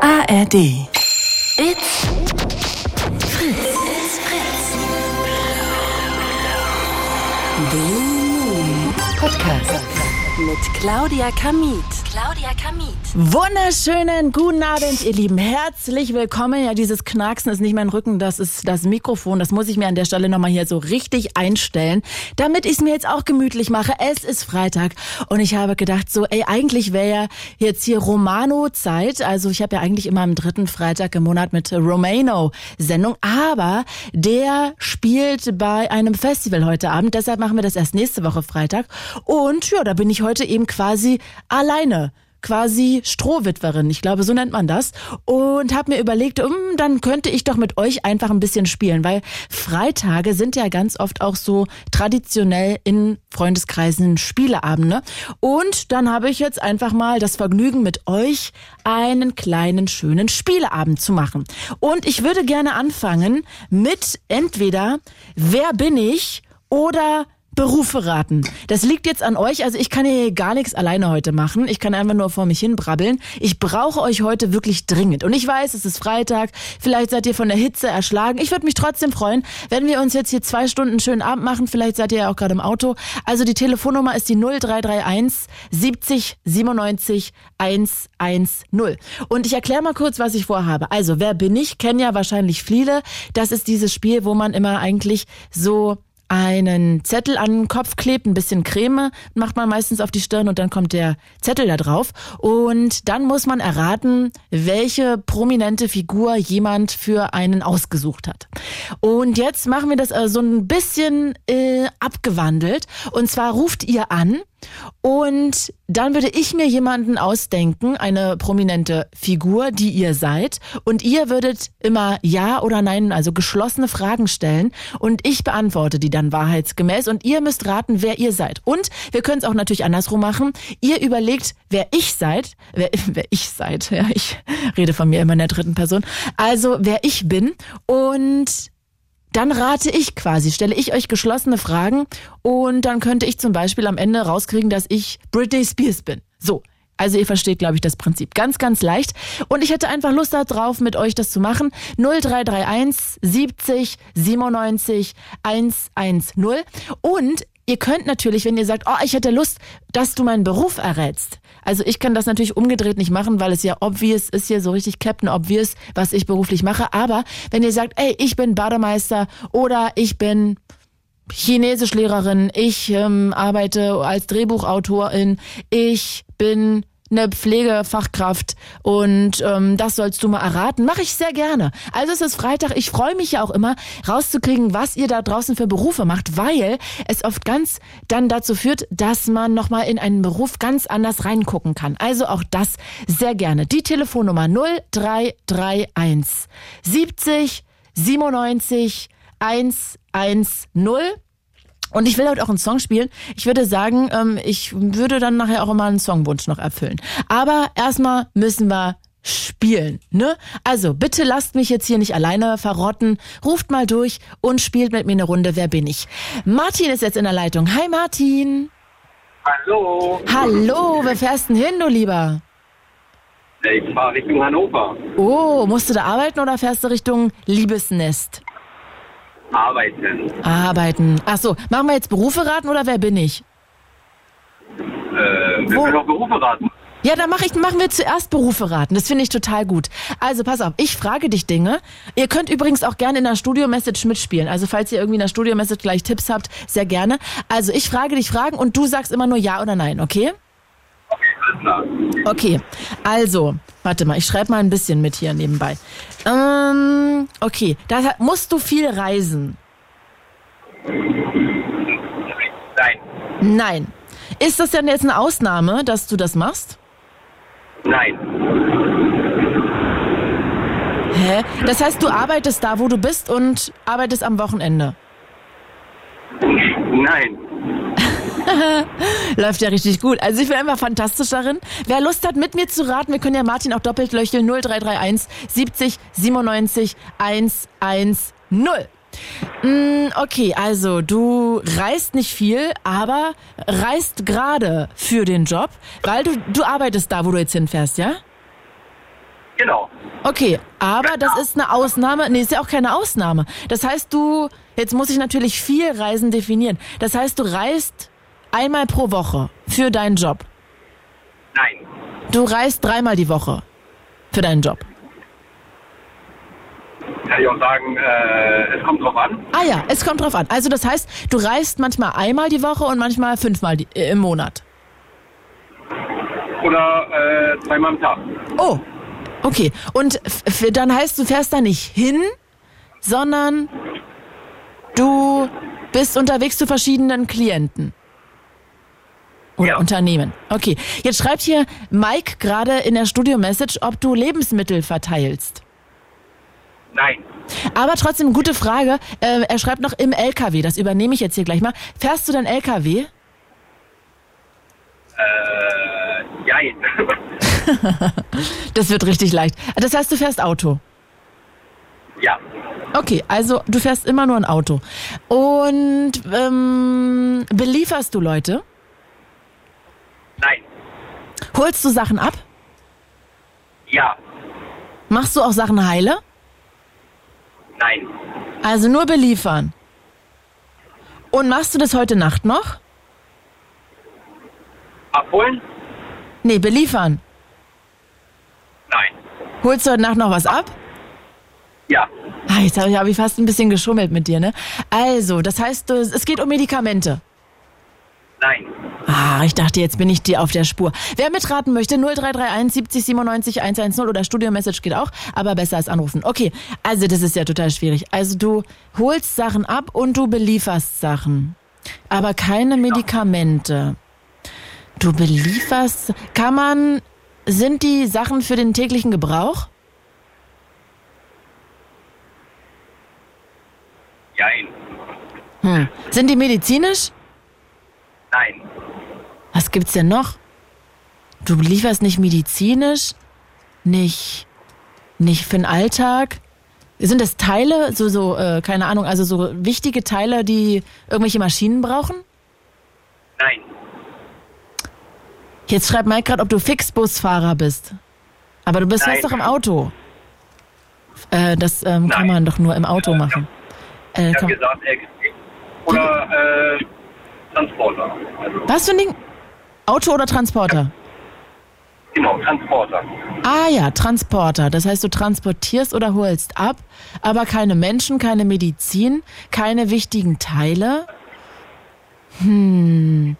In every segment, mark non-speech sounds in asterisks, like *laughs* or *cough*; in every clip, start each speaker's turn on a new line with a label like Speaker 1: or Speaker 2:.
Speaker 1: ARD.
Speaker 2: It's Fritz. It's Fritz. Blue Moon Podcast mit Claudia Kamit. Claudia Kamit.
Speaker 1: Wunderschönen guten Abend, ihr Lieben. Herzlich willkommen. Ja, dieses Knacksen ist nicht mein Rücken, das ist das Mikrofon. Das muss ich mir an der Stelle nochmal hier so richtig einstellen, damit ich es mir jetzt auch gemütlich mache. Es ist Freitag und ich habe gedacht, so, ey, eigentlich wäre ja jetzt hier Romano-Zeit. Also ich habe ja eigentlich immer am dritten Freitag im Monat mit Romano-Sendung, aber der spielt bei einem Festival heute Abend. Deshalb machen wir das erst nächste Woche Freitag. Und ja, da bin ich heute eben quasi alleine quasi Strohwitwerin, ich glaube, so nennt man das, und habe mir überlegt, hm, dann könnte ich doch mit euch einfach ein bisschen spielen, weil Freitage sind ja ganz oft auch so traditionell in Freundeskreisen Spieleabende. Und dann habe ich jetzt einfach mal das Vergnügen, mit euch einen kleinen schönen Spieleabend zu machen. Und ich würde gerne anfangen mit entweder Wer bin ich oder Berufe raten. Das liegt jetzt an euch. Also ich kann hier gar nichts alleine heute machen. Ich kann einfach nur vor mich hin brabbeln. Ich brauche euch heute wirklich dringend. Und ich weiß, es ist Freitag. Vielleicht seid ihr von der Hitze erschlagen. Ich würde mich trotzdem freuen, wenn wir uns jetzt hier zwei Stunden einen schönen Abend machen. Vielleicht seid ihr ja auch gerade im Auto. Also die Telefonnummer ist die 0331 70 97 110. Und ich erkläre mal kurz, was ich vorhabe. Also, wer bin ich? Kennen ja wahrscheinlich viele. Das ist dieses Spiel, wo man immer eigentlich so einen Zettel an den Kopf klebt, ein bisschen Creme macht man meistens auf die Stirn und dann kommt der Zettel da drauf. Und dann muss man erraten, welche prominente Figur jemand für einen ausgesucht hat. Und jetzt machen wir das äh, so ein bisschen äh, abgewandelt. Und zwar ruft ihr an und dann würde ich mir jemanden ausdenken, eine prominente Figur, die ihr seid. Und ihr würdet immer Ja oder Nein, also geschlossene Fragen stellen. Und ich beantworte die dann wahrheitsgemäß. Und ihr müsst raten, wer ihr seid. Und wir können es auch natürlich andersrum machen. Ihr überlegt, wer ich seid. Wer, *laughs* wer ich seid. Ja, ich rede von mir immer in der dritten Person. Also, wer ich bin. Und dann rate ich quasi, stelle ich euch geschlossene Fragen und dann könnte ich zum Beispiel am Ende rauskriegen, dass ich Britney Spears bin. So. Also ihr versteht, glaube ich, das Prinzip. Ganz, ganz leicht. Und ich hätte einfach Lust darauf, mit euch das zu machen. 0331 70 97 110. Und ihr könnt natürlich, wenn ihr sagt, oh, ich hätte Lust, dass du meinen Beruf errätst. Also ich kann das natürlich umgedreht nicht machen, weil es ja obvious ist hier so richtig Captain Obvious, was ich beruflich mache. Aber wenn ihr sagt, ey, ich bin Bademeister oder ich bin Chinesischlehrerin, ich ähm, arbeite als Drehbuchautorin, ich bin eine Pflegefachkraft und ähm, das sollst du mal erraten. Mache ich sehr gerne. Also es ist Freitag. Ich freue mich ja auch immer, rauszukriegen, was ihr da draußen für Berufe macht, weil es oft ganz dann dazu führt, dass man nochmal in einen Beruf ganz anders reingucken kann. Also auch das sehr gerne. Die Telefonnummer 0331 70 97 110. Und ich will heute auch einen Song spielen. Ich würde sagen, ähm, ich würde dann nachher auch immer einen Songwunsch noch erfüllen. Aber erstmal müssen wir spielen, ne? Also bitte lasst mich jetzt hier nicht alleine verrotten. Ruft mal durch und spielt mit mir eine Runde. Wer bin ich? Martin ist jetzt in der Leitung. Hi Martin.
Speaker 3: Hallo.
Speaker 1: Hallo, wer fährst denn hin, du lieber?
Speaker 3: Ich fahre Richtung Hannover.
Speaker 1: Oh, musst du da arbeiten oder fährst du Richtung Liebesnest?
Speaker 3: Arbeiten.
Speaker 1: Ah. Arbeiten. Ach so, machen wir jetzt Berufe raten oder wer bin ich?
Speaker 3: Äh, wir
Speaker 1: Wo-
Speaker 3: können auch Berufe raten.
Speaker 1: Ja, dann mach ich, machen wir zuerst Berufe raten. Das finde ich total gut. Also pass auf, ich frage dich Dinge. Ihr könnt übrigens auch gerne in der Studio-Message mitspielen. Also falls ihr irgendwie in der Studio-Message gleich Tipps habt, sehr gerne. Also ich frage dich Fragen und du sagst immer nur Ja oder Nein, okay?
Speaker 3: Alles klar.
Speaker 1: Okay, also, warte mal, ich schreibe mal ein bisschen mit hier nebenbei. Ähm, okay, da musst du viel reisen.
Speaker 3: Nein.
Speaker 1: Nein. Ist das denn jetzt eine Ausnahme, dass du das machst?
Speaker 3: Nein.
Speaker 1: Hä? Das heißt, du arbeitest da, wo du bist und arbeitest am Wochenende.
Speaker 3: Nein.
Speaker 1: *laughs* Läuft ja richtig gut. Also ich bin einfach fantastisch darin. Wer Lust hat, mit mir zu raten, wir können ja Martin auch doppelt löcheln. 0331 70 97 110. Mm, Okay, also du reist nicht viel, aber reist gerade für den Job, weil du, du arbeitest da, wo du jetzt hinfährst, ja?
Speaker 3: Genau.
Speaker 1: Okay, aber das ist eine Ausnahme. Nee, ist ja auch keine Ausnahme. Das heißt, du, jetzt muss ich natürlich viel Reisen definieren. Das heißt, du reist einmal pro Woche für deinen Job.
Speaker 3: Nein.
Speaker 1: Du reist dreimal die Woche für deinen Job.
Speaker 3: Kann ich auch sagen, äh, es kommt drauf an.
Speaker 1: Ah ja, es kommt drauf an. Also das heißt, du reist manchmal einmal die Woche und manchmal fünfmal die, äh, im Monat.
Speaker 3: Oder äh, zweimal am Tag.
Speaker 1: Oh, okay. Und f- f- dann heißt, du fährst da nicht hin, sondern du bist unterwegs zu verschiedenen Klienten. Oder
Speaker 3: Ja.
Speaker 1: Unternehmen. Okay. Jetzt schreibt hier Mike gerade in der Studio-Message, ob du Lebensmittel verteilst.
Speaker 3: Nein.
Speaker 1: Aber trotzdem, gute Frage. Äh, er schreibt noch im LKW. Das übernehme ich jetzt hier gleich mal. Fährst du dein LKW?
Speaker 3: Äh, jein. *laughs*
Speaker 1: Das wird richtig leicht. Das heißt, du fährst Auto.
Speaker 3: ja.
Speaker 1: Okay, also du fährst immer nur ein Auto. Und ähm, belieferst du Leute?
Speaker 3: Nein.
Speaker 1: Holst du Sachen ab?
Speaker 3: Ja.
Speaker 1: Machst du auch Sachen heile?
Speaker 3: Nein.
Speaker 1: Also nur beliefern. Und machst du das heute Nacht noch?
Speaker 3: Abholen?
Speaker 1: Nee, beliefern.
Speaker 3: Nein.
Speaker 1: Holst du heute Nacht noch was ab?
Speaker 3: Ja.
Speaker 1: Ah, jetzt habe ich, hab ich fast ein bisschen geschummelt mit dir, ne? Also, das heißt, du, es geht um Medikamente.
Speaker 3: Nein.
Speaker 1: Ah, ich dachte, jetzt bin ich dir auf der Spur. Wer mitraten möchte, 0331 70 97 110 oder Studio-Message geht auch, aber besser als anrufen. Okay, also das ist ja total schwierig. Also du holst Sachen ab und du belieferst Sachen, aber keine Medikamente. Du belieferst, kann man, sind die Sachen für den täglichen Gebrauch?
Speaker 3: Jein.
Speaker 1: Hm. Sind die medizinisch?
Speaker 3: Nein.
Speaker 1: Was gibt's denn noch? Du lieferst nicht medizinisch, nicht, nicht für den Alltag. Sind das Teile, so, so, äh, keine Ahnung, also so wichtige Teile, die irgendwelche Maschinen brauchen?
Speaker 3: Nein.
Speaker 1: Jetzt schreibt Mike gerade, ob du Fixbusfahrer bist. Aber du bist
Speaker 3: Nein.
Speaker 1: fährst doch im Auto. Äh, das ähm, kann
Speaker 3: Nein.
Speaker 1: man doch nur im Auto machen. Äh,
Speaker 3: Ich habe
Speaker 1: komm.
Speaker 3: gesagt, LKW. Oder äh, Transporter. Also,
Speaker 1: Was für ein Ding? Auto oder Transporter?
Speaker 3: genau, Transporter.
Speaker 1: Ah ja, Transporter. Das heißt, du transportierst oder holst ab, aber keine Menschen, keine Medizin, keine wichtigen Teile. Hm.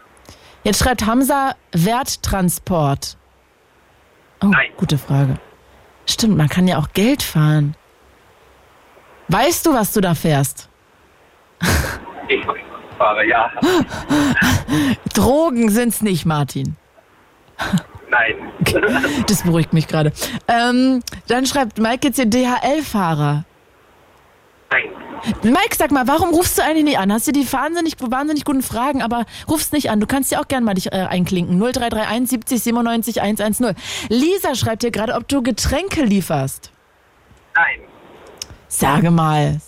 Speaker 1: Jetzt schreibt Hamza Werttransport. Oh,
Speaker 3: Nein.
Speaker 1: gute Frage. Stimmt, man kann ja auch Geld fahren. Weißt du, was du da fährst?
Speaker 3: Ich fahre, ja.
Speaker 1: Drogen sind's nicht, Martin.
Speaker 3: Nein.
Speaker 1: *laughs* Das beruhigt mich gerade. Ähm, dann schreibt Mike jetzt hier DHL-Fahrer.
Speaker 3: Nein.
Speaker 1: Mike, sag mal, warum rufst du eigentlich nicht an? Hast du die wahnsinnig, wahnsinnig guten Fragen, aber rufst nicht an. Du kannst ja auch gerne mal dich äh, einklinken. 0331 70 97 110. Lisa schreibt dir gerade, ob du Getränke lieferst.
Speaker 3: Nein.
Speaker 1: Sage mal.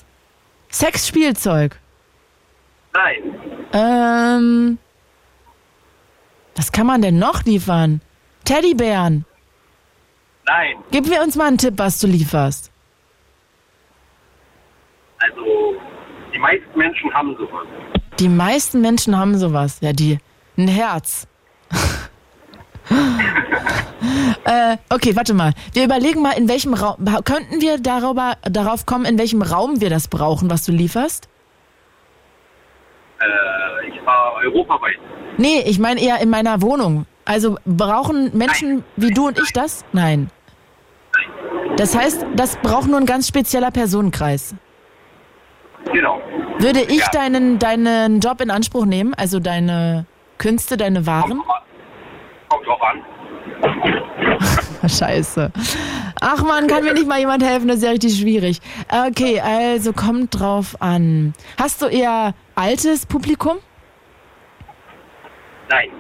Speaker 1: Sexspielzeug.
Speaker 3: Nein.
Speaker 1: Ähm. Was kann man denn noch liefern? Teddybären.
Speaker 3: Nein.
Speaker 1: Gib mir uns mal einen Tipp, was du lieferst.
Speaker 3: Also, die meisten Menschen haben sowas.
Speaker 1: Die meisten Menschen haben sowas. Ja, die. Ein Herz. *laughs* äh, okay, warte mal. Wir überlegen mal, in welchem Raum. Könnten wir darüber, darauf kommen, in welchem Raum wir das brauchen, was du lieferst?
Speaker 3: Äh, ich fahre europaweit.
Speaker 1: Nee, ich meine eher in meiner Wohnung. Also brauchen Menschen wie du und ich das? Nein. Das heißt, das braucht nur ein ganz spezieller Personenkreis.
Speaker 3: Genau.
Speaker 1: Würde ich
Speaker 3: Ja.
Speaker 1: deinen, deinen Job in Anspruch nehmen, also deine Künste, deine Waren? *laughs*
Speaker 3: Kommt drauf an. Kommt drauf an.
Speaker 1: Scheiße. Ach man, kann mir nicht mal jemand helfen, das ist ja richtig schwierig. Okay, also kommt drauf an. Hast du eher altes Publikum?
Speaker 3: Nein.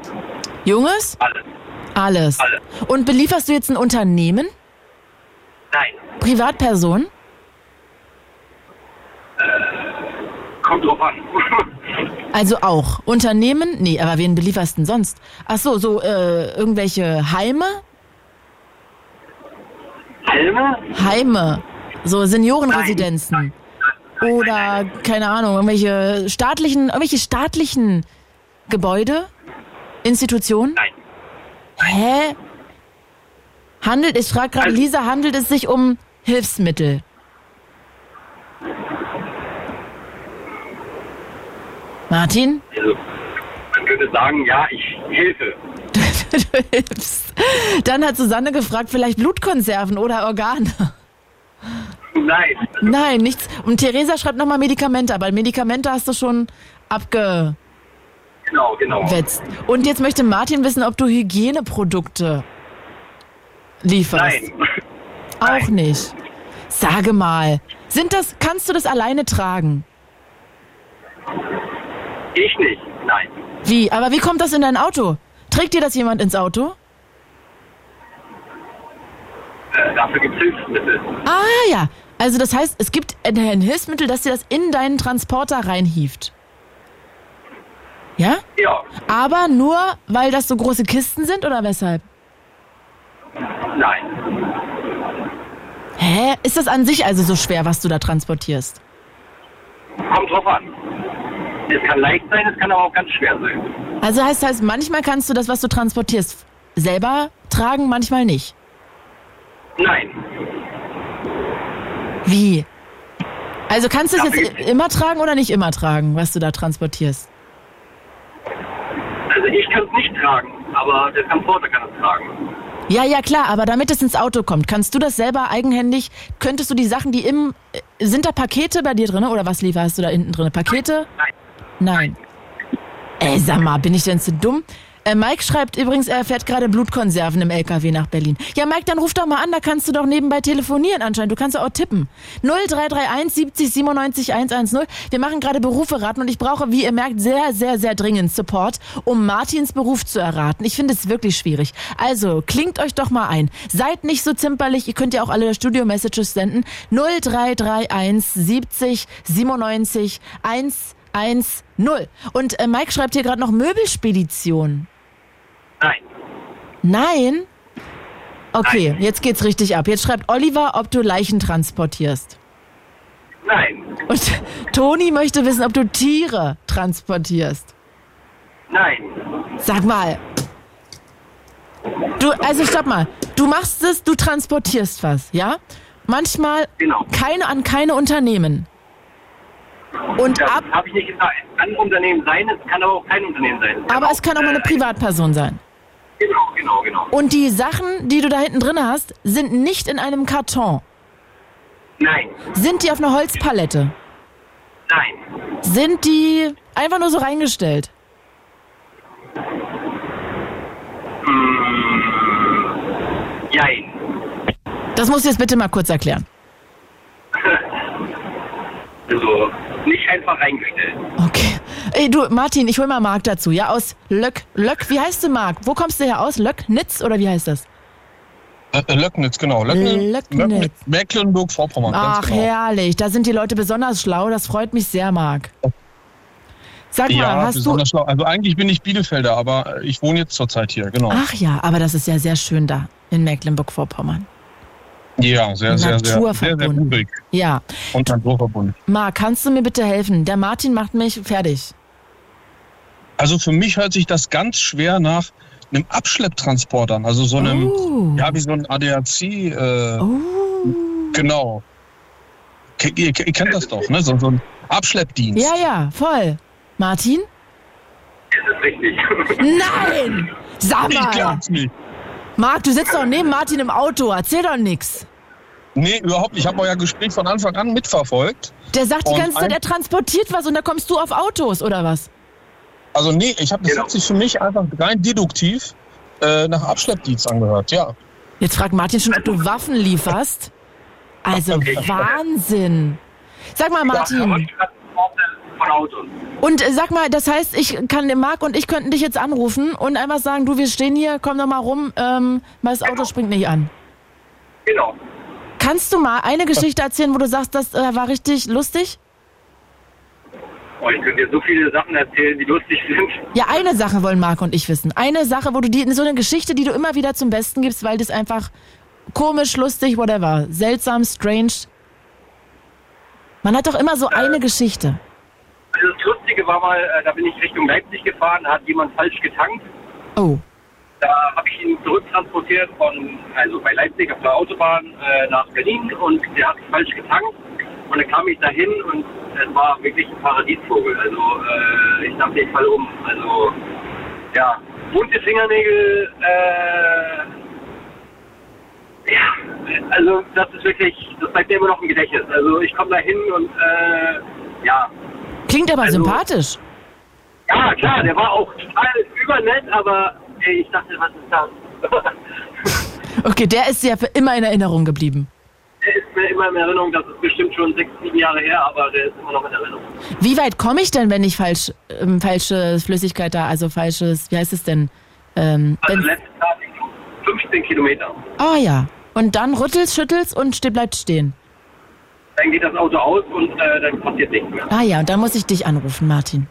Speaker 1: Junges?
Speaker 3: Alles.
Speaker 1: Alles.
Speaker 3: Alle.
Speaker 1: Und belieferst du jetzt ein Unternehmen?
Speaker 3: Nein.
Speaker 1: Privatperson?
Speaker 3: Äh, Kommt drauf an.
Speaker 1: Also auch. Unternehmen? Nee, aber wen belieferst denn sonst? Ach so, so äh, irgendwelche Heime?
Speaker 3: Helme?
Speaker 1: Heime, so Seniorenresidenzen oder keine Ahnung, irgendwelche staatlichen, irgendwelche staatlichen Gebäude, Institutionen?
Speaker 3: Nein.
Speaker 1: Hä? Handelt, ich frage gerade
Speaker 3: Also-
Speaker 1: Lisa, handelt es sich um Hilfsmittel? Martin?
Speaker 3: Also, man könnte sagen, ja, ich helfe.
Speaker 1: du hilfst. Dann hat Susanne gefragt, vielleicht Blutkonserven oder Organe.
Speaker 3: Nein.
Speaker 1: Nein, nichts. Und Theresa schreibt nochmal Medikamente, aber Medikamente hast du schon abgewetzt.
Speaker 3: Genau, genau.
Speaker 1: Und jetzt möchte Martin wissen, ob du Hygieneprodukte lieferst.
Speaker 3: Nein.
Speaker 1: Auch nicht. Sage mal, sind das, kannst du das alleine tragen?
Speaker 3: Ich nicht. Nein.
Speaker 1: Wie? Aber wie kommt das in dein Auto? Trägt dir das jemand ins Auto?
Speaker 3: Äh, dafür gibt es Hilfsmittel.
Speaker 1: Ah ja. Also das heißt, es gibt ein ein Hilfsmittel, das dir das in deinen Transporter reinhieft. Ja?
Speaker 3: Ja.
Speaker 1: Aber nur, weil das so große Kisten sind oder weshalb?
Speaker 3: Nein.
Speaker 1: Hä? Ist das an sich also so schwer, was du da transportierst?
Speaker 3: Kommt drauf an. Es kann leicht sein, es kann aber auch ganz schwer sein.
Speaker 1: Also heißt heißt, manchmal kannst du das, was du transportierst, selber tragen, manchmal nicht.
Speaker 3: Nein.
Speaker 1: Wie? Also kannst du es
Speaker 3: Ja,
Speaker 1: jetzt
Speaker 3: richtig.
Speaker 1: immer tragen oder nicht immer tragen, was du da transportierst?
Speaker 3: Also ich kann es nicht tragen, aber der Transporter kann es tragen.
Speaker 1: Ja, ja, klar, aber damit es ins Auto kommt, kannst du das selber eigenhändig, könntest du die Sachen, die im, äh, sind da Pakete bei dir drin oder was lieferst du da hinten drin? Pakete?
Speaker 3: Nein.
Speaker 1: Nein. Ey, sag mal, bin ich denn zu dumm? Äh, Mike schreibt übrigens, er fährt gerade Blutkonserven im LKW nach Berlin. Ja, Mike, dann ruf doch mal an, da kannst du doch nebenbei telefonieren anscheinend. Du kannst doch auch tippen. 0331 70 97 110. Wir machen gerade Berufe raten und ich brauche, wie ihr merkt, sehr, sehr, sehr dringend Support, um Martins Beruf zu erraten. Ich finde es wirklich schwierig. Also, klingt euch doch mal ein. Seid nicht so zimperlich. Ihr könnt ja auch alle Studio-Messages senden. 0331 70 97 110. 1, 0. Und äh, Mike schreibt hier gerade noch Möbelspedition.
Speaker 3: Nein.
Speaker 1: Nein? Okay, jetzt geht's richtig ab. Jetzt schreibt Oliver, ob du Leichen transportierst.
Speaker 3: Nein.
Speaker 1: Und Toni möchte wissen, ob du Tiere transportierst.
Speaker 3: Nein.
Speaker 1: Sag mal. Du, also stopp mal. Du machst es, du transportierst was, ja? Manchmal
Speaker 3: Genau.
Speaker 1: keine an keine Unternehmen. Und
Speaker 3: Das
Speaker 1: ab,
Speaker 3: habe ich nicht gesagt. Es kann ein Unternehmen sein, es kann aber auch kein Unternehmen sein.
Speaker 1: aber es kann auch mal
Speaker 3: Äh,
Speaker 1: eine Privatperson sein.
Speaker 3: Genau, genau, genau.
Speaker 1: Und die Sachen, die du da hinten drin hast, sind nicht in einem Karton.
Speaker 3: Nein.
Speaker 1: Sind die auf einer Holzpalette?
Speaker 3: Nein.
Speaker 1: Sind die einfach nur so reingestellt?
Speaker 3: Jein.
Speaker 1: Das musst du jetzt bitte mal kurz erklären.
Speaker 3: Also nicht einfach reingestellt.
Speaker 1: Okay. Ey, du, Martin, ich hol mal Marc dazu. Ja, aus Löck. Löck, wie heißt du, Marc? Wo kommst du her aus? Löck? Nitz oder wie heißt das?
Speaker 4: Äh, äh, Löcknitz, genau. Löcknitz.
Speaker 1: Löcknitz. Ah,
Speaker 4: Löcknitz, Mecklenburg-Vorpommern, ganz
Speaker 1: Ach,
Speaker 4: genau.
Speaker 1: herrlich. Da sind die Leute besonders schlau. Das freut mich sehr, Marc. Sag mal,
Speaker 4: Ja,
Speaker 1: hast du
Speaker 4: besonders schlau. Also eigentlich bin ich Bielefelder, aber äh, ich wohne jetzt zurzeit hier, genau.
Speaker 1: Ach ja, aber das ist ja sehr schön da in Mecklenburg-Vorpommern.
Speaker 4: ja, sehr, sehr, sehr, sehr, sehr
Speaker 1: Naturverbunden.
Speaker 4: übrig.
Speaker 1: Ja.
Speaker 4: Und Naturverbunden.
Speaker 1: Marc, kannst du mir bitte helfen? Der Martin macht mich fertig.
Speaker 4: Also für mich hört sich das ganz schwer nach einem Abschlepptransporter an. Also so einem,
Speaker 1: Oh.
Speaker 4: ja, wie so ein ADAC, äh, genau. Ke- Ihr, ihr kennt das doch, ne? So, so ein Abschleppdienst.
Speaker 1: Ja, ja, voll. Martin?
Speaker 3: Es ist richtig.
Speaker 1: Nein! Sag
Speaker 4: Ich
Speaker 1: mal!
Speaker 4: glaub's nicht.
Speaker 1: Marc, du sitzt doch neben Martin im Auto. Erzähl doch nix.
Speaker 4: Nee, überhaupt nicht. Ich habe euer Gespräch von Anfang an mitverfolgt.
Speaker 1: Der sagt die
Speaker 4: Und
Speaker 1: ganze Zeit,
Speaker 4: ein-
Speaker 1: er transportiert was und da kommst du auf Autos, oder was?
Speaker 4: Also nee, ich habe das
Speaker 3: Genau.
Speaker 4: hat sich für mich einfach rein deduktiv äh, nach Abschleppdienst angehört, ja.
Speaker 1: Jetzt fragt Martin schon, ob du Waffen lieferst. Also Wahnsinn. Sag mal, Martin.
Speaker 3: Transporte von Autos.
Speaker 1: Und äh, sag mal, das heißt, ich kann, Marc und ich könnten dich jetzt anrufen und einfach sagen, du, wir stehen hier, komm doch mal rum, ähm, weil das Auto springt nicht an.
Speaker 3: Genau.
Speaker 1: Kannst du mal eine Geschichte erzählen, wo du sagst, das äh, war richtig lustig?
Speaker 3: Oh, ich könnte dir so viele Sachen erzählen, die lustig sind.
Speaker 1: Ja, eine Sache wollen Marc und ich wissen. Eine Sache, wo du dir so eine Geschichte, die du immer wieder zum Besten gibst, weil das einfach komisch, lustig, whatever. Seltsam, strange. Man hat doch immer
Speaker 3: Äh.
Speaker 1: so eine Geschichte.
Speaker 3: Also das Lustige war mal, äh, da bin ich Richtung Leipzig gefahren, da hat jemand falsch getankt.
Speaker 1: Oh.
Speaker 3: Da habe ich ihn zurücktransportiert von, also bei Leipzig auf der Autobahn äh, nach Berlin und der hat falsch getankt. Und dann kam ich dahin und es war wirklich ein Paradiesvogel. Also äh, ich dachte, ich falle um. Also ja, bunte Fingernägel, äh, ja, also das ist wirklich, das bleibt mir immer noch im Gedächtnis. Also ich komme dahin und äh, ja.
Speaker 1: Klingt aber
Speaker 3: Also-
Speaker 1: sympathisch.
Speaker 3: Ja, klar, der war auch total übernett, aber ey, ich dachte, was ist das?
Speaker 1: Okay, der ist ja für immer in Erinnerung geblieben.
Speaker 3: der ist mir immer in Erinnerung, das ist bestimmt schon sechs, sieben Jahre her, aber der ist immer noch in Erinnerung.
Speaker 1: Wie weit komme ich denn, wenn ich falsch, ähm, falsche Flüssigkeit da, also falsches, wie heißt es denn? Ähm,
Speaker 3: Also
Speaker 1: wenn,
Speaker 3: letztes Jahr 15 Kilometer.
Speaker 1: ah ja. Und dann rüttelst, schüttelst und ste bleibt stehen.
Speaker 3: Dann geht das Auto aus und äh, dann passiert nichts mehr.
Speaker 1: Ah ja, und dann muss ich dich anrufen, Martin.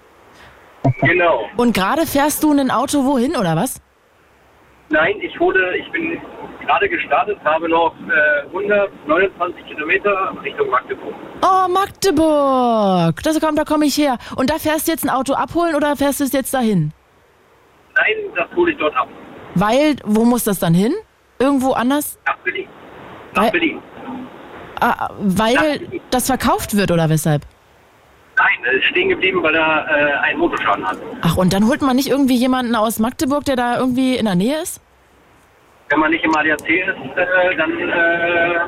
Speaker 3: Genau.
Speaker 1: Und gerade fährst du in ein Auto wohin, oder was?
Speaker 3: Nein, ich wurde, ich bin gerade gestartet, habe noch äh, 129 Kilometer Richtung Magdeburg.
Speaker 1: Oh, Magdeburg. Das kommt, da komme ich her. Und da fährst du jetzt ein Auto abholen oder fährst du es jetzt dahin?
Speaker 3: Nein, das hole ich dort ab.
Speaker 1: Weil, wo muss das dann hin? Irgendwo anders?
Speaker 3: Nach Berlin. Nach
Speaker 1: Weil-
Speaker 3: Berlin.
Speaker 1: Ah, weil das verkauft wird oder weshalb?
Speaker 3: Nein, er ist stehen geblieben, weil er äh, einen Motorschaden hat.
Speaker 1: Ach, und dann holt man nicht irgendwie jemanden aus Magdeburg, der da irgendwie in der Nähe ist?
Speaker 3: Wenn man nicht im ADAC ist, äh, dann äh,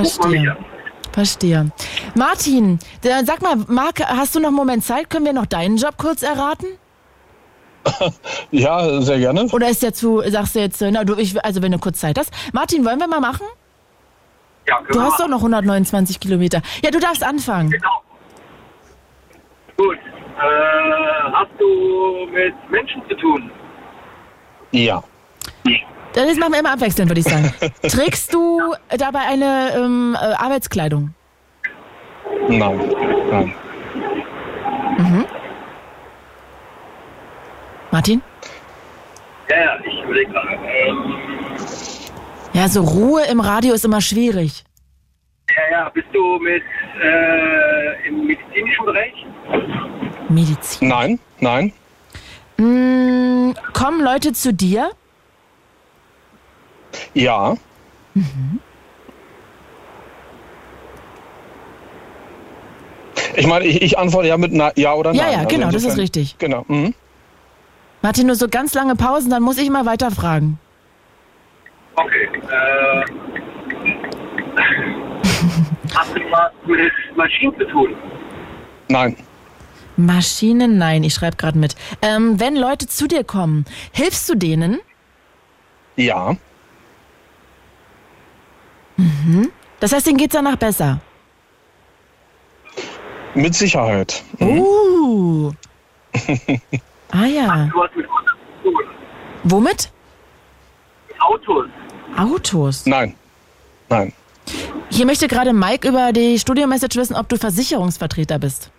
Speaker 3: ruft man mich
Speaker 1: Verstehe.
Speaker 3: an.
Speaker 1: Verstehe. Martin, dann sag mal, Marc, hast du noch einen Moment Zeit? Können wir noch deinen Job kurz erraten?
Speaker 4: Ja, sehr gerne.
Speaker 1: Oder ist der zu, sagst du jetzt, äh, na du, ich, also wenn du kurz Zeit hast. Martin, wollen wir mal machen?
Speaker 3: Ja, genau. können
Speaker 1: Du
Speaker 3: wir
Speaker 1: hast doch
Speaker 3: machen.
Speaker 1: noch 129 Kilometer. Ja, du darfst anfangen.
Speaker 3: Genau. Gut. Äh, hast du mit Menschen zu tun?
Speaker 4: Ja.
Speaker 1: Das machen wir immer abwechselnd, würde ich sagen. Trägst du dabei eine ähm, äh, Arbeitskleidung?
Speaker 4: Nein. Nein.
Speaker 1: Martin?
Speaker 3: Ja, ja, ich überlege gerade. Ähm,
Speaker 1: Ja, so Ruhe im Radio ist immer schwierig.
Speaker 3: ja, ja, bist du mit äh, im medizinischen Bereich?
Speaker 1: Medizin.
Speaker 4: Nein. Nein.
Speaker 1: Mm, kommen Leute zu dir?
Speaker 4: Ja. Mhm. Ich meine, ich, ich antworte ja mit na, Ja oder
Speaker 1: Ja,
Speaker 4: Nein. also
Speaker 1: ja, genau, das ist
Speaker 4: insofern-
Speaker 1: richtig.
Speaker 4: Genau. Mhm.
Speaker 1: Martin, nur so ganz lange Pausen, dann muss ich mal weiterfragen.
Speaker 3: Okay. Äh, hast du was mit Maschinen zu tun?
Speaker 4: Nein.
Speaker 1: Maschinen, nein, ich schreibe gerade mit. Ähm, wenn Leute zu dir kommen, hilfst du denen?
Speaker 4: Ja.
Speaker 1: Mhm. Das heißt, denen geht's danach besser.
Speaker 4: Mit Sicherheit. Mhm.
Speaker 1: Uh. ah ja.
Speaker 3: Du hast mit Autos zu tun.
Speaker 1: Womit?
Speaker 3: Mit Autos.
Speaker 1: Autos.
Speaker 4: Nein. Nein.
Speaker 1: Hier möchte gerade Mike über die Studio-Message wissen, ob du Versicherungsvertreter bist.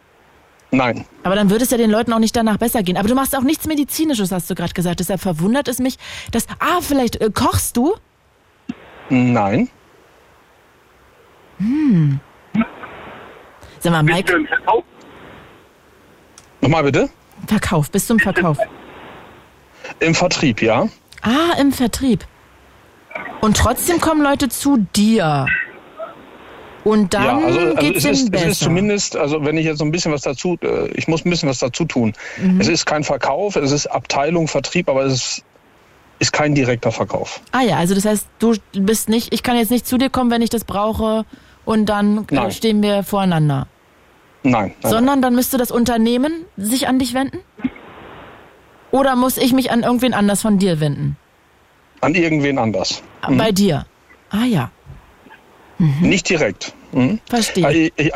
Speaker 4: Nein.
Speaker 1: Aber dann würde es ja den Leuten auch nicht danach besser gehen. Aber du machst auch nichts Medizinisches, hast du gerade gesagt. Deshalb verwundert es mich, dass... Ah, vielleicht äh, kochst du?
Speaker 4: Nein.
Speaker 1: Hm. Sag mal,
Speaker 3: Bist
Speaker 1: Mike,
Speaker 3: du im Verkauf?
Speaker 4: Nochmal bitte.
Speaker 1: Verkauf, bis zum Verkauf.
Speaker 4: Im Vertrieb, ja.
Speaker 1: Ah, im Vertrieb. Und trotzdem kommen Leute zu dir. Und dann
Speaker 4: ja, also, also
Speaker 1: geht's
Speaker 4: es,
Speaker 1: ihnen
Speaker 4: ist, es
Speaker 1: besser.
Speaker 4: ist zumindest, also wenn ich jetzt so ein bisschen was dazu, äh, ich muss ein bisschen was dazu tun.
Speaker 1: Mhm.
Speaker 4: Es ist kein Verkauf, es ist Abteilung, Vertrieb, aber es ist, ist kein direkter Verkauf.
Speaker 1: ah ja, also das heißt, du bist nicht... Ich kann jetzt nicht zu dir kommen, wenn ich das brauche. Und dann äh,
Speaker 4: Nein.
Speaker 1: stehen wir voreinander.
Speaker 4: Nein. nein.
Speaker 1: sondern dann müsste das Unternehmen sich an dich wenden? Oder muss ich mich an irgendwen anders von dir wenden?
Speaker 4: An irgendwen anders. Hm.
Speaker 1: Bei dir. Ah ja,
Speaker 4: Nicht direkt. Mhm.
Speaker 1: verstehe.
Speaker 4: Ich, ich,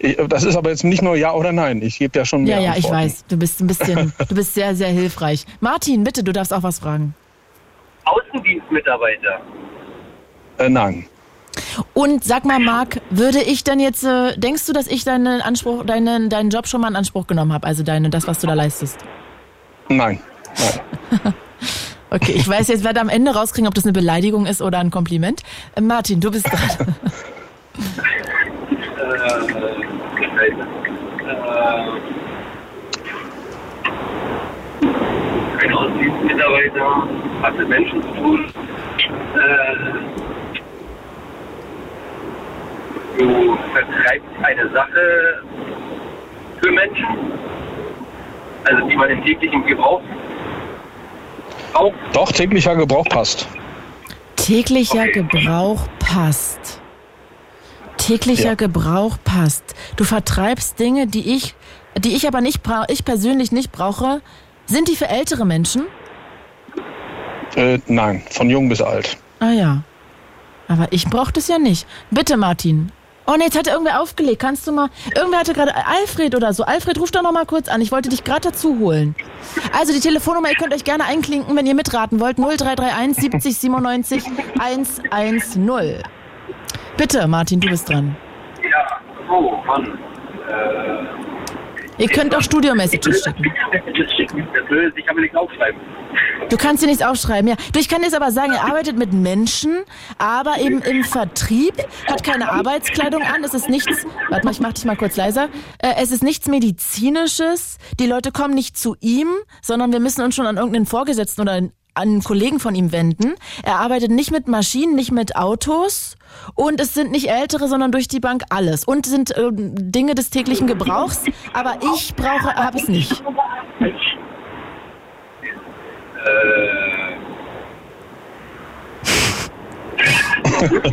Speaker 4: ich, äh, das ist aber jetzt nicht nur Ja oder Nein. Ich gebe ja schon
Speaker 1: Ja,
Speaker 4: mehr
Speaker 1: ja, ich
Speaker 4: Antworten.
Speaker 1: weiß. Du bist ein bisschen, du bist sehr, sehr hilfreich. Martin, bitte, du darfst auch was fragen.
Speaker 3: Außendienstmitarbeiter.
Speaker 4: Äh, nein.
Speaker 1: Und sag mal, Marc, würde ich denn jetzt, äh, denkst du, dass ich deinen Anspruch, deinen, deinen Job schon mal in Anspruch genommen habe? Also deine, das, was du da leistest?
Speaker 4: Nein. Nein.
Speaker 1: Okay, ich weiß jetzt, werde am Ende rauskriegen, ob das eine Beleidigung ist oder ein Kompliment. Äh, Martin, du bist dran.
Speaker 3: Äh, Ein Außendienstmitarbeiter hat mit Menschen zu tun. Äh, du vertreibst eine Sache für Menschen, also die man im täglichen Gebrauch braucht.
Speaker 4: Doch, täglicher Gebrauch passt.
Speaker 1: Täglicher Gebrauch passt. Täglicher
Speaker 4: Ja.
Speaker 1: Gebrauch passt. Du vertreibst Dinge, die ich, die ich aber nicht, bra- ich persönlich nicht brauche. Sind die für ältere Menschen?
Speaker 4: Äh, nein, von jung bis alt.
Speaker 1: Ah ja. Aber ich brauche das ja nicht. Bitte, Martin. Oh ne, jetzt hat irgendwer aufgelegt. Kannst du mal. Irgendwer hatte gerade Alfred oder so. Alfred, ruf doch noch mal kurz an. Ich wollte dich gerade dazu holen. Also die Telefonnummer, ihr könnt euch gerne einklinken, wenn ihr mitraten wollt. 0331 70 97 110. Bitte, Martin, du bist dran.
Speaker 3: Ja, oh Mann. Äh,
Speaker 1: Ihr könnt auch Studio-Messages schicken.
Speaker 3: das schicken. Das will ich aber nicht aufschreiben.
Speaker 1: Du kannst dir nichts aufschreiben, ja. Du, ich kann jetzt aber sagen, er arbeitet mit Menschen, aber eben im Vertrieb, hat keine Arbeitskleidung an, es ist nichts, warte mal, ich mach dich mal kurz leiser, äh, es ist nichts Medizinisches, die Leute kommen nicht zu ihm, sondern wir müssen uns schon an irgendeinen Vorgesetzten oder an einen Kollegen von ihm wenden. Er arbeitet nicht mit Maschinen, nicht mit Autos und es sind nicht ältere, sondern durch die Bank alles und sind ähm, Dinge des täglichen Gebrauchs, aber ich brauche, habe es nicht.
Speaker 3: Äh,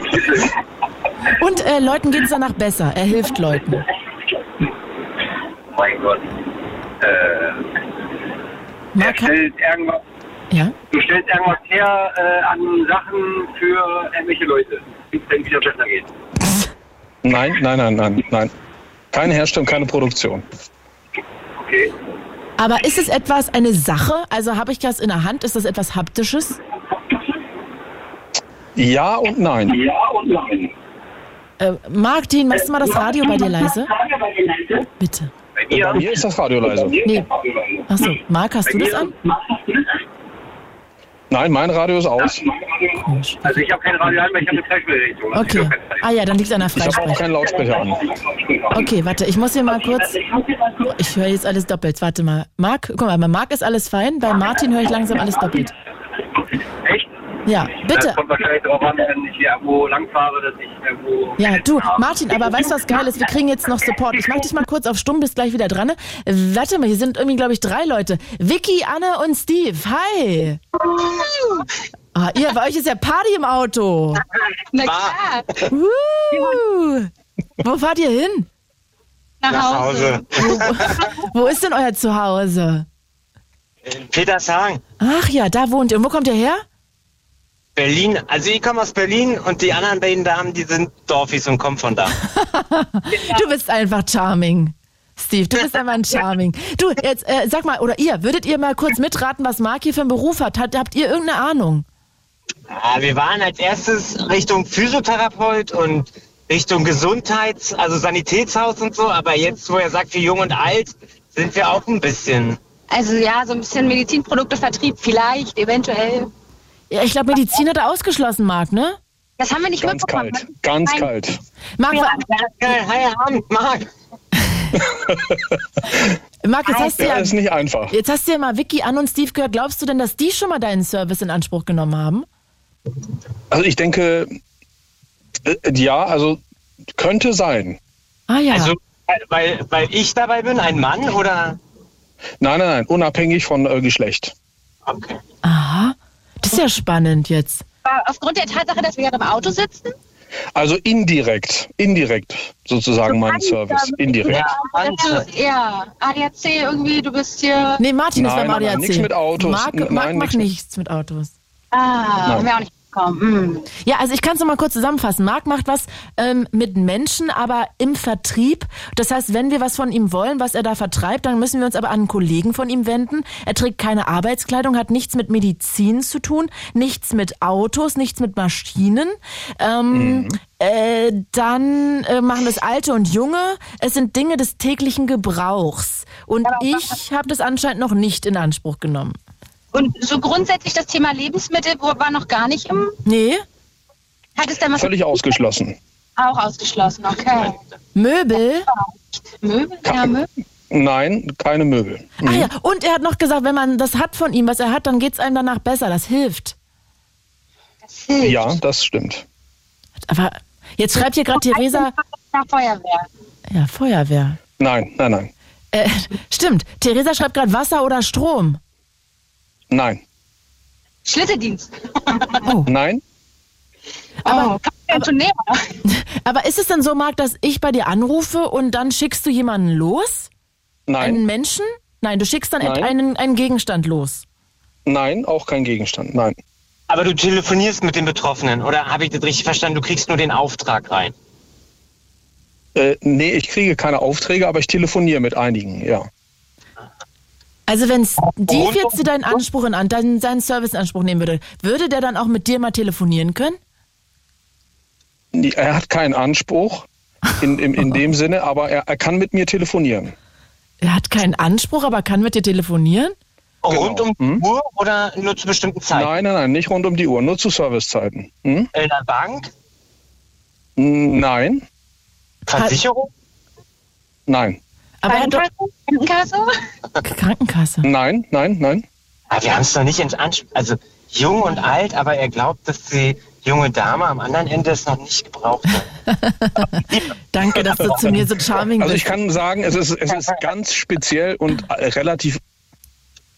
Speaker 3: *laughs*
Speaker 1: Und äh, Leuten geht es danach besser, er hilft Leuten.
Speaker 3: mein Gott. Äh, er
Speaker 1: Mark,
Speaker 3: stellt irgendwas,
Speaker 1: ja?
Speaker 3: du stellst irgendwas her äh, an Sachen für irgendwelche Leute, wenn es wieder besser geht.
Speaker 4: Nein, nein, nein, nein, nein. Keine Herstellung, keine Produktion.
Speaker 3: Okay.
Speaker 1: Aber ist es etwas, eine Sache? Also habe ich das in der Hand? Ist das etwas Haptisches?
Speaker 4: Ja und nein.
Speaker 3: Ja und nein.
Speaker 1: Äh, Martin, machst du mal das Radio bei dir leise? Bitte.
Speaker 3: Bei mir?
Speaker 4: Hier ist das Radio leise.
Speaker 1: Nee. Achso, Marc, hast du das an?
Speaker 4: Nein, mein Radio ist aus.
Speaker 3: Also ich habe kein Radio an, weil ich habe eine Freisprechrichtung. Also ich
Speaker 1: Okay.
Speaker 3: hab kein Radio.
Speaker 1: Ah ja, dann liegt an der
Speaker 4: Ich habe auch
Speaker 1: Freisprechung.
Speaker 4: keinen Lautsprecher an.
Speaker 1: Okay, warte, ich muss hier mal kurz. Ich höre jetzt alles doppelt. Warte mal. Marc, guck mal, bei Marc ist alles fein. Bei Martin höre ich langsam alles doppelt.
Speaker 3: Echt?
Speaker 1: Ja, bitte.
Speaker 3: Das kommt wahrscheinlich darauf an, wenn ich hier irgendwo lang fahre, dass ich irgendwo...
Speaker 1: Ja, du, Martin, aber weißt du, was geil ist? Wir kriegen jetzt noch Support. Ich mach dich mal kurz auf Stumm, bist gleich wieder dran. ne? Warte mal, hier sind irgendwie, glaube ich, drei Leute. Vicky, Anne und Steve. Hi. Ah, ihr, bei euch ist ja Party im Auto.
Speaker 5: Na
Speaker 6: Ah.
Speaker 5: klar,
Speaker 1: Uh. Wo fahrt ihr hin?
Speaker 5: nach Hause.
Speaker 6: *laughs*
Speaker 1: Wo ist denn euer Zuhause?
Speaker 6: In Petershagen,
Speaker 1: Ach ja, da wohnt ihr. Und wo kommt ihr her?
Speaker 6: Berlin. Also ich komme aus Berlin und die anderen beiden Damen, die sind Dorfis und kommen von da.
Speaker 1: Du bist einfach charming. Steve, du bist einfach ein Charming. Du, jetzt äh, sag mal, oder ihr, würdet ihr mal kurz mitraten, was Marc hier für einen Beruf hat? hat habt ihr irgendeine Ahnung?
Speaker 6: Ah, wir waren als erstes Richtung Physiotherapeut und Richtung Gesundheits-, also Sanitätshaus und so. Aber jetzt, wo er sagt, für jung und alt, sind wir auch ein bisschen.
Speaker 5: Also ja, so ein bisschen Medizinproduktevertrieb vielleicht, eventuell.
Speaker 1: Ja, ich glaube, Medizin hat er ausgeschlossen, Marc, ne?
Speaker 5: Das haben wir nicht
Speaker 4: Ganz
Speaker 5: mitbekommen.
Speaker 4: kalt. Ganz
Speaker 5: Nein.
Speaker 4: kalt.
Speaker 1: Marc, wa-
Speaker 6: Ja, geil, hi, Abend, Marc.
Speaker 1: Marc jetzt, hast du
Speaker 4: Ja,
Speaker 1: ja,
Speaker 4: ist nicht einfach.
Speaker 1: jetzt hast du ja mal Vicky, Anne und Steve gehört. Glaubst du denn, dass die schon mal deinen Service in Anspruch genommen haben?
Speaker 4: Also ich denke, äh, ja, also könnte sein.
Speaker 1: Ah ja.
Speaker 6: Also, weil, weil ich dabei bin, ein Mann oder?
Speaker 4: Nein, nein, nein, unabhängig von äh, Geschlecht.
Speaker 6: Okay.
Speaker 1: Aha. Das ist ja spannend jetzt.
Speaker 5: Aber Aufgrund der Tatsache, dass wir gerade im Auto sitzen,
Speaker 4: Also indirekt, indirekt sozusagen mein Service, indirekt.
Speaker 6: Ja,
Speaker 5: das ist ja
Speaker 6: Wahnsinn.
Speaker 5: so eher ADAC irgendwie, du bist hier.
Speaker 1: Nee, Martin ist
Speaker 4: Nein,
Speaker 1: beim
Speaker 4: nein, nein,
Speaker 1: ADAC.
Speaker 4: nix mit Autos.
Speaker 1: Marc,
Speaker 4: N-
Speaker 1: Marc
Speaker 4: nein,
Speaker 1: macht
Speaker 4: nix mit-
Speaker 1: nichts mit Autos.
Speaker 5: Ah, haben wir auch nicht bekommen. Hm.
Speaker 1: Ja, also ich kann es nochmal kurz zusammenfassen. Marc macht was ähm, mit Menschen, aber im Vertrieb. Das heißt, wenn wir was von ihm wollen, was er da vertreibt, dann müssen wir uns aber an einen Kollegen von ihm wenden. Er trägt keine Arbeitskleidung, hat nichts mit Medizin zu tun, nichts mit Autos, nichts mit Maschinen. Ähm, äh, dann äh, machen das Alte und Junge. Es sind Dinge des
Speaker 5: Genau.
Speaker 1: täglichen Gebrauchs. Und ich habe das anscheinend noch nicht in Anspruch genommen.
Speaker 5: Und so grundsätzlich das Thema Lebensmittel wo- war noch gar nicht im.
Speaker 1: Nee.
Speaker 5: Hat es denn was
Speaker 4: Völlig ausgeschlossen.
Speaker 5: auch ausgeschlossen? Okay.
Speaker 1: Möbel?
Speaker 5: Möbel? Ja, Möbel.
Speaker 4: Nein, keine Möbel.
Speaker 1: Ah ja, und er hat noch gesagt, wenn man das hat von ihm, was er hat, dann geht's einem danach besser. Das hilft.
Speaker 5: Das hilft.
Speaker 4: Ja, das stimmt.
Speaker 1: Aber jetzt schreibt hier gerade Theresa,
Speaker 5: Nach Feuerwehr.
Speaker 1: ja, Feuerwehr.
Speaker 4: Nein, nein, nein.
Speaker 1: Äh, stimmt, Theresa schreibt gerade Wasser oder Strom.
Speaker 4: Nein.
Speaker 5: Schlitteldienst.
Speaker 4: Nein?
Speaker 5: Aber, oh, komm, ja schon näher.
Speaker 1: *laughs* Aber ist es denn so, Marc, dass ich bei dir anrufe und dann schickst du jemanden los? Einen
Speaker 4: Nein.
Speaker 1: Menschen? Nein, du schickst dann
Speaker 4: Nein.
Speaker 1: einen, einen Gegenstand los.
Speaker 4: Nein, auch kein Gegenstand. Nein.
Speaker 6: Aber du telefonierst mit den Betroffenen, oder habe ich das richtig verstanden? Du kriegst nur den Auftrag rein.
Speaker 4: Äh, nee, ich kriege keine Aufträge, aber ich telefoniere mit einigen, ja.
Speaker 1: Also wenn die jetzt deinen Anspruch in an, deinen, seinen Service in Anspruch nehmen würde, würde der dann auch mit dir mal telefonieren können?
Speaker 4: Nee, Er hat keinen Anspruch in, in, in dem Sinne, aber er, er kann mit mir telefonieren.
Speaker 1: Er hat keinen Anspruch, aber kann mit dir telefonieren?
Speaker 6: Rund um die Uhr oder nur zu bestimmten Zeiten?
Speaker 4: Genau. Hm? Nein, nein, nein, nicht rund um die Uhr, nur zu Servicezeiten. Hm?
Speaker 6: In der Bank?
Speaker 4: Nein,
Speaker 6: Versicherung?
Speaker 4: nein,
Speaker 1: Aber er hat doch
Speaker 5: Krankenkasse? Krankenkasse?
Speaker 1: Krankenkasse.
Speaker 4: nein, nein, nein.
Speaker 6: Ah, wir haben es noch nicht in Anspruch. Also jung und alt, aber er glaubt, dass die junge Dame am anderen Ende es noch nicht gebraucht
Speaker 4: *laughs*
Speaker 6: hat.
Speaker 1: Danke, dass du zu mir so charming
Speaker 4: Also ich
Speaker 1: bist.
Speaker 4: kann sagen, es ist, es ist ganz speziell und äh, relativ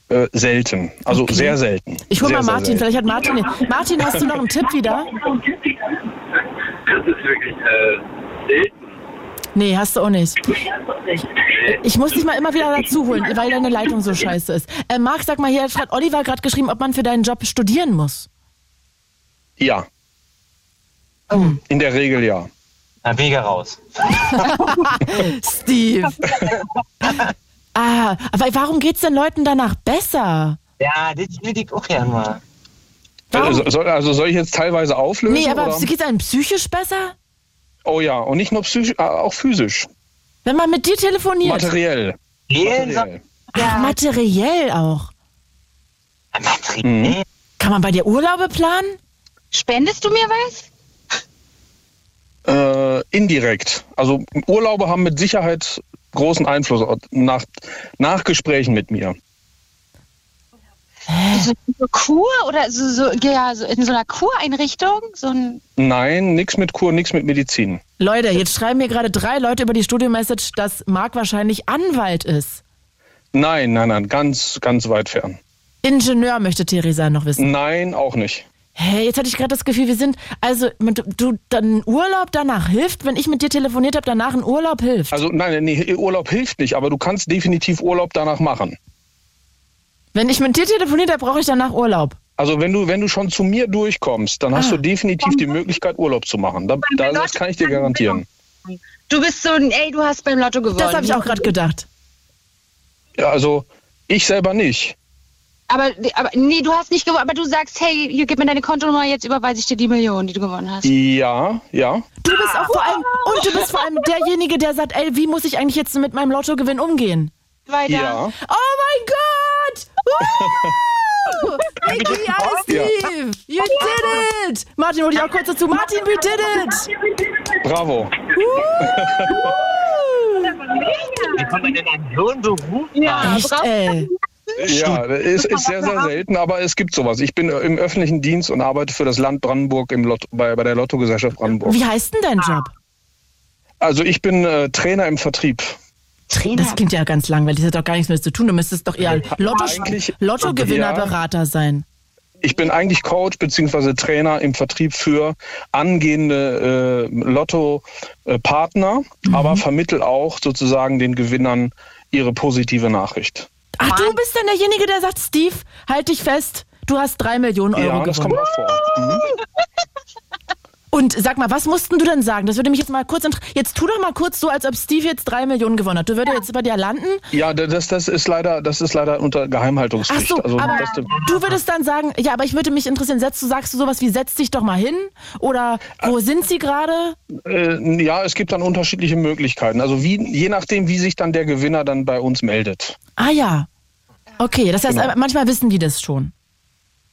Speaker 4: äh, selten. Also sehr selten.
Speaker 1: Ich hol
Speaker 4: sehr,
Speaker 1: mal
Speaker 4: sehr
Speaker 1: Martin,
Speaker 4: selten.
Speaker 1: vielleicht hat Martin. Martin, hast du noch einen Tipp wieder?
Speaker 3: Das ist wirklich äh, selten.
Speaker 1: Nee, hast du auch nicht. Ich muss dich mal immer wieder dazuholen, weil deine Leitung so scheiße ist. Äh, Marc, sag mal, hier hat Oliver gerade geschrieben, ob man für deinen Job studieren muss. *laughs*
Speaker 4: Ja. In der Regel ja.
Speaker 6: Na, Wege raus.
Speaker 1: Steve. Ah, aber warum geht's den Leuten danach besser?
Speaker 6: Ja, das würde ich auch gerne mal.
Speaker 1: Warum?
Speaker 4: Also Äh, soll, also soll ich jetzt teilweise auflösen?
Speaker 1: Nee, aber
Speaker 4: oder?
Speaker 1: geht's einem psychisch besser?
Speaker 4: Oh ja, und nicht nur psychisch, äh, auch physisch,
Speaker 1: Wenn man mit dir telefoniert.
Speaker 4: materiell.
Speaker 6: Seelen
Speaker 4: materiell.
Speaker 1: Ach, materiell auch.
Speaker 4: Mhm.
Speaker 6: Material.
Speaker 1: Kann man bei dir Urlaube planen?
Speaker 5: Spendest du mir was?
Speaker 4: Äh, indirekt. Also Urlaube haben mit Sicherheit großen Einfluss äh, nach, nach Gesprächen mit mir.
Speaker 5: So eine Kur oder so, so, ja, so in so einer Kureinrichtung? So ein,
Speaker 4: Nein, nichts mit Kur, nichts mit Medizin.
Speaker 1: Leute, jetzt schreiben mir gerade drei Leute über die Studio-Message, dass Marc wahrscheinlich Anwalt ist.
Speaker 4: Nein, nein, nein, ganz, ganz weit fern.
Speaker 1: Ingenieur möchte Theresa noch wissen.
Speaker 4: Nein, auch nicht.
Speaker 1: Hey, jetzt hatte ich gerade das Gefühl, wir sind. Also, mit- du, dann Urlaub danach hilft, wenn ich mit dir telefoniert habe, danach ein Urlaub hilft.
Speaker 4: Also nein, nee, Urlaub hilft nicht, aber du kannst definitiv Urlaub danach machen.
Speaker 1: Wenn ich mit dir telefoniert habe, brauche ich danach Urlaub.
Speaker 4: Also wenn du, wenn du schon zu mir durchkommst, dann
Speaker 1: Ah.
Speaker 4: hast du definitiv die Möglichkeit, Urlaub zu machen. Da, da, das kann ich dir garantieren.
Speaker 5: du bist so ein, ey, du hast beim Lotto gewonnen.
Speaker 1: Das habe ich auch gerade gedacht.
Speaker 4: Ja, also ich selber nicht.
Speaker 5: Aber, aber nee, du hast nicht gewonnen, aber du sagst, hey, hier gib mir deine Kontonummer, jetzt überweise ich dir die Million, die du gewonnen hast.
Speaker 4: Ja, ja.
Speaker 1: Du bist auch vor allem. Und du bist vor allem derjenige, der sagt, ey, wie muss ich eigentlich jetzt mit meinem Lottogewinn umgehen?
Speaker 5: Weiter.
Speaker 4: Ja.
Speaker 1: Oh mein Gott!
Speaker 7: *laughs*
Speaker 1: Woo! Mickey, alles Steve! You did it! Martin, hol dich auch kurz dazu. Martin, we did it!
Speaker 4: Bravo.
Speaker 6: Wie kommt man denn an so einen Beruf? Ja.
Speaker 1: Echt, ey.
Speaker 4: Ja, es ist sehr, sehr selten, aber es gibt sowas. Ich bin im öffentlichen Dienst und arbeite für das Land Brandenburg im Lotto, bei, bei der Lottogesellschaft Brandenburg.
Speaker 1: Wie heißt denn dein Job?
Speaker 4: Also ich bin äh, Trainer im Vertrieb.
Speaker 1: Das klingt ja ganz langweilig. Das hat doch gar nichts mehr zu tun. Du müsstest doch eher Lotto
Speaker 4: Eigentlich-
Speaker 1: Lottogewinnerberater sein.
Speaker 4: Ich bin eigentlich Coach bzw. Trainer im Vertrieb für angehende äh, Lotto-Partner,
Speaker 1: Mhm.
Speaker 4: aber vermittel auch sozusagen den Gewinnern ihre positive Nachricht.
Speaker 1: Ach, du bist dann derjenige, der sagt, Steve, halt dich fest. Du hast drei Millionen Euro
Speaker 4: ja, das kommt
Speaker 1: gewonnen.
Speaker 4: auch vor. Mhm.
Speaker 1: Und sag mal, was mussten du denn sagen? Das würde mich jetzt mal kurz... inter- Jetzt tu doch mal kurz so, als ob Steve jetzt drei Millionen gewonnen hat. Du würdest jetzt bei dir landen
Speaker 4: Ja, da- das, das ist leider, das ist leider unter
Speaker 1: Ach
Speaker 4: Geheimhaltungspflicht.
Speaker 1: so,
Speaker 4: also
Speaker 1: aber
Speaker 4: das,
Speaker 1: du würdest dann sagen, ja, aber ich würde mich interessieren, setzt du, sagst du sowas wie, setz dich doch mal hin? Oder
Speaker 4: Ah.
Speaker 1: wo sind sie gerade?
Speaker 4: äh, ja, es gibt dann unterschiedliche Möglichkeiten. Also wie, je nachdem, wie sich dann der Gewinner dann bei uns meldet.
Speaker 1: Ah ja. Okay, das heißt,
Speaker 4: Genau.
Speaker 1: manchmal wissen die das schon.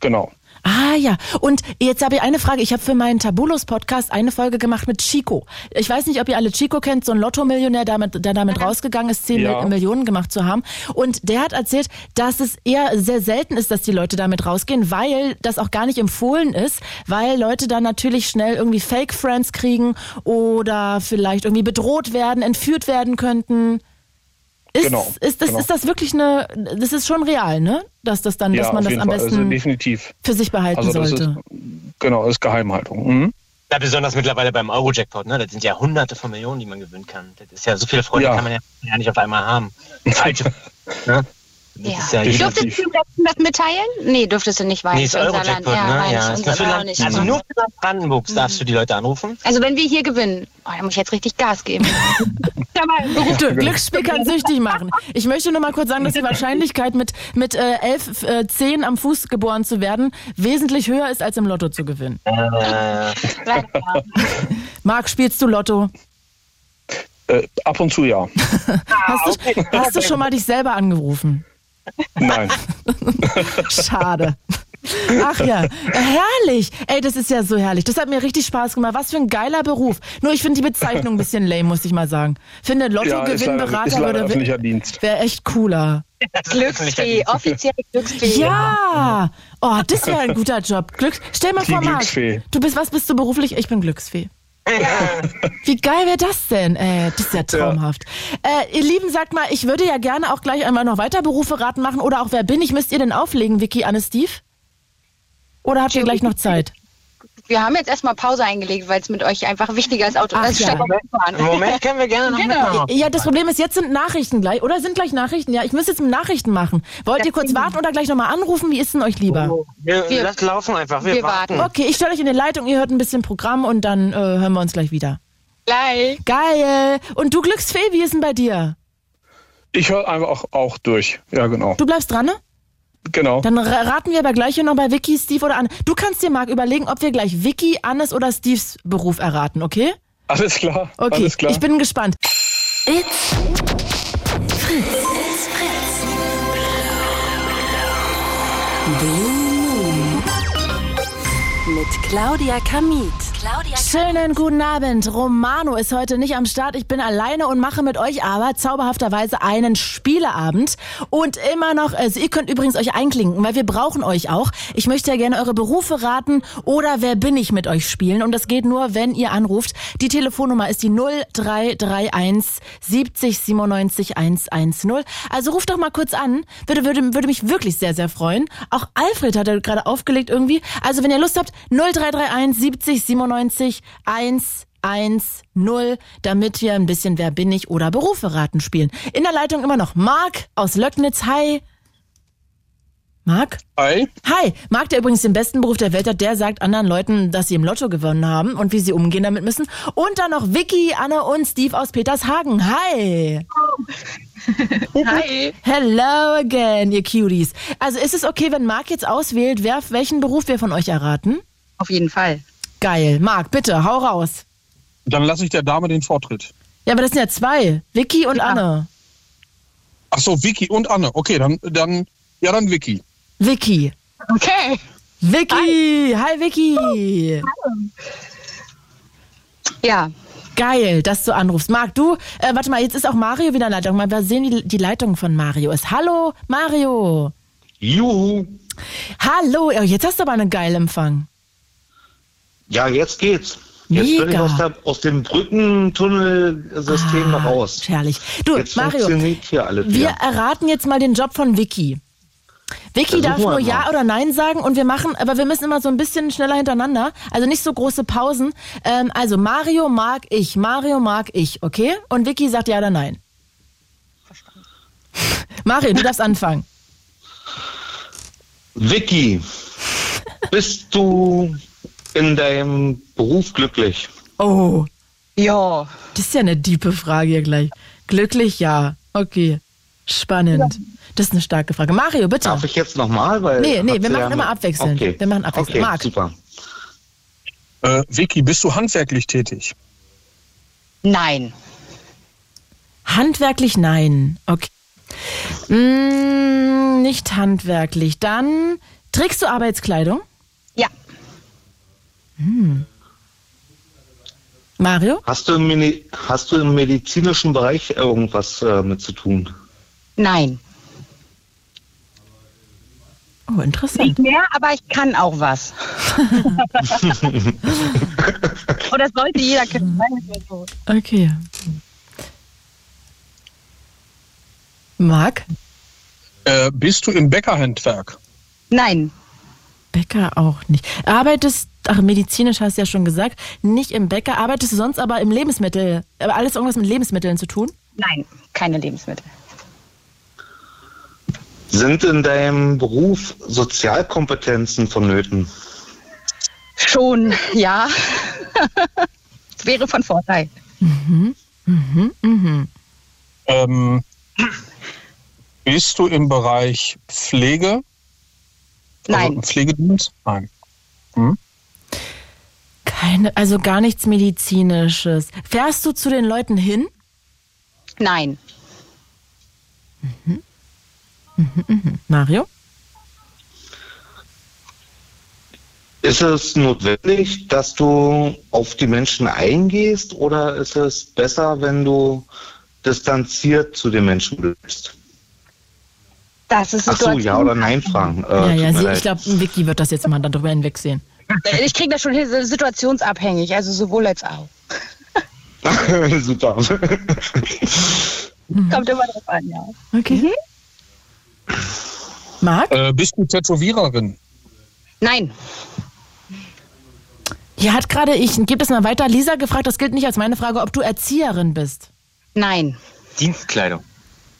Speaker 4: Genau.
Speaker 1: Ah ja, und jetzt habe ich eine Frage. Ich habe für meinen Tabulos-Podcast eine Folge gemacht mit Chico. Ich weiß nicht, ob ihr alle Chico kennt, so ein Lotto-Millionär, damit, der damit rausgegangen ist, 10
Speaker 4: Ja.
Speaker 1: Mil- Millionen gemacht zu haben. Und der hat erzählt, dass es eher sehr selten ist, dass die Leute damit rausgehen, weil das auch gar nicht empfohlen ist, weil Leute dann natürlich schnell irgendwie Fake-Friends kriegen oder vielleicht irgendwie bedroht werden, entführt werden könnten. Ist,
Speaker 4: Genau,
Speaker 1: ist, das,
Speaker 4: genau.
Speaker 1: ist das wirklich eine, das ist schon real, ne? Dass das dann, dass
Speaker 4: ja,
Speaker 1: man
Speaker 4: auf
Speaker 1: das
Speaker 4: jeden
Speaker 1: am
Speaker 4: Fall.
Speaker 1: besten
Speaker 4: also definitiv.
Speaker 1: für sich behalten
Speaker 4: Also das
Speaker 1: sollte.
Speaker 4: ist genau, ist Geheimhaltung. Mhm.
Speaker 6: Ja, besonders mittlerweile beim Euro-Jackpot, ne? Das sind ja hunderte von Millionen, die man gewinnen kann. Das ist ja so viele Freunde
Speaker 4: Ja.
Speaker 6: kann man ja, ja nicht auf einmal haben.
Speaker 4: *laughs*
Speaker 6: Falsche. ne? Das
Speaker 5: Ja.
Speaker 6: ist ja
Speaker 4: Ich
Speaker 6: jeder-
Speaker 4: glaub-
Speaker 5: Durftest du das mitteilen? Nee, durftest du nicht, weil
Speaker 6: Nee,
Speaker 5: es
Speaker 6: ist
Speaker 5: unser Land.
Speaker 6: Euro-Jackpot, ne?
Speaker 5: Ja,
Speaker 6: Ja,
Speaker 5: weil es
Speaker 6: ist nur
Speaker 5: unser
Speaker 6: für
Speaker 5: Land auch
Speaker 6: Land,
Speaker 5: nicht. Mhm.
Speaker 6: also nur für Land Brandenburg darfst du die Leute anrufen.
Speaker 5: Also wenn wir hier gewinnen, oh, dann muss ich jetzt richtig Gas geben. *laughs* Sag
Speaker 1: *laughs*
Speaker 5: mal, Beruf. *laughs*
Speaker 1: Du, Glücksspiel kann süchtig machen. Ich möchte nur mal kurz sagen, dass die Wahrscheinlichkeit, mit, mit äh, elf, äh, zehn am Fuß geboren zu werden, wesentlich höher ist, als im Lotto zu gewinnen.
Speaker 6: Äh,
Speaker 5: Leider, ja.
Speaker 1: Marc, spielst du Lotto?
Speaker 4: Äh, ab und
Speaker 1: *laughs*
Speaker 4: zu ja.
Speaker 5: Ah,
Speaker 1: Hast du, hast du schon mal dich selber angerufen?
Speaker 4: Nein.
Speaker 1: Schade. Ach ja, herrlich. Ey, das ist ja so herrlich. Das hat mir richtig Spaß gemacht. Was für ein geiler Beruf. Nur ich finde die Bezeichnung ein bisschen lame, muss ich mal sagen. Finde
Speaker 4: ja, ist leider, ist
Speaker 1: Lotto-Gewinnberater
Speaker 4: leider
Speaker 1: würde
Speaker 4: öffentlicher Dienst.
Speaker 1: wäre echt cooler.
Speaker 5: Glücksfee, offiziell Glücksfee.
Speaker 1: Ja! Oh, das wäre ein guter Job. Glück. Stell mal
Speaker 4: Die
Speaker 1: vor, Marc,
Speaker 4: Glücksfee.
Speaker 1: du bist, was bist du beruflich? Ich bin
Speaker 6: *laughs*
Speaker 1: Glücksfee. Wie geil wäre das denn? Äh, das ist ja traumhaft. Äh, ihr Lieben, sagt mal, ich würde ja gerne auch gleich einmal noch weiter Berufe raten machen oder auch wer bin ich, müsst ihr denn auflegen, Vicky, Anne, Steve? Oder habt ihr gleich noch Zeit?
Speaker 5: Wir haben jetzt erstmal Pause eingelegt, weil es mit euch einfach wichtiger ist, Auto.
Speaker 1: Ach
Speaker 5: Also
Speaker 1: ja.
Speaker 5: steig mal
Speaker 6: Im
Speaker 5: an.
Speaker 6: Moment können wir gerne noch
Speaker 5: Genau.
Speaker 6: mitmachen.
Speaker 1: Ja, das Problem ist, jetzt sind Nachrichten gleich. Oder sind gleich Nachrichten? Ja, ich muss jetzt mit Nachrichten machen. Wollt ihr kurz
Speaker 5: genau.
Speaker 1: warten oder gleich nochmal anrufen? Wie ist denn euch lieber?
Speaker 5: Oh.
Speaker 6: Wir,
Speaker 5: Wir-
Speaker 6: lasst laufen einfach. Wir,
Speaker 5: wir
Speaker 6: warten.
Speaker 1: Okay, ich stelle euch in die Leitung, ihr hört ein bisschen Programm und dann äh, hören wir uns gleich wieder.
Speaker 5: Gleich.
Speaker 1: Geil. Und du Glücksfee, wie ist denn bei dir?
Speaker 4: Ich höre einfach auch, auch durch. Ja, genau.
Speaker 1: Du bleibst dran, ne?
Speaker 4: Genau.
Speaker 1: Dann ra- raten wir aber gleich hier noch bei Vicky, Steve oder Anne. Du kannst dir, Marc, überlegen, ob wir gleich Vicky, Annes oder Steves Beruf erraten, okay?
Speaker 4: Alles klar.
Speaker 1: Okay,
Speaker 4: Alles klar.
Speaker 1: ich bin gespannt.
Speaker 2: It's Fritz. It's Fritz. Blue Moon. Mit Claudia Kamit. Claudia
Speaker 1: Schönen guten Abend. Romano ist heute nicht am Start. Ich bin alleine und mache mit euch aber zauberhafterweise einen Spieleabend. Und immer noch, also ihr könnt übrigens euch einklinken, weil wir brauchen euch auch. Ich möchte ja gerne eure Berufe raten oder wer bin ich mit euch spielen. Und das geht nur, wenn ihr anruft. Die Telefonnummer ist die 0331 70 97 110. Also ruft doch mal kurz an. Würde, würde, würde mich wirklich sehr, sehr freuen. Auch Alfred hat er gerade aufgelegt irgendwie. Also wenn ihr Lust habt, 0331 70 97 110, damit wir ein bisschen Wer bin ich oder Berufe raten spielen. In der Leitung immer noch Marc aus Löcknitz. Hi. Marc?
Speaker 4: Hi.
Speaker 1: Hi, Marc, der übrigens den besten Beruf der Welt hat, der sagt anderen Leuten, dass sie im Lotto gewonnen haben und wie sie umgehen damit müssen. Und dann noch Vicky, Anne und Steve aus Petershagen. Hi.
Speaker 5: *laughs* Hi.
Speaker 1: Hello again, ihr Cuties. Also ist es okay, wenn Marc jetzt auswählt, wer, welchen Beruf wir von euch erraten?
Speaker 5: Auf jeden Fall.
Speaker 1: Geil. Marc, bitte, hau raus.
Speaker 4: Dann lasse ich der Dame den Vortritt.
Speaker 1: Ja, aber das sind ja zwei. Vicky und Anne.
Speaker 4: Ach so, Vicky und Anne. Okay, dann, dann, ja, dann Vicky.
Speaker 1: Vicky.
Speaker 5: Okay.
Speaker 1: Vicky. Hi, Vicky.
Speaker 5: Ja.
Speaker 1: Geil, dass du anrufst. Marc, du, äh, warte mal, jetzt ist auch Mario wieder in der Leitung. Mal wir sehen, die, die Leitung von Mario ist. Hallo, Mario.
Speaker 8: Juhu.
Speaker 1: Hallo, oh, jetzt hast du aber einen geilen Empfang.
Speaker 8: Ja, jetzt geht's. Jetzt bin ich
Speaker 1: Mega.
Speaker 8: aus, der, aus dem Brückentunnelsystem raus.
Speaker 1: Ah, Herrlich. Du,
Speaker 8: Jetzt
Speaker 1: Mario,
Speaker 8: funktioniert hier alles
Speaker 1: wir
Speaker 8: wieder.
Speaker 1: erraten jetzt mal den Job von Vicky. Vicky
Speaker 8: Versuchen
Speaker 1: darf
Speaker 8: wir
Speaker 1: nur
Speaker 8: mal.
Speaker 1: Ja oder Nein sagen und wir machen, aber wir müssen immer so ein bisschen schneller hintereinander, also nicht so große Pausen. Ähm, also Mario mag ich, Mario mag ich, okay? Und Vicky sagt Ja oder Nein. *laughs* Mario, du darfst anfangen. *laughs*
Speaker 8: Vicky, bist du in deinem Beruf glücklich?
Speaker 1: Oh,
Speaker 5: Ja.
Speaker 1: das ist ja eine diepe Frage hier gleich. Glücklich, ja. Okay. Spannend. Das ist eine starke Frage. Mario, bitte.
Speaker 8: Darf ich jetzt nochmal? Weil
Speaker 1: Nee, nee, wir
Speaker 8: Hat's
Speaker 1: machen immer abwechselnd.
Speaker 8: Okay.
Speaker 1: Wir machen abwechselnd.
Speaker 8: Okay,
Speaker 1: Marc.
Speaker 8: super.
Speaker 4: Äh, Vicky, bist du handwerklich tätig?
Speaker 5: Nein.
Speaker 1: Handwerklich nein. Okay. Mm, Hm, nicht handwerklich. Dann trägst du Arbeitskleidung?
Speaker 5: Ja.
Speaker 1: Hm. Mario?
Speaker 8: Hast du im, Medi- hast du im medizinischen Bereich irgendwas äh, mit zu tun?
Speaker 5: Nein.
Speaker 1: Oh, interessant.
Speaker 5: Nicht mehr, aber ich kann auch was. Und das sollte jeder können. sagen wir mal so.
Speaker 1: Okay. Marc?
Speaker 4: Äh, bist du im Bäckerhandwerk?
Speaker 5: Nein.
Speaker 1: Bäcker auch nicht. Arbeitest, ach, medizinisch hast du ja schon gesagt, nicht im Bäcker. Arbeitest du sonst aber im Lebensmittel, aber alles irgendwas mit Lebensmitteln zu tun?
Speaker 5: Nein, keine Lebensmittel.
Speaker 8: Sind in deinem Beruf Sozialkompetenzen vonnöten?
Speaker 5: Schon, ja. *laughs* Es wäre von Vorteil.
Speaker 1: Mhm,
Speaker 4: Ähm, bist du im Bereich Pflege?
Speaker 5: Nein,
Speaker 4: Also Pflegedienst? Nein. Hm?
Speaker 8: *laughs*
Speaker 1: Keine, also gar nichts Medizinisches. Fährst du zu den Leuten hin?
Speaker 5: nein.
Speaker 1: Mhm. Mario?
Speaker 8: Ist es notwendig, dass du auf die Menschen eingehst oder ist es besser, wenn du distanziert zu den Menschen bleibst?
Speaker 5: Das ist
Speaker 8: Ach so,
Speaker 5: Situation.
Speaker 8: ja oder nein fragen. Äh,
Speaker 1: ja,
Speaker 8: tut
Speaker 1: ja,
Speaker 8: mir
Speaker 1: sie,
Speaker 8: leid.
Speaker 1: ich glaube, Vicky wird das jetzt mal darüber hinwegsehen.
Speaker 5: Ich kriege das schon hin, situationsabhängig, also sowohl als auch.
Speaker 8: *laughs* Super.
Speaker 5: Kommt immer drauf an, ja. Mhm.
Speaker 1: Mhm. Okay. Marc?
Speaker 4: Äh, bist du Tätowiererin?
Speaker 5: Nein,
Speaker 1: Hier hat gerade, ich gebe das mal weiter, Lisa gefragt, das gilt nicht als meine Frage, ob du Erzieherin bist.
Speaker 5: nein.
Speaker 6: Dienstkleidung.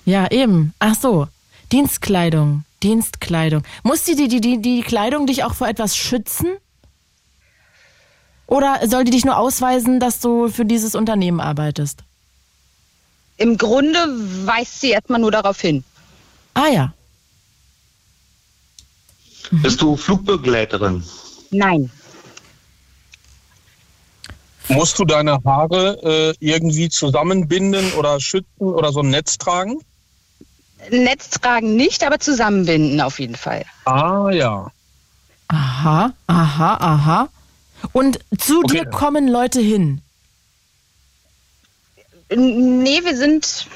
Speaker 1: Ja, eben. Ach so. Dienstkleidung. Dienstkleidung. Muss die, die, die, die, die Kleidung dich auch vor etwas schützen? Oder soll die dich nur ausweisen, dass du für dieses Unternehmen arbeitest?
Speaker 5: Im Grunde weist sie erstmal nur darauf hin.
Speaker 1: Ah ja.
Speaker 8: Bist du Flugbegleiterin?
Speaker 5: Nein,
Speaker 4: Musst du deine Haare äh, irgendwie zusammenbinden oder schützen oder so ein Netz tragen?
Speaker 5: Netz tragen nicht, aber zusammenbinden auf jeden Fall.
Speaker 4: Ah ja.
Speaker 1: Aha, aha, aha. Und zu
Speaker 4: Okay.
Speaker 1: dir kommen Leute hin.
Speaker 5: N- Nee, wir sind.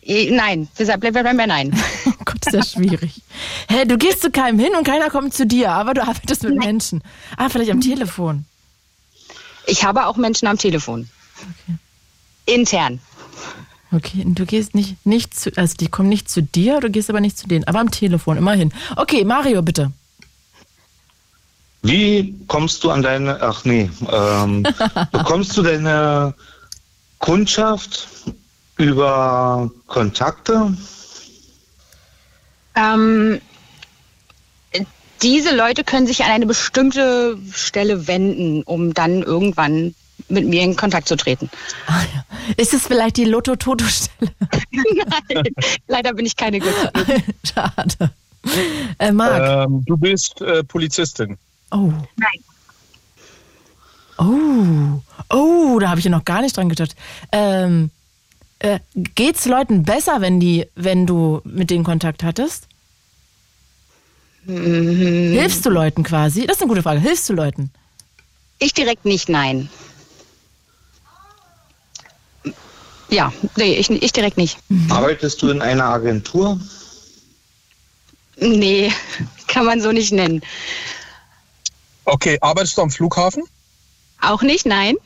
Speaker 5: eh, Nein, deshalb bleiben wir bei Nein.
Speaker 1: *laughs* Oh Gott, ist ja schwierig. Hä, du gehst zu keinem hin und keiner kommt zu dir, aber du arbeitest mit Menschen. Ah, vielleicht am Telefon.
Speaker 5: Ich habe auch Menschen am Telefon. Intern.
Speaker 1: Okay, und du gehst nicht, nicht zu, also die kommen nicht zu dir, du gehst aber nicht zu denen, aber am Telefon, immerhin. Okay, Mario, bitte.
Speaker 8: Wie kommst du an deine, ach nee,
Speaker 1: *laughs*
Speaker 8: ähm, bekommst du deine Kundschaft über Kontakte?
Speaker 5: Ähm, diese Leute können sich an eine bestimmte Stelle wenden, um dann irgendwann mit mir in Kontakt zu treten.
Speaker 1: Ah, Ist es vielleicht die Lotto-Toto-Stelle?
Speaker 5: *laughs* Nein, leider bin ich keine gute.
Speaker 1: *laughs* Schade. Äh, Marc.
Speaker 4: Ähm, du bist äh, Polizistin.
Speaker 1: Oh.
Speaker 5: Nein.
Speaker 1: Oh. Oh, da habe ich ja noch gar nicht dran gedacht. Ähm, äh, geht's Leuten besser, wenn die, wenn du mit denen Kontakt hattest?
Speaker 5: Mhm.
Speaker 1: Hilfst du Leuten quasi? Das ist eine gute Frage. Hilfst du Leuten?
Speaker 5: Ich direkt nicht, nein. Ja, nee, ich, ich direkt nicht.
Speaker 1: Mhm.
Speaker 8: Arbeitest du in einer Agentur?
Speaker 5: Nee, kann man so nicht nennen.
Speaker 4: Okay, arbeitest du am Flughafen?
Speaker 5: Auch nicht, nein.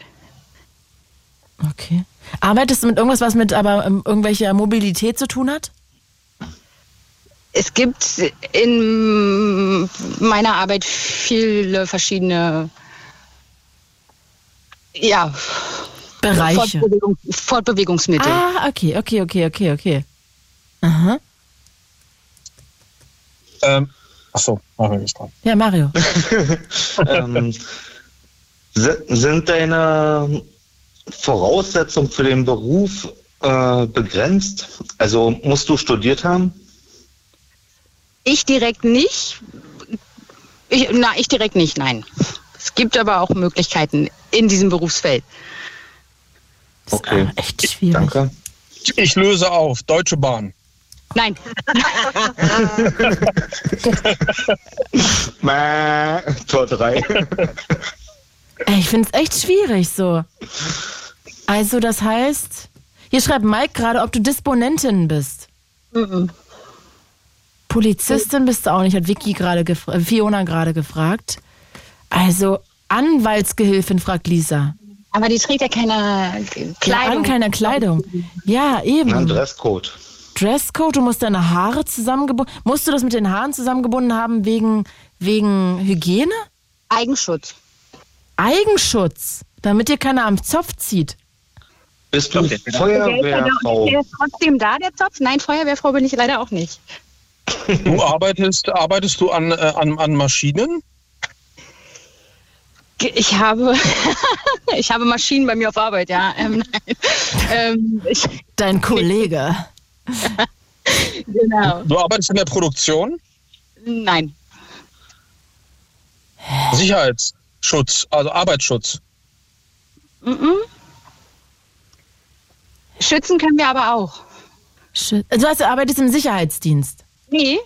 Speaker 1: Okay. Arbeitest du mit irgendwas, was mit aber ähm, irgendwelcher Mobilität zu tun hat?
Speaker 5: Es gibt in meiner Arbeit viele verschiedene ja,
Speaker 1: Bereiche.
Speaker 5: Fortbewegung, Fortbewegungsmittel.
Speaker 1: Ah, okay, okay, okay, okay, okay.
Speaker 4: Ähm, achso, machen wir nicht dran.
Speaker 1: Ja, Mario.
Speaker 8: ähm, se- sind deine Voraussetzungen für den Beruf äh, begrenzt? Also musst du studiert haben?
Speaker 5: Ich direkt nicht. Ich, na, ich direkt nicht, nein. Es gibt aber auch Möglichkeiten in diesem Berufsfeld.
Speaker 1: Das ist aber echt schwierig.
Speaker 8: Danke.
Speaker 4: Ich löse auf, Deutsche Bahn.
Speaker 5: Nein. *laughs*
Speaker 8: Mäh, Tor 3.
Speaker 1: Ey, ich finde es echt schwierig so. Also, das heißt, hier schreibt Mike gerade, ob du Disponentin bist. Polizistin bist du auch nicht, hat Vicky gerade gefra- äh, Fiona gerade gefragt. Also Anwaltsgehilfin, fragt Lisa.
Speaker 5: Aber die trägt ja keine
Speaker 1: An
Speaker 5: Kleidung.
Speaker 1: keiner Kleidung. Ja, eben.
Speaker 8: Ein Dresscode.
Speaker 1: Dresscode, du musst deine Haare zusammengebunden. Musst du das mit den Haaren zusammengebunden haben wegen, wegen Hygiene?
Speaker 5: Eigenschutz.
Speaker 1: Eigenschutz, damit dir keiner am Zopf zieht.
Speaker 8: Bist du
Speaker 5: Der ist ja da-
Speaker 8: Feuerwehrfrau?
Speaker 5: der ist trotzdem da, der Zopf? Nein, Feuerwehrfrau bin ich leider auch nicht.
Speaker 4: Du arbeitest, arbeitest du an, äh, an, an Maschinen?
Speaker 5: Ge- Ich habe, *laughs* ich habe Maschinen bei mir auf Arbeit, ja. Ähm, nein. Ähm, ich,
Speaker 1: Dein Kollege.
Speaker 5: genau.
Speaker 4: Du arbeitest in der Produktion?
Speaker 5: Nein.
Speaker 4: Sicherheitsschutz, also Arbeitsschutz.
Speaker 5: Mhm. Schützen können wir aber auch.
Speaker 1: Shit. Du hast, arbeitest im Sicherheitsdienst.
Speaker 5: Nee,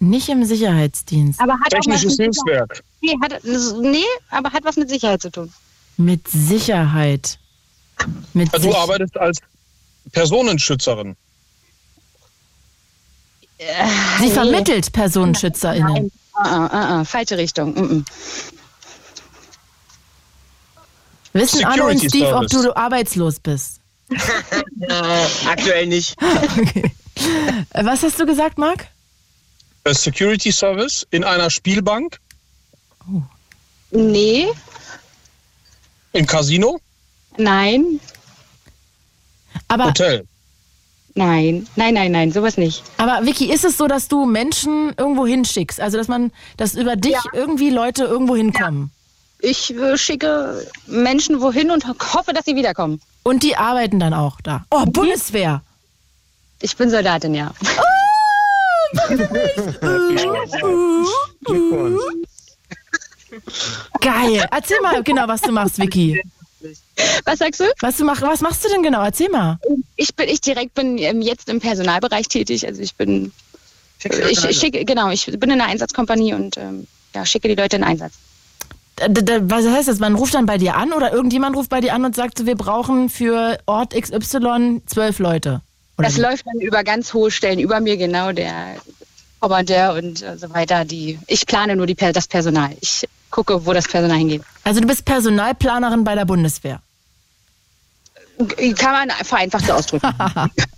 Speaker 1: Nicht im Sicherheitsdienst.
Speaker 5: aber hat auch was
Speaker 4: Technisches
Speaker 5: mit Sicherheit-
Speaker 4: Hilfswerk.
Speaker 5: nee, hat, nee, aber hat was mit Sicherheit zu tun.
Speaker 1: Mit Sicherheit. Mit
Speaker 4: Also Du
Speaker 1: Sich-
Speaker 4: arbeitest als Personenschützerin.
Speaker 1: Sie vermittelt PersonenschützerInnen.
Speaker 5: Äh, Ah, ah, ah, falsche Richtung. Mhm.
Speaker 1: Wissen Anne und
Speaker 4: Security
Speaker 1: Steve, ob
Speaker 4: Service.
Speaker 1: du arbeitslos bist? *laughs*
Speaker 6: Äh, aktuell nicht.
Speaker 1: Okay. Äh, Was hast du gesagt, Marc?
Speaker 4: Äh, Security Service in einer Spielbank,
Speaker 5: Nee,
Speaker 4: im Casino,
Speaker 5: nein,
Speaker 1: Aber,
Speaker 4: Hotel.
Speaker 5: nein, nein, nein, nein, sowas nicht.
Speaker 1: aber Vicky, ist es so, dass du Menschen irgendwo hinschickst? Also, dass man, dass über dich irgendwie Leute irgendwo hinkommen?
Speaker 5: Ich äh, schicke Menschen wohin und hoffe, dass sie wiederkommen.
Speaker 1: Und die arbeiten dann auch da. Oh, Bundeswehr!
Speaker 5: Ich bin Soldatin, ja.
Speaker 1: Geil! Erzähl mal genau, was du machst, Vicky.
Speaker 5: Was sagst du?
Speaker 1: Was, du mach, was machst du denn genau? Erzähl mal.
Speaker 5: Ich bin, ich direkt bin ähm, jetzt im Personalbereich tätig. Also ich bin, ich, ich schicke, genau, ich bin in einer Einsatzkompanie und ähm, ja, schicke die Leute in Einsatz.
Speaker 1: Da, da, was heißt das? Man ruft dann bei dir an oder irgendjemand ruft bei dir an und sagt, so, wir brauchen für Ort XY zwölf Leute. Oder
Speaker 5: Das
Speaker 1: wie?
Speaker 5: läuft dann über ganz hohe Stellen, über mir genau, der Kommandeur und äh, so weiter. Die, ich plane nur die, Per- das Personal. Ich gucke, wo das Personal hingeht.
Speaker 1: also du bist Personalplanerin bei der Bundeswehr.
Speaker 5: G- Kann man vereinfacht so ausdrücken.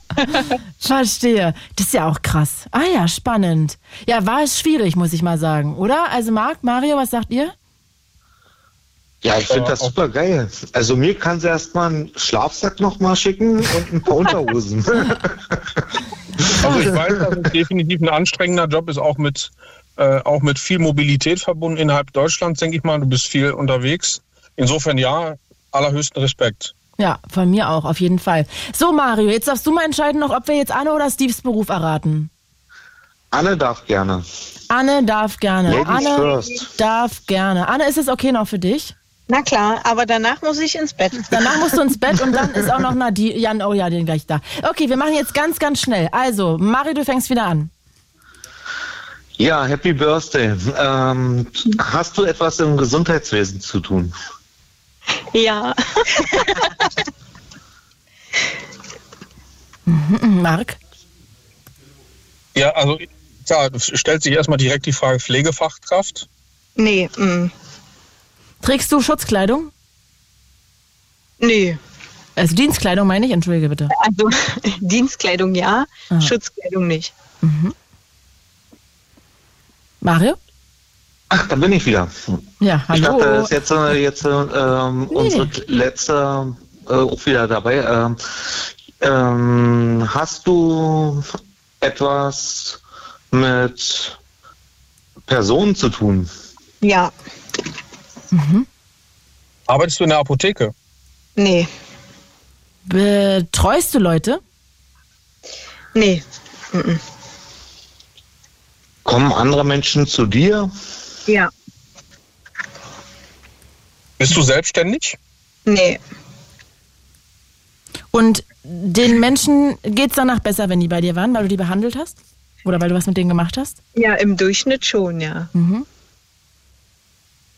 Speaker 1: *laughs* Verstehe. Das ist ja auch krass. Ah ja, spannend. Ja, war es schwierig, muss ich mal sagen, oder? Also Marc, Mario, was sagt ihr?
Speaker 8: Ja, ich finde das super geil. Also mir kann sie erstmal einen Schlafsack nochmal schicken und ein paar *laughs* Unterhosen.
Speaker 4: Also ich weiß, dass es definitiv ein anstrengender Job ist, auch mit, äh, auch mit viel Mobilität verbunden innerhalb Deutschlands, denke ich mal. Du bist viel unterwegs. Insofern ja, allerhöchsten Respekt.
Speaker 1: Ja, von mir auch, auf jeden Fall. So, Mario, jetzt darfst du mal entscheiden noch, ob wir jetzt Anne oder Steves Beruf erraten.
Speaker 8: Anne darf gerne.
Speaker 1: Anne darf gerne.
Speaker 8: Ladies
Speaker 1: Anne
Speaker 8: first.
Speaker 1: darf gerne. Anne, ist es okay noch für dich?
Speaker 9: Na klar, aber danach muss ich ins Bett.
Speaker 1: Danach musst du ins Bett und dann ist auch noch Nadine. Jan, oh ja, den gleich da. Okay, wir machen jetzt ganz, ganz schnell. Also, Mario, du fängst wieder an.
Speaker 8: Ja, Happy Birthday. Ähm, hast du etwas im Gesundheitswesen zu tun?
Speaker 1: *laughs*
Speaker 9: Ja.
Speaker 1: Mhm, Marc?
Speaker 4: Ja, also klar, es stellt sich erstmal direkt die Frage Pflegefachkraft.
Speaker 9: Nee, mm,
Speaker 1: Trägst du Schutzkleidung?
Speaker 9: nee.
Speaker 1: Also Dienstkleidung meine ich, entschuldige bitte.
Speaker 9: Also *laughs* Dienstkleidung ja, Schutzkleidung nicht.
Speaker 1: Mhm. Mario?
Speaker 8: Ach, da bin ich wieder.
Speaker 1: Ja,
Speaker 8: Ich
Speaker 1: hallo.
Speaker 8: dachte, das ist jetzt, äh, jetzt äh, ähm, unsere letzte äh, auch wieder dabei. Ähm, ähm, hast du etwas mit Personen zu tun?
Speaker 9: Ja,
Speaker 1: Mhm.
Speaker 4: Arbeitest du in der Apotheke?
Speaker 9: nee,
Speaker 1: Betreust du Leute?
Speaker 9: nee,
Speaker 8: Kommen andere Menschen zu dir?
Speaker 9: ja,
Speaker 4: Bist du selbstständig?
Speaker 9: nee,
Speaker 1: Und den Menschen geht es danach besser, wenn die bei dir waren, weil du die behandelt hast? Oder weil du was mit denen gemacht hast?
Speaker 5: Ja, im Durchschnitt schon, ja. Mhm.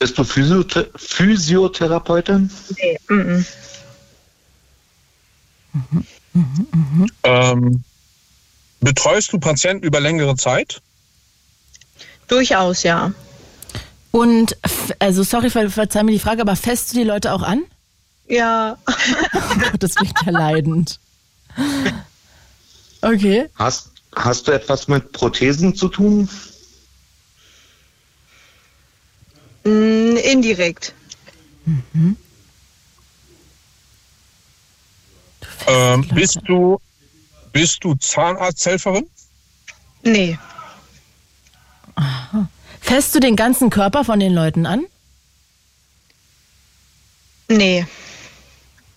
Speaker 8: Bist du Physiothera Physiotherapeutin?
Speaker 5: Nee. Mhm.
Speaker 1: Mhm, mhm, mhm.
Speaker 4: Ähm, betreust du Patienten über längere Zeit?
Speaker 5: Durchaus, ja.
Speaker 1: Und, f- also sorry, ver verzeih mir die Frage, aber fässt du die Leute auch an?
Speaker 5: Ja.
Speaker 1: *laughs* Oh, das klingt ja leidend. Okay.
Speaker 8: Hast, hast du etwas mit Prothesen zu tun?
Speaker 5: Mm, Indirekt.
Speaker 1: Mhm.
Speaker 4: Ähm, bist, du, bist du
Speaker 1: *laughs*
Speaker 4: Zahnarzthelferin?
Speaker 5: Nee.
Speaker 1: Aha. Fässt du den ganzen Körper von den Leuten an?
Speaker 5: Nee.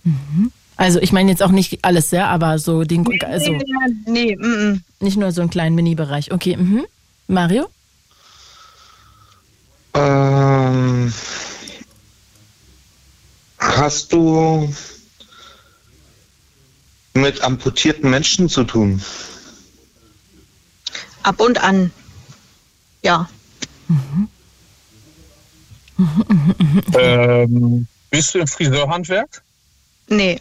Speaker 1: Mhm. Also ich meine jetzt auch nicht alles, ja, aber so den also
Speaker 5: nee, nee, nee, mm,
Speaker 1: nicht nur so einen kleinen Mini-Bereich. Okay, mhm. Mario?
Speaker 8: Ähm, hast du mit amputierten Menschen zu tun?
Speaker 5: ab und an. Ja.
Speaker 1: Mhm.
Speaker 4: Ähm, bist du im Friseurhandwerk?
Speaker 5: Nee.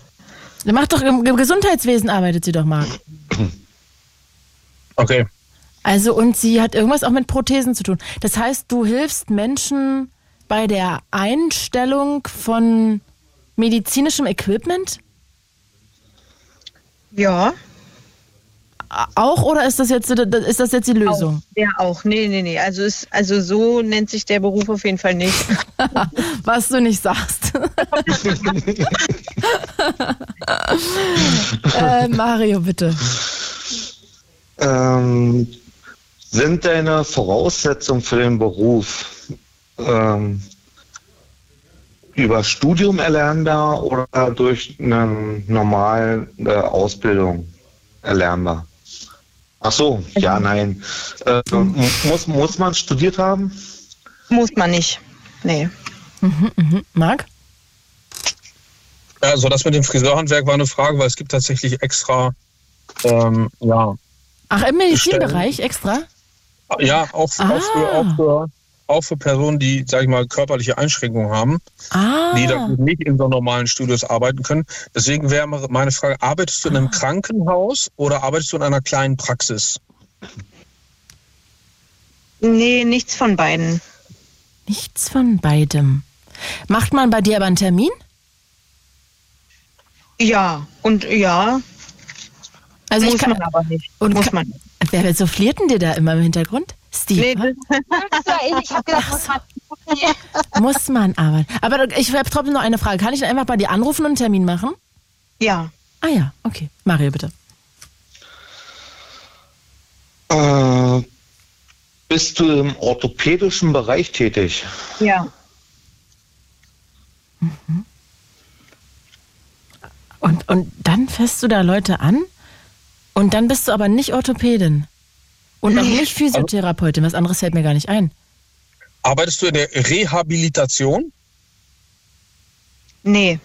Speaker 1: Ihr Macht doch im im Gesundheitswesen arbeitet sie doch, Marc.
Speaker 4: Okay.
Speaker 1: Also und sie hat irgendwas auch mit Prothesen zu tun. Das heißt, du hilfst Menschen bei der Einstellung von medizinischem Equipment?
Speaker 5: Ja.
Speaker 1: A- Auch oder ist das jetzt äh, ist das jetzt die Lösung?
Speaker 5: Auch. Ja, auch. Nee, nee, nee. Also, ist, also so nennt sich der Beruf auf jeden Fall nicht.
Speaker 1: *laughs* Was du nicht sagst. äh, Mario, bitte.
Speaker 8: Ähm, sind deine Voraussetzungen für den Beruf ähm, über Studium erlernbar oder durch eine normale äh, Ausbildung erlernbar? Ach so, ja, nein. Äh, muss, muss man studiert haben?
Speaker 5: Muss man nicht. Nee.
Speaker 1: Mhm, mhm. Marc?
Speaker 4: Also das mit dem Friseurhandwerk war eine Frage, weil es gibt tatsächlich extra, ähm, ja,
Speaker 1: Ach, im Medizinbereich extra?
Speaker 4: ja auch,
Speaker 1: Ah.
Speaker 4: auch, für, auch, für, auch für Personen, die, sag ich mal, körperliche Einschränkungen haben,
Speaker 1: *laughs* Ah.
Speaker 4: die da nicht in so normalen Studios arbeiten können. Deswegen wäre meine Frage, arbeitest du in einem
Speaker 1: Ah.
Speaker 4: Krankenhaus oder arbeitest du in einer kleinen Praxis?
Speaker 5: Nee, nichts von beiden.
Speaker 1: Nichts von beidem. Macht man bei dir aber einen Termin?
Speaker 5: Ja, und ja,
Speaker 1: Also
Speaker 5: muss man aber nicht.
Speaker 1: und
Speaker 5: muss
Speaker 1: kann-
Speaker 5: man nicht.
Speaker 1: Wer wer so flirten dir da immer im Hintergrund? Steve,
Speaker 5: Nee,
Speaker 1: wa?
Speaker 5: das,
Speaker 1: *laughs*
Speaker 10: ich habe gedacht, muss man
Speaker 1: muss man aber. Aber ich habe trotzdem noch eine Frage. Kann ich dann einfach bei dir anrufen und einen Termin machen?
Speaker 5: ja.
Speaker 1: Ah ja, okay. Mario, bitte.
Speaker 8: Äh, bist du im orthopädischen Bereich tätig?
Speaker 5: Ja.
Speaker 1: Mhm. Und, und dann fährst du da Leute an und dann bist du aber nicht Orthopädin. Und auch nicht Physiotherapeutin. Was anderes fällt mir gar nicht ein.
Speaker 4: Arbeitest du in der Rehabilitation?
Speaker 5: Nee.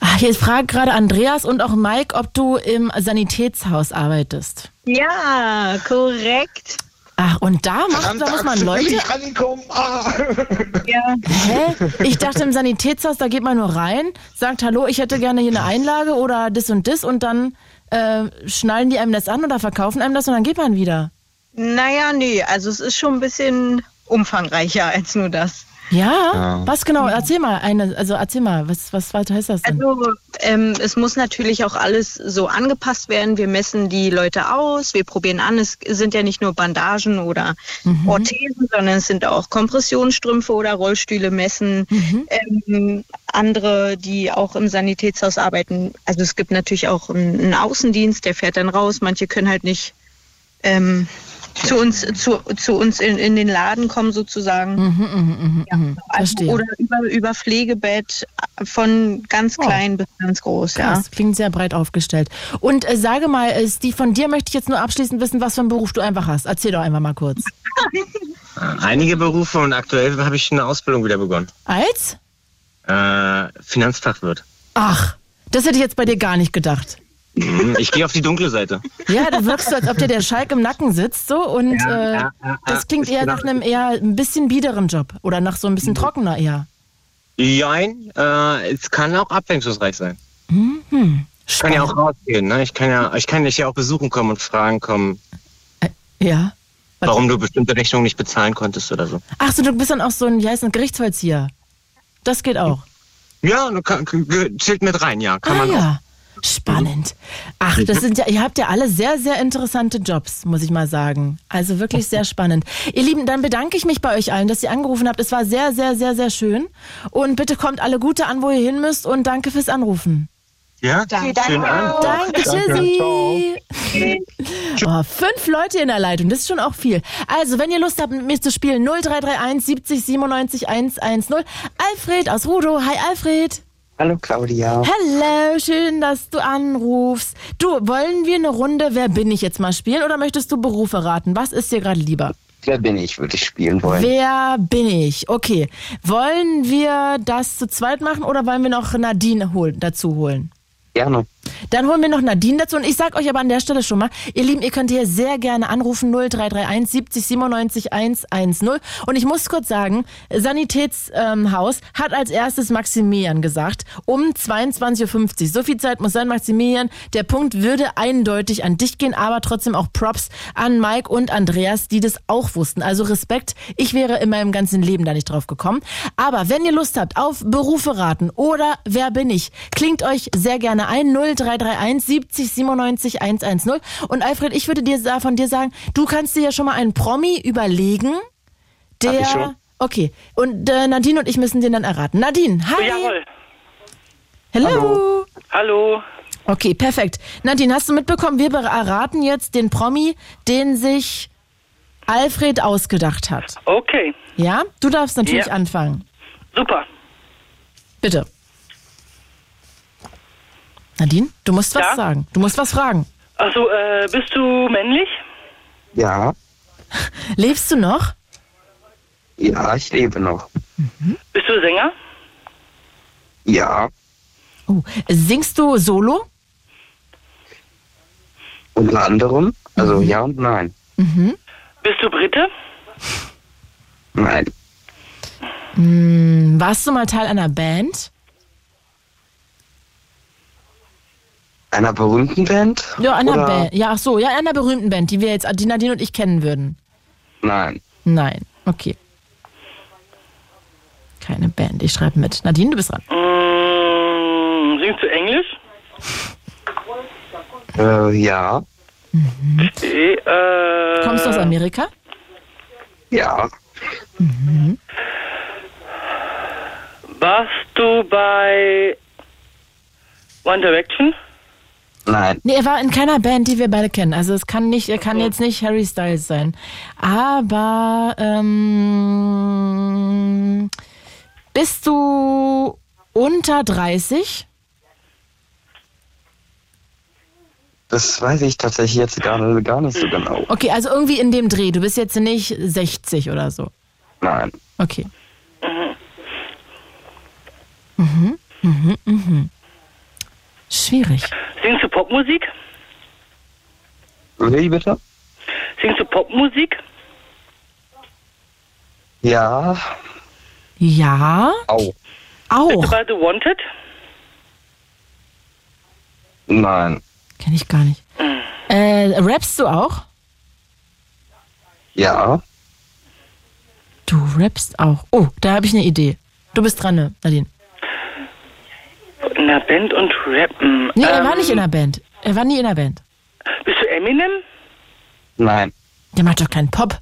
Speaker 1: Ach, jetzt fragt gerade Andreas und auch Mike, ob du im Sanitätshaus arbeitest.
Speaker 5: Ja, korrekt.
Speaker 1: Ach, und da, macht, da muss man Leute.
Speaker 8: Ich angekommen. Ah.
Speaker 5: Ja.
Speaker 1: Hä? Ich dachte, im Sanitätshaus, da geht man nur rein, sagt, hallo, ich hätte gerne hier eine Einlage oder das und das und dann äh, schnallen die einem das an oder verkaufen einem das und dann geht man wieder.
Speaker 5: Naja, nee, also es ist schon ein bisschen umfangreicher als nur das.
Speaker 1: Ja?
Speaker 8: Ja.
Speaker 1: Was genau? Erzähl mal, eine, also erzähl mal, was, was, was heißt das denn?
Speaker 5: Also ähm, es muss natürlich auch alles so angepasst werden. Wir messen die Leute aus, wir probieren an. Es sind ja nicht nur Bandagen oder
Speaker 1: Mhm.
Speaker 5: Orthesen, sondern es sind auch Kompressionsstrümpfe oder Rollstühle messen.
Speaker 1: Mhm.
Speaker 5: Ähm, andere, die auch im Sanitätshaus arbeiten. Also es gibt natürlich auch einen einen Außendienst, der fährt dann raus. Manche können halt nicht ähm, zu uns, zu, zu uns in, in den Laden kommen sozusagen. Also,
Speaker 1: Mhm. Verstehe.
Speaker 5: oder über, über Pflegebett von ganz klein bis ganz groß, ja.
Speaker 1: Oh. Krass, klingt sehr breit aufgestellt. Und äh, sage mal, äh, Steve, von dir möchte ich jetzt nur abschließend wissen, was für einen Beruf du einfach hast. Erzähl doch einfach mal kurz.
Speaker 6: Einige Berufe und aktuell habe ich eine Ausbildung wieder begonnen.
Speaker 1: Als?
Speaker 6: Äh, Finanzfachwirt.
Speaker 1: Ach, das hätte ich jetzt bei dir gar nicht gedacht.
Speaker 6: Mhm, Ich gehe auf die dunkle Seite.
Speaker 1: Ja, du wirkst so, als ob dir der Schalk im Nacken sitzt so und äh,
Speaker 6: ja, ja,
Speaker 1: das
Speaker 6: ja,
Speaker 1: klingt
Speaker 6: ich
Speaker 1: eher
Speaker 6: bin
Speaker 1: nach
Speaker 6: auch- Mhm.
Speaker 1: einem eher ein bisschen biederen Job oder nach so ein bisschen trockener eher.
Speaker 6: Jein, äh, es kann auch abwechslungsreich sein.
Speaker 1: Mhm, hm.
Speaker 6: Ich kann ja auch rausgehen, ne? Ich kann ja, ich kann dich ja auch besuchen kommen und fragen kommen,
Speaker 1: Ja. Was-
Speaker 6: warum du bestimmte Rechnungen nicht bezahlen konntest oder so.
Speaker 1: Ach so, du bist dann auch so ein, wie heißt ein Gerichtsvollzieher. Das geht auch.
Speaker 6: Ja, du kann, ge- zählt mit rein, ja. Kann
Speaker 1: ah
Speaker 6: man auch.
Speaker 1: ja, spannend. Ach, das sind ja, ihr habt ja alle sehr, sehr interessante Jobs, muss ich mal sagen. Also wirklich sehr spannend. Ihr Lieben, dann bedanke ich mich bei euch allen, dass ihr angerufen habt. Es war sehr, sehr, sehr, sehr schön. Und bitte kommt alle Gute an, wo ihr hin müsst. Und danke fürs Anrufen.
Speaker 6: Ja, schönen Abend.
Speaker 1: Danke, tschüssi. Oh, fünf Leute in der Leitung, das ist schon auch viel. Also, wenn ihr Lust habt, mit mir zu spielen, 0331 70 97 110. Alfred aus Rudo. Hi, Alfred.
Speaker 7: Hallo Claudia.
Speaker 1: Hallo, schön, dass du anrufst. Du, wollen wir eine Runde Wer bin ich jetzt mal spielen oder möchtest du Berufe raten? Was ist dir gerade lieber?
Speaker 7: Wer bin ich, würde ich spielen wollen.
Speaker 1: Wer bin ich? Okay. Wollen wir das zu zweit machen oder wollen wir noch Nadine holen, dazu holen?
Speaker 7: Gerne.
Speaker 1: Dann holen wir noch Nadine dazu und ich sag euch aber an der Stelle schon mal, ihr Lieben, ihr könnt hier sehr gerne anrufen 0331 70 97 110 und ich muss kurz sagen, Sanitätshaus ähm, Haus hat als erstes Maximilian gesagt, um 22.50 Uhr. So viel Zeit muss sein, Maximilian. Der Punkt würde eindeutig an dich gehen, aber trotzdem auch Props an Mike und Andreas, die das auch wussten. Also Respekt, ich wäre in meinem ganzen Leben da nicht drauf gekommen. Aber wenn ihr Lust habt auf Berufe raten oder Wer bin ich, klingt euch sehr gerne ein 0331 70 97 110. Und Alfred, ich würde dir sa- von dir sagen, du kannst dir ja schon mal einen Promi überlegen, der...
Speaker 7: ich schon.
Speaker 1: Okay, und äh, Nadine und ich müssen den dann erraten. Nadine, hi!
Speaker 11: Jawohl.
Speaker 1: Hello.
Speaker 11: Hallo.
Speaker 1: Okay, perfekt. Nadine, hast du mitbekommen, wir erraten jetzt den Promi, den sich Alfred ausgedacht hat.
Speaker 11: Okay,
Speaker 1: Ja? Du darfst natürlich
Speaker 11: Ja.
Speaker 1: anfangen.
Speaker 11: super.
Speaker 1: Bitte. Nadine, du musst was
Speaker 11: Ja?
Speaker 1: sagen. Du musst was fragen.
Speaker 11: Also, äh, bist du männlich?
Speaker 7: Ja.
Speaker 1: Lebst du noch?
Speaker 7: Ja, ich lebe noch.
Speaker 11: Bist du Sänger?
Speaker 7: Ja.
Speaker 1: Oh, singst du solo?
Speaker 7: Unter anderem. Also
Speaker 1: Mhm.
Speaker 7: ja und nein.
Speaker 11: Bist du Brite?
Speaker 7: Nein.
Speaker 1: Hm, Warst du mal Teil einer Band?
Speaker 7: Einer berühmten Band?
Speaker 1: Ja, einer
Speaker 7: Oder-
Speaker 1: Band. Ja, ach so, ja, einer berühmten Band, die wir jetzt, die Nadine und ich kennen würden.
Speaker 7: Nein.
Speaker 1: Nein. Okay. Keine Band. Ich schreibe mit. Nadine, du bist dran.
Speaker 11: Mm, singst du Englisch?
Speaker 7: Äh, ja.
Speaker 11: Okay, äh,
Speaker 1: Kommst du aus Amerika?
Speaker 7: Ja.
Speaker 11: Mhm. warst du bei One Direction?
Speaker 7: Nein.
Speaker 1: Nee, er war in keiner Band, die wir beide kennen. Also es kann nicht, er kann jetzt nicht Harry Styles sein. Aber ähm, bist du unter 30?
Speaker 7: Das weiß ich tatsächlich jetzt gar, gar nicht so genau.
Speaker 1: Okay, also irgendwie in dem Dreh. Du bist jetzt nicht 60 oder so.
Speaker 7: Nein.
Speaker 1: Okay. Mhm. Mhm, mhm, mhm. Schwierig.
Speaker 11: Singst du Popmusik?
Speaker 7: Wie bitte?
Speaker 11: Singst du Popmusik?
Speaker 7: Ja.
Speaker 1: Ja,
Speaker 7: Au.
Speaker 11: Bist du
Speaker 1: auch.
Speaker 11: bei The Wanted?
Speaker 7: Nein.
Speaker 1: Kenne ich gar nicht. Äh, rappst du auch?
Speaker 7: Ja.
Speaker 1: Du rappst auch. Oh, da habe ich eine Idee. Du bist dran, ne, Nadine.
Speaker 11: In der Band und rappen.
Speaker 1: Nee, er
Speaker 11: Ähm,
Speaker 1: war nicht in der Band. Er war nie in der Band.
Speaker 11: Bist du Eminem?
Speaker 7: Nein.
Speaker 1: Der macht doch keinen Pop.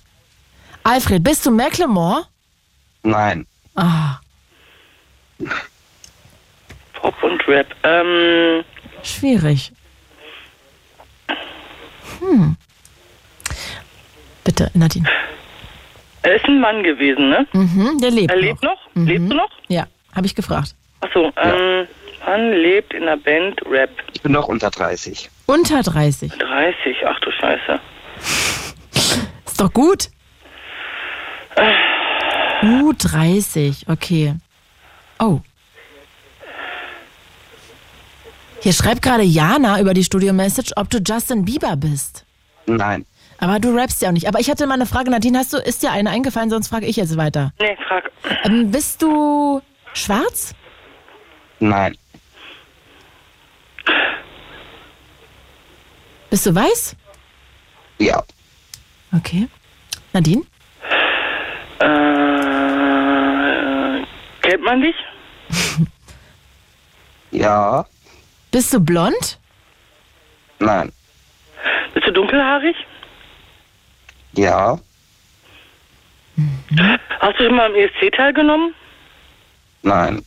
Speaker 1: Alfred, bist du Macklemore?
Speaker 7: Nein.
Speaker 1: Ah,
Speaker 11: Pop und Rap. Ähm,
Speaker 1: schwierig. Hm. Bitte, Nadine.
Speaker 11: er ist ein Mann gewesen, ne?
Speaker 1: Mhm, der lebt.
Speaker 11: Er lebt noch? Lebst du noch?
Speaker 1: Mhm. Ja, habe ich gefragt.
Speaker 11: Achso, ähm, Mann lebt in der Band Rap.
Speaker 7: Ich bin noch unter 30.
Speaker 1: Unter 30.
Speaker 11: 30, ach du Scheiße.
Speaker 1: Ist doch gut. Uh, 30, okay. Oh, Hier schreibt gerade Jana über die Studio-Message, ob du Justin Bieber bist.
Speaker 7: Nein.
Speaker 1: Aber du rappst ja auch nicht. Aber ich hatte mal eine Frage, Nadine, hast du, ist dir eine eingefallen, sonst frage ich jetzt weiter.
Speaker 11: Nee, frag.
Speaker 1: Ähm, bist du schwarz?
Speaker 7: Nein.
Speaker 1: Bist du weiß?
Speaker 7: Ja.
Speaker 1: Okay. Nadine?
Speaker 11: Äh, kennt man dich?
Speaker 7: Ja.
Speaker 1: Bist du blond?
Speaker 7: Nein.
Speaker 11: Bist du dunkelhaarig?
Speaker 7: Ja.
Speaker 1: Mhm.
Speaker 11: Hast du schon mal am ESC teilgenommen?
Speaker 7: Nein.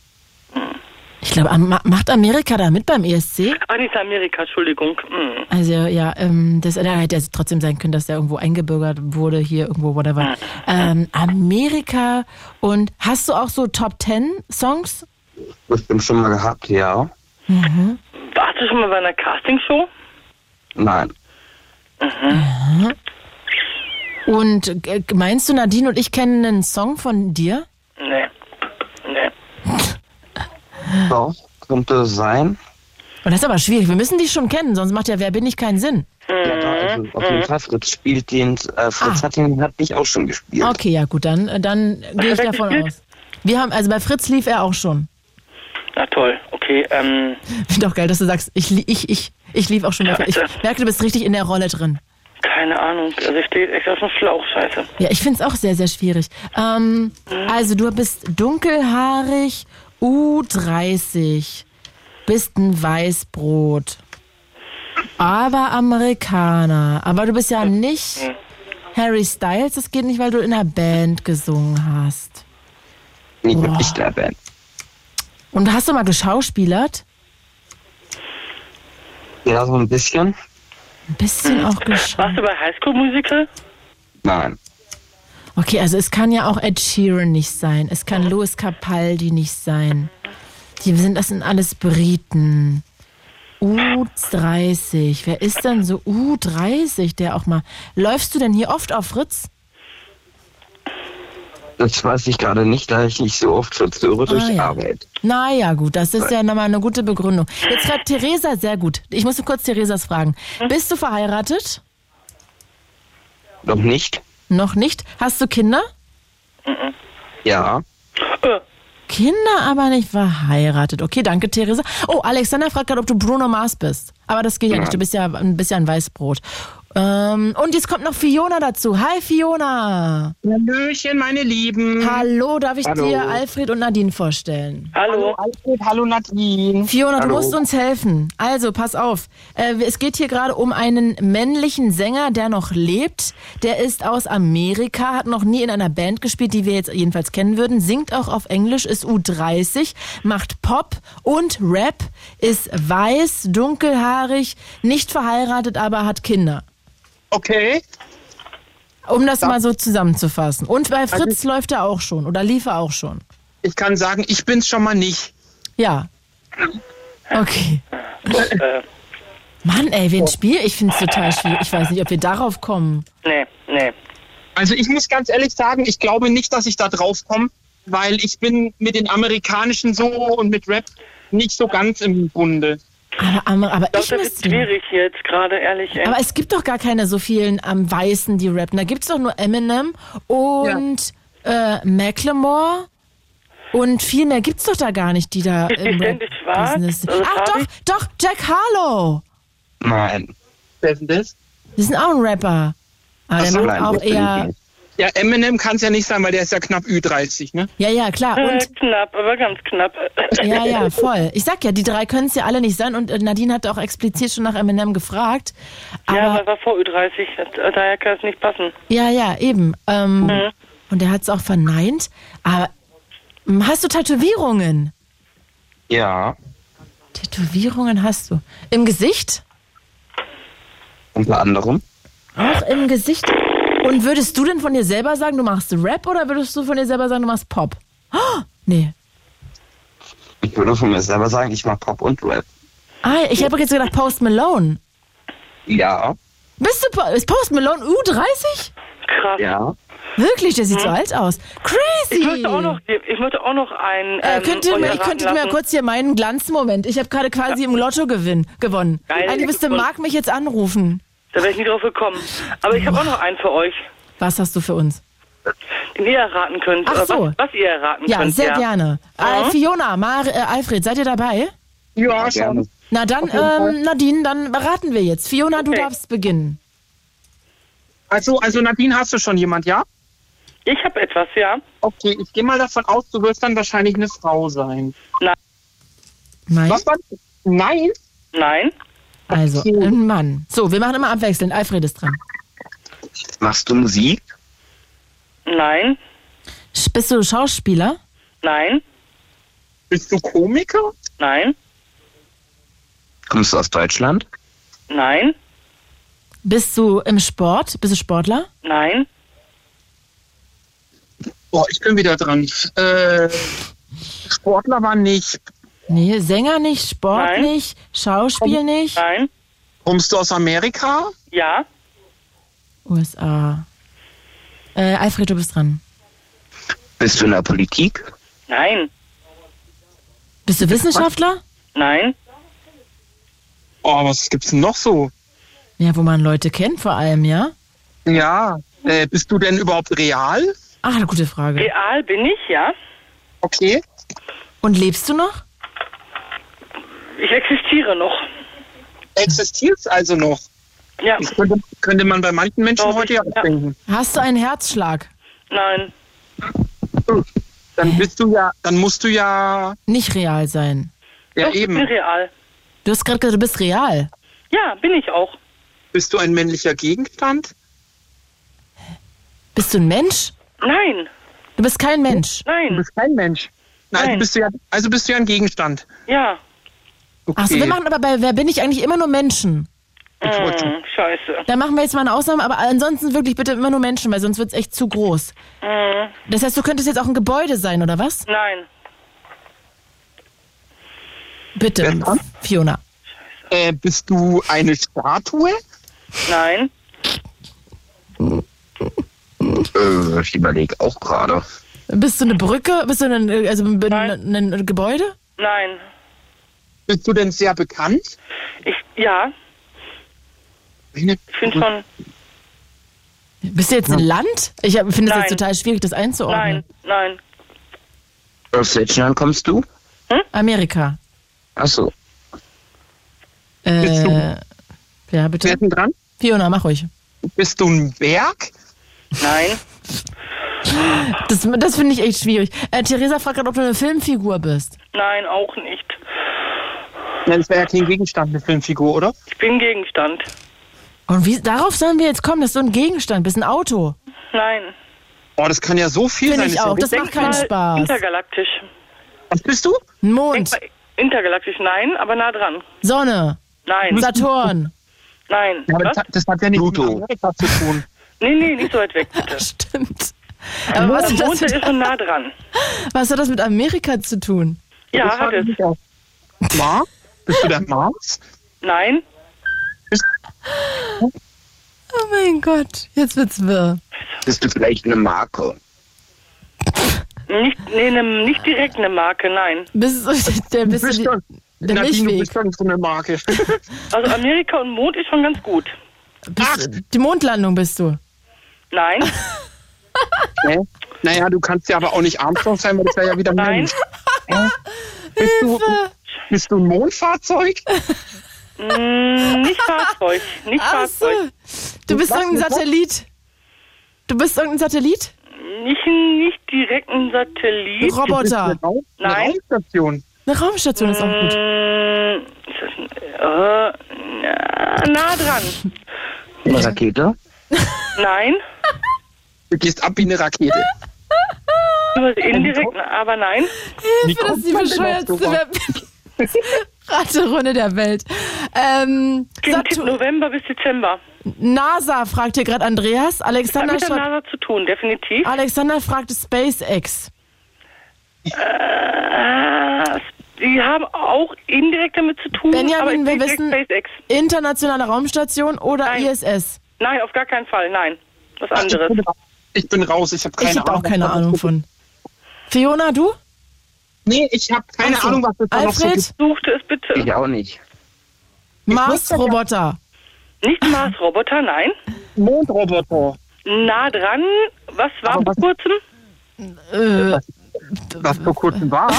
Speaker 1: Ich glaube, am- ma- macht Amerika da mit beim ESC?
Speaker 11: Ach, Ah, nicht Amerika, Entschuldigung. Hm.
Speaker 1: Also ja, ähm, das da hätte es trotzdem sein können, dass der irgendwo eingebürgert wurde, hier irgendwo, whatever. Ähm, Amerika und hast du auch so Top Ten Songs?
Speaker 7: Bestimmt schon mal gehabt, ja.
Speaker 1: Mhm.
Speaker 11: Warst du schon mal bei einer Castingshow?
Speaker 7: Nein.
Speaker 1: Aha. Mhm. Und äh, meinst du, Nadine und ich kennen einen Song von dir?
Speaker 11: Nee. Nee.
Speaker 7: Doch, könnte sein.
Speaker 1: Und das ist aber schwierig. Wir müssen die schon kennen, sonst macht ja Wer bin ich keinen Sinn.
Speaker 7: Ja, da, also auf jeden Fall. Fritz spielt den, äh,
Speaker 1: Ah.
Speaker 7: Fritz hat den, hat dich auch schon gespielt.
Speaker 1: Okay, ja gut, dann, äh, dann gehe ich
Speaker 11: hat er
Speaker 1: davon
Speaker 11: gespielt?
Speaker 1: aus. Wir haben, also bei Fritz lief er auch schon. *laughs*
Speaker 11: Na toll, okay. Ähm,
Speaker 1: Finde auch geil, dass du sagst, ich, li- ich, ich, ich lief auch schon bei Fritz. Ich merke, du bist richtig in der Rolle drin.
Speaker 11: keine Ahnung. Also ich stehe echt auf dem Schlauch, scheiße.
Speaker 1: Ja, ich finde es auch sehr, sehr schwierig. Ähm, also du bist dunkelhaarig, U30, bist ein Weißbrot, aber Amerikaner. Aber du bist ja nicht Harry Styles, das geht nicht, weil du in einer Band gesungen hast.
Speaker 7: Ich bin nicht der Band.
Speaker 1: Und hast du mal geschauspielert?
Speaker 7: Ja, so ein bisschen.
Speaker 1: Ein bisschen auch geschaut.
Speaker 11: Hm. Warst du bei Highschool Musical?
Speaker 7: Nein.
Speaker 1: Okay, also es kann ja auch Ed Sheeran nicht sein. Es kann Louis Capaldi nicht sein. Die sind, das sind alles Briten. U30. Wer ist denn so U30, der auch mal. Läufst du denn hier oft auf Fritz?
Speaker 7: Das weiß ich gerade nicht, da ich nicht so oft verzöre durch
Speaker 1: Ah, ja.
Speaker 7: Arbeit.
Speaker 1: Naja, gut, das ist ja nochmal eine gute Begründung. Jetzt schreibt Theresa sehr gut. Ich muss kurz Theresas fragen. Bist du verheiratet?
Speaker 7: Noch nicht?
Speaker 1: Noch nicht. Hast du Kinder?
Speaker 7: Ja.
Speaker 1: Kinder, aber nicht verheiratet. Okay, danke, Theresa. Oh, Alexander fragt gerade, ob du Bruno Mars bist. Aber das geht ja nicht. Du bist ja ein bisschen Weißbrot. Ähm, und jetzt kommt noch Fiona dazu. Hi, Fiona.
Speaker 12: Hallöchen, meine Lieben.
Speaker 1: Hallo, darf ich
Speaker 12: Hallo.
Speaker 1: dir Alfred und Nadine vorstellen?
Speaker 12: Hallo. Hallo Alfred, hallo Nadine.
Speaker 1: Fiona, du musst uns helfen. Also, pass auf. Äh, es geht hier gerade um einen männlichen Sänger, der noch lebt. Der ist aus Amerika, hat noch nie in einer Band gespielt, die wir jetzt jedenfalls kennen würden. Singt auch auf Englisch, ist U30, macht Pop und Rap, ist weiß, dunkelhaarig, nicht verheiratet, aber hat Kinder.
Speaker 12: Okay.
Speaker 1: Um das mal so zusammenzufassen. Und bei
Speaker 12: Also
Speaker 1: Fritz läuft er auch schon oder lief er auch schon.
Speaker 12: Ich kann sagen, ich bin's schon mal nicht.
Speaker 1: Ja. Okay.
Speaker 11: äh,
Speaker 1: Mann, ey, wie ein Spiel. Ich finde es total schwierig. Ich weiß nicht, ob wir darauf kommen.
Speaker 11: nee, nee.
Speaker 12: Also ich muss ganz ehrlich sagen, ich glaube nicht, dass ich da drauf komme, weil ich bin mit den amerikanischen so und mit Rap nicht so ganz im Bunde.
Speaker 1: Aber, aber, aber
Speaker 12: Das
Speaker 1: ich
Speaker 12: wird
Speaker 1: müsste.
Speaker 11: Schwierig jetzt gerade, ehrlich. Ey.
Speaker 1: Aber es gibt doch gar keine so vielen am Weißen, die rappen. Da gibt es doch nur Eminem und äh, Macklemore. Und viel mehr gibt's doch da gar nicht, die da
Speaker 11: Ist die
Speaker 1: im Rap
Speaker 11: ständig schwarz?
Speaker 1: Business sind.
Speaker 11: Also
Speaker 1: Ach doch,
Speaker 11: Farben?
Speaker 1: doch, Jack Harlow.
Speaker 7: Nein.
Speaker 12: Wer ist denn das?
Speaker 1: Das ist auch ein Rapper. Aber der
Speaker 12: Ach so,
Speaker 1: macht
Speaker 12: nein,
Speaker 1: auch
Speaker 12: das bin ich
Speaker 1: eher.
Speaker 12: nicht. Ja, Eminem kann es ja nicht sein, weil der ist ja knapp Ü30, ne?
Speaker 1: Ja, ja, klar.
Speaker 11: Äh,
Speaker 1: Und
Speaker 11: knapp, aber ganz knapp.
Speaker 1: Ja,
Speaker 11: *laughs*
Speaker 1: ja, voll. Ich sag ja, die drei können es ja alle nicht sein und äh, Nadine hat auch explizit schon nach Eminem gefragt.
Speaker 11: ja, aber war vor Ü30, das- äh, daher kann es nicht passen.
Speaker 1: Ja, ja, eben. Ähm,
Speaker 11: Mhm.
Speaker 1: Und er hat es auch verneint. Aber ähm, hast du Tätowierungen?
Speaker 7: Ja.
Speaker 1: Tätowierungen hast du. Im Gesicht?
Speaker 7: Unter anderem.
Speaker 1: Auch im Gesicht. Und würdest du denn von dir selber sagen, du machst Rap oder würdest du von dir selber sagen, du machst Pop? Oh, nee.
Speaker 7: Ich würde von mir selber sagen, ich mache Pop und Rap.
Speaker 1: Ah, ich habe jetzt gedacht, Post Malone.
Speaker 7: Ja.
Speaker 1: Bist du, Po- ist Post Malone U30?
Speaker 11: Krass.
Speaker 7: Ja.
Speaker 1: Wirklich, der sieht so alt aus. Crazy!
Speaker 11: Mhm. Ich möchte auch noch, ich möchte auch noch einen. ähm,
Speaker 1: Äh, könnte
Speaker 11: euch
Speaker 1: mir, ich
Speaker 11: erraten
Speaker 1: könnte mir mal
Speaker 11: lassen.
Speaker 1: kurz hier meinen Glanzmoment. Ich habe gerade quasi im Lotto gewinn, gewonnen.
Speaker 11: Geil.
Speaker 1: Eigentlich müsste Marc mich jetzt anrufen.
Speaker 11: Da wäre ich nie drauf gekommen. Aber ich habe auch noch einen für euch,
Speaker 1: Was hast du für uns?
Speaker 11: den ihr erraten könnt.
Speaker 1: Ach
Speaker 11: oder
Speaker 1: so.
Speaker 11: Was, was ihr erraten
Speaker 1: Ja,
Speaker 11: könnt.
Speaker 1: sehr gerne. Äh, Fiona, Mar äh, Alfred, seid ihr dabei?
Speaker 12: Ja, schon.
Speaker 1: Na dann,
Speaker 12: Auf jeden Fall.
Speaker 1: ähm, Nadine, dann beraten wir jetzt. Fiona, du darfst beginnen.
Speaker 12: Also, also Nadine, hast du schon jemand, ja?
Speaker 11: Ich habe etwas, ja.
Speaker 12: Okay, ich gehe mal davon aus, du wirst dann wahrscheinlich eine Frau sein.
Speaker 11: Nein.
Speaker 1: Nein.
Speaker 12: Was war Nein?
Speaker 11: Nein.
Speaker 1: Also, ein Mann. So, wir machen immer abwechselnd. Alfred ist dran.
Speaker 7: Machst du Musik?
Speaker 11: Nein.
Speaker 1: Sch- Bist du Schauspieler?
Speaker 11: Nein.
Speaker 12: Bist du Komiker?
Speaker 11: Nein.
Speaker 7: Kommst du aus Deutschland?
Speaker 11: Nein.
Speaker 1: Bist du im Sport? Bist du Sportler?
Speaker 11: Nein.
Speaker 12: Boah, ich bin wieder dran. Äh, Sportler war nicht.
Speaker 1: Nee, Sänger nicht, Sport
Speaker 12: Nein.
Speaker 1: nicht, Schauspiel nicht.
Speaker 11: Nein.
Speaker 12: Kommst du aus Amerika?
Speaker 11: Ja.
Speaker 1: USA. Äh, Alfred, du bist dran.
Speaker 7: Bist du in der Politik?
Speaker 11: Nein.
Speaker 1: Bist du Wissenschaftler?
Speaker 11: Nein.
Speaker 12: Oh, was gibt's denn noch so?
Speaker 1: Ja, wo man Leute kennt vor allem, ja?
Speaker 12: Ja. Äh, bist du denn überhaupt real?
Speaker 1: Ach, eine gute Frage.
Speaker 11: Real bin ich, ja.
Speaker 12: Okay.
Speaker 1: Und lebst du noch?
Speaker 11: Ich existiere noch.
Speaker 12: Existierst also noch?
Speaker 11: Ja.
Speaker 12: Das könnte, könnte man bei manchen Menschen
Speaker 11: Glaub
Speaker 12: heute
Speaker 11: ich,
Speaker 12: ja auch
Speaker 11: ja.
Speaker 12: denken.
Speaker 1: Hast du einen Herzschlag?
Speaker 11: Nein.
Speaker 12: Dann bist du ja, dann musst du ja,
Speaker 1: Nicht real sein.
Speaker 12: ja
Speaker 11: Doch, Ich
Speaker 12: eben.
Speaker 11: bin real.
Speaker 1: Du hast gerade gesagt, du bist real.
Speaker 11: Ja, bin ich auch.
Speaker 12: Bist du ein männlicher Gegenstand?
Speaker 1: Bist du ein Mensch?
Speaker 11: Nein.
Speaker 1: Du bist kein Mensch.
Speaker 12: Du
Speaker 11: Nein.
Speaker 12: bist kein Mensch. Nein,
Speaker 11: Nein.
Speaker 12: Du bist du ja, also bist du ja ein Gegenstand.
Speaker 11: Ja.
Speaker 12: Okay.
Speaker 1: Achso, wir machen aber bei Wer bin ich eigentlich immer nur Menschen.
Speaker 11: Mm, scheiße.
Speaker 1: Da machen wir jetzt mal eine Ausnahme, aber ansonsten wirklich bitte immer nur Menschen, weil sonst wird es echt zu groß.
Speaker 11: Mm,
Speaker 1: Das heißt, du könntest jetzt auch ein Gebäude sein, oder was?
Speaker 11: nein.
Speaker 1: Bitte, Fiona.
Speaker 12: äh, bist du eine Statue?
Speaker 11: Nein.
Speaker 7: Äh, ich überlege auch gerade.
Speaker 1: Bist du eine Brücke? Bist du ein, also ein, ein, ein Gebäude?
Speaker 11: Nein.
Speaker 12: Bist du denn sehr bekannt?
Speaker 11: Ich, ja, ich bin schon.
Speaker 1: Bist du jetzt ein Land? Ich hab- finde es jetzt
Speaker 11: Nein.
Speaker 1: total schwierig, das einzuordnen.
Speaker 11: Nein, nein.
Speaker 7: Aus welchem Land kommst du?
Speaker 11: Hm?
Speaker 1: Amerika.
Speaker 7: Achso.
Speaker 12: Bist
Speaker 1: Äh,
Speaker 12: du-
Speaker 1: ja, bitte.
Speaker 12: Wer ist denn dran?
Speaker 1: Fiona, mach ruhig.
Speaker 12: Bist du ein Berg?
Speaker 11: Nein.
Speaker 1: Das, das finde ich echt schwierig. Äh, Theresa fragt gerade, ob du eine Filmfigur bist.
Speaker 11: Nein, auch nicht.
Speaker 12: Nein, das wäre ja kein Gegenstand, eine Filmfigur, oder?
Speaker 11: Ich bin Gegenstand.
Speaker 1: Und wie, darauf sollen wir jetzt kommen, dass du ein Gegenstand bist, ein Auto.
Speaker 11: Nein.
Speaker 12: Oh, das kann ja so viel
Speaker 1: Finde
Speaker 12: sein.
Speaker 1: ich
Speaker 12: ist ja
Speaker 1: auch. Das
Speaker 12: richtig.
Speaker 1: macht keinen
Speaker 11: Mal
Speaker 1: Spaß.
Speaker 11: Intergalaktisch.
Speaker 12: Was bist du?
Speaker 1: Ein Mond,
Speaker 11: Denk mal, Intergalaktisch, nein, aber nah dran.
Speaker 1: Sonne,
Speaker 11: Nein,
Speaker 1: Saturn.
Speaker 11: nein.
Speaker 12: Ja, aber das,
Speaker 11: Was?
Speaker 12: hat- das hat ja nichts mit
Speaker 7: Pluto.
Speaker 12: Amerika zu *laughs* tun.
Speaker 11: Nee, nee, nicht so weit weg, bitte.
Speaker 1: Stimmt.
Speaker 11: Der
Speaker 1: Aber was hat, das
Speaker 11: Mond ist
Speaker 1: mit,
Speaker 11: schon nah dran.
Speaker 1: was hat das mit Amerika zu tun?
Speaker 11: Ja, hat es.
Speaker 12: Mars? Bist du der Mars?
Speaker 11: Nein.
Speaker 1: Oh mein Gott, jetzt wird's wirr.
Speaker 7: Bist du vielleicht eine Marke?
Speaker 11: Nicht, nee, ne, nicht direkt eine Marke, nein.
Speaker 1: Bist du *laughs* der, bist du
Speaker 12: bist
Speaker 1: die,
Speaker 12: schon.
Speaker 1: der
Speaker 12: Nadine, du
Speaker 1: Milchweg?
Speaker 12: bist schon so eine Marke.
Speaker 11: *laughs* Also Amerika und Mond ist schon ganz gut.
Speaker 1: Bist, die Mondlandung bist du.
Speaker 11: Nein,
Speaker 12: *laughs* Hä? Naja, du kannst ja aber auch nicht Armstrong sein, weil das wäre ja wieder
Speaker 11: nein,
Speaker 12: Mond. Hä? Bist du, bist du ein Mondfahrzeug?
Speaker 1: *laughs*
Speaker 11: mm, nicht Fahrzeug, nicht
Speaker 1: Ach so.
Speaker 11: Fahrzeug.
Speaker 1: Du bist
Speaker 12: Was?
Speaker 1: irgendein Satellit. Du bist irgendein Satellit?
Speaker 11: Nicht, nicht direkt ein Satellit.
Speaker 12: Bist du
Speaker 1: Roboter.
Speaker 12: eine Raum- eine
Speaker 11: Nein.
Speaker 12: Raumstation?
Speaker 1: Eine Raumstation ist auch gut.
Speaker 11: Mm, ist das ein, äh, na, nah dran.
Speaker 7: Eine Rakete?
Speaker 11: Nein,
Speaker 12: Du gehst ab wie eine Rakete.
Speaker 1: *laughs*
Speaker 11: aber indirekt, aber nein.
Speaker 12: Wie
Speaker 1: Das
Speaker 12: kommt
Speaker 1: ist die
Speaker 12: man denn auf
Speaker 1: bescheuertste
Speaker 12: sowas?
Speaker 1: Web- *laughs* Raterunde der Welt. Ähm,
Speaker 11: Im Tipp
Speaker 1: Saturn-
Speaker 11: November bis Dezember.
Speaker 1: NASA fragt hier gerade Andreas.
Speaker 11: Hat
Speaker 1: Alexander,
Speaker 11: mit der
Speaker 1: schreibt,
Speaker 11: NASA zu tun, definitiv.
Speaker 1: Alexander fragt SpaceX.
Speaker 11: Äh, die haben auch indirekt damit zu tun,
Speaker 1: Benjamin,
Speaker 11: aber
Speaker 1: wir
Speaker 11: direkt
Speaker 1: wissen-
Speaker 11: SpaceX.
Speaker 1: Internationale Raumstation oder
Speaker 11: Nein.
Speaker 1: ISS?
Speaker 11: Nein, auf gar keinen Fall, nein. Was
Speaker 12: Ich
Speaker 11: anderes.
Speaker 12: bin raus. Ich bin raus, ich habe keine
Speaker 1: Ich habe
Speaker 12: Ahnung.
Speaker 1: auch keine Ahnung von. Fiona, du?
Speaker 12: Nee, ich habe keine
Speaker 1: Ach so.
Speaker 12: Ahnung, was das da noch so
Speaker 1: Alfred?
Speaker 12: gibt.
Speaker 11: Suchte es bitte.
Speaker 7: Ich auch nicht.
Speaker 1: Mars-Roboter.
Speaker 11: Nicht Mars-Roboter, nein.
Speaker 12: Mondroboter.
Speaker 11: Nah dran. Was war vor kurzem?
Speaker 1: Äh,
Speaker 12: Was vor kurzem war?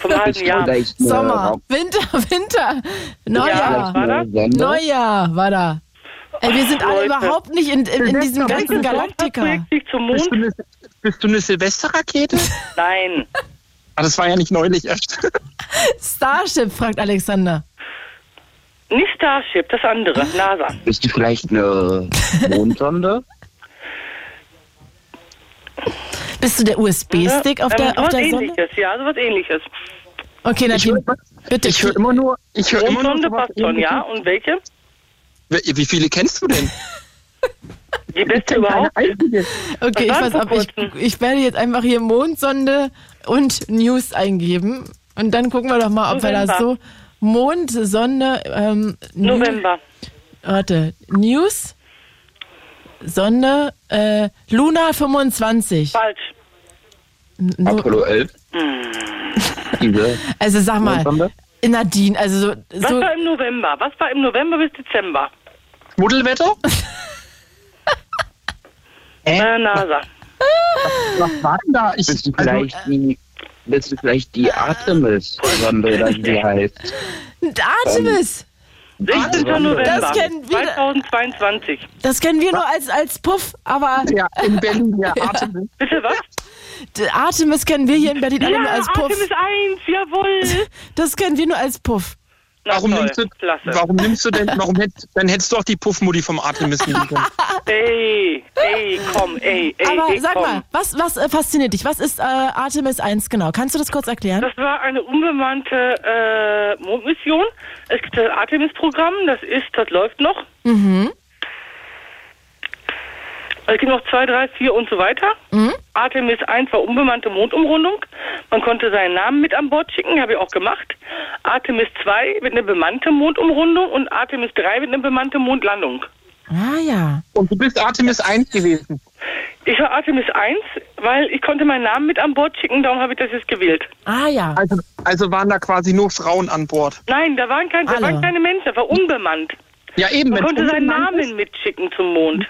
Speaker 11: Vom halben Jahr.
Speaker 1: Sommer, Winter, *laughs* Winter, Neujahr.
Speaker 11: Ja, war da?
Speaker 1: Neujahr war da. Ey, wir sind alle
Speaker 12: Leute.
Speaker 1: überhaupt nicht in, in, in diesem ganzen Galaktika.
Speaker 11: Nicht zum
Speaker 12: Bist
Speaker 11: Mond?
Speaker 12: du eine, bist du eine Silvesterrakete?
Speaker 11: *laughs* Nein.
Speaker 12: Ah, das war ja nicht neulich erst.
Speaker 1: Starship, fragt Alexander.
Speaker 11: Nicht Starship, das andere. NASA.
Speaker 7: Bist du vielleicht eine Mondsonde?
Speaker 1: Bist du der USB-Stick auf
Speaker 11: Ähm,
Speaker 1: der, auf
Speaker 11: sowas
Speaker 1: der Sonne?
Speaker 11: ähnliches, ja, sowas ähnliches.
Speaker 1: Okay, Nadine, bitte.
Speaker 12: Ich höre immer nur. Ich höre immer nur
Speaker 11: Mondsonde
Speaker 12: sowas
Speaker 11: passt schon, ja. Und welche?
Speaker 12: Wie wie viele kennst du denn?
Speaker 11: Die beste überhaupt?
Speaker 1: Okay, ich
Speaker 11: war
Speaker 1: weiß
Speaker 11: vor
Speaker 1: ab, ich, ich werde jetzt einfach hier Mondsonde und News eingeben. Und dann gucken wir doch mal, ob wir das so.
Speaker 11: November.
Speaker 1: Mondsonde, ähm, New-
Speaker 11: November.
Speaker 1: Warte, News, Sonde, äh, Luna 25.
Speaker 11: Falsch.
Speaker 7: Apollo 11? Diese.
Speaker 1: Also sag mal,
Speaker 7: Mondsonde?
Speaker 1: Nadine, also so.
Speaker 11: Was
Speaker 1: so
Speaker 11: war im November? Was war im November bis Dezember?
Speaker 12: Schmuddelwetter?
Speaker 11: *laughs* Äh, NASA.
Speaker 12: Was war denn da? Ich, also,
Speaker 7: Bist du vielleicht die. Bist du vielleicht
Speaker 11: Äh.
Speaker 7: die Artemis-Sonde, oder wie die heißt?
Speaker 1: Artemis!
Speaker 11: 16.
Speaker 7: Das
Speaker 11: November
Speaker 1: kennen wir-
Speaker 11: 2022.
Speaker 1: Das kennen wir nur als, als Puff, aber
Speaker 12: ja, in Berlin,
Speaker 1: *laughs*
Speaker 12: ja, Artemis.
Speaker 11: Bitte was?
Speaker 1: d- Artemis kennen wir hier in Berlin alle
Speaker 11: Ja,
Speaker 1: nur als Puff.
Speaker 11: Artemis 1, jawohl.
Speaker 1: *laughs* Das kennen wir nur als Puff.
Speaker 11: Na
Speaker 12: Warum
Speaker 11: toll,
Speaker 12: nimmst, du,
Speaker 11: Klasse.
Speaker 12: warum nimmst du denn, warum hättest, dann hättest du auch die Puffmutti vom Artemis nehmen
Speaker 1: *laughs*
Speaker 12: können.
Speaker 11: Ey, ey, komm, ey, ey,
Speaker 1: Aber
Speaker 11: ey,
Speaker 1: sag
Speaker 11: komm.
Speaker 1: mal, was, was äh, fasziniert dich? Was ist äh, Artemis 1 genau? Kannst du das kurz erklären?
Speaker 11: Das war eine unbemannte äh, Mondmission. Es gibt das Artemis-Programm, das ist, das läuft noch.
Speaker 1: Mhm.
Speaker 11: Es gibt noch zwei, drei, vier und so weiter. Artemis 1 war unbemannte Mondumrundung. Man konnte seinen Namen mit an Bord schicken, habe ich auch gemacht. Artemis 2 wird eine bemannte Mondumrundung und Artemis 3 wird eine bemannte Mondlandung.
Speaker 1: Ah ja.
Speaker 12: Und du bist Artemis 1 gewesen.
Speaker 11: Ich war Artemis 1, weil ich konnte meinen Namen mit an Bord schicken, darum habe ich das jetzt gewählt.
Speaker 1: Ah ja.
Speaker 12: Also, also waren da quasi nur Frauen an Bord.
Speaker 11: Nein, da waren, kein, da
Speaker 1: Alle.
Speaker 11: waren keine Menschen, das war unbemannt.
Speaker 12: Ja, eben.
Speaker 11: Man
Speaker 12: wenn's
Speaker 11: konnte seinen
Speaker 12: unbemannt
Speaker 11: Namen
Speaker 12: Ist,
Speaker 11: mitschicken zum Mond.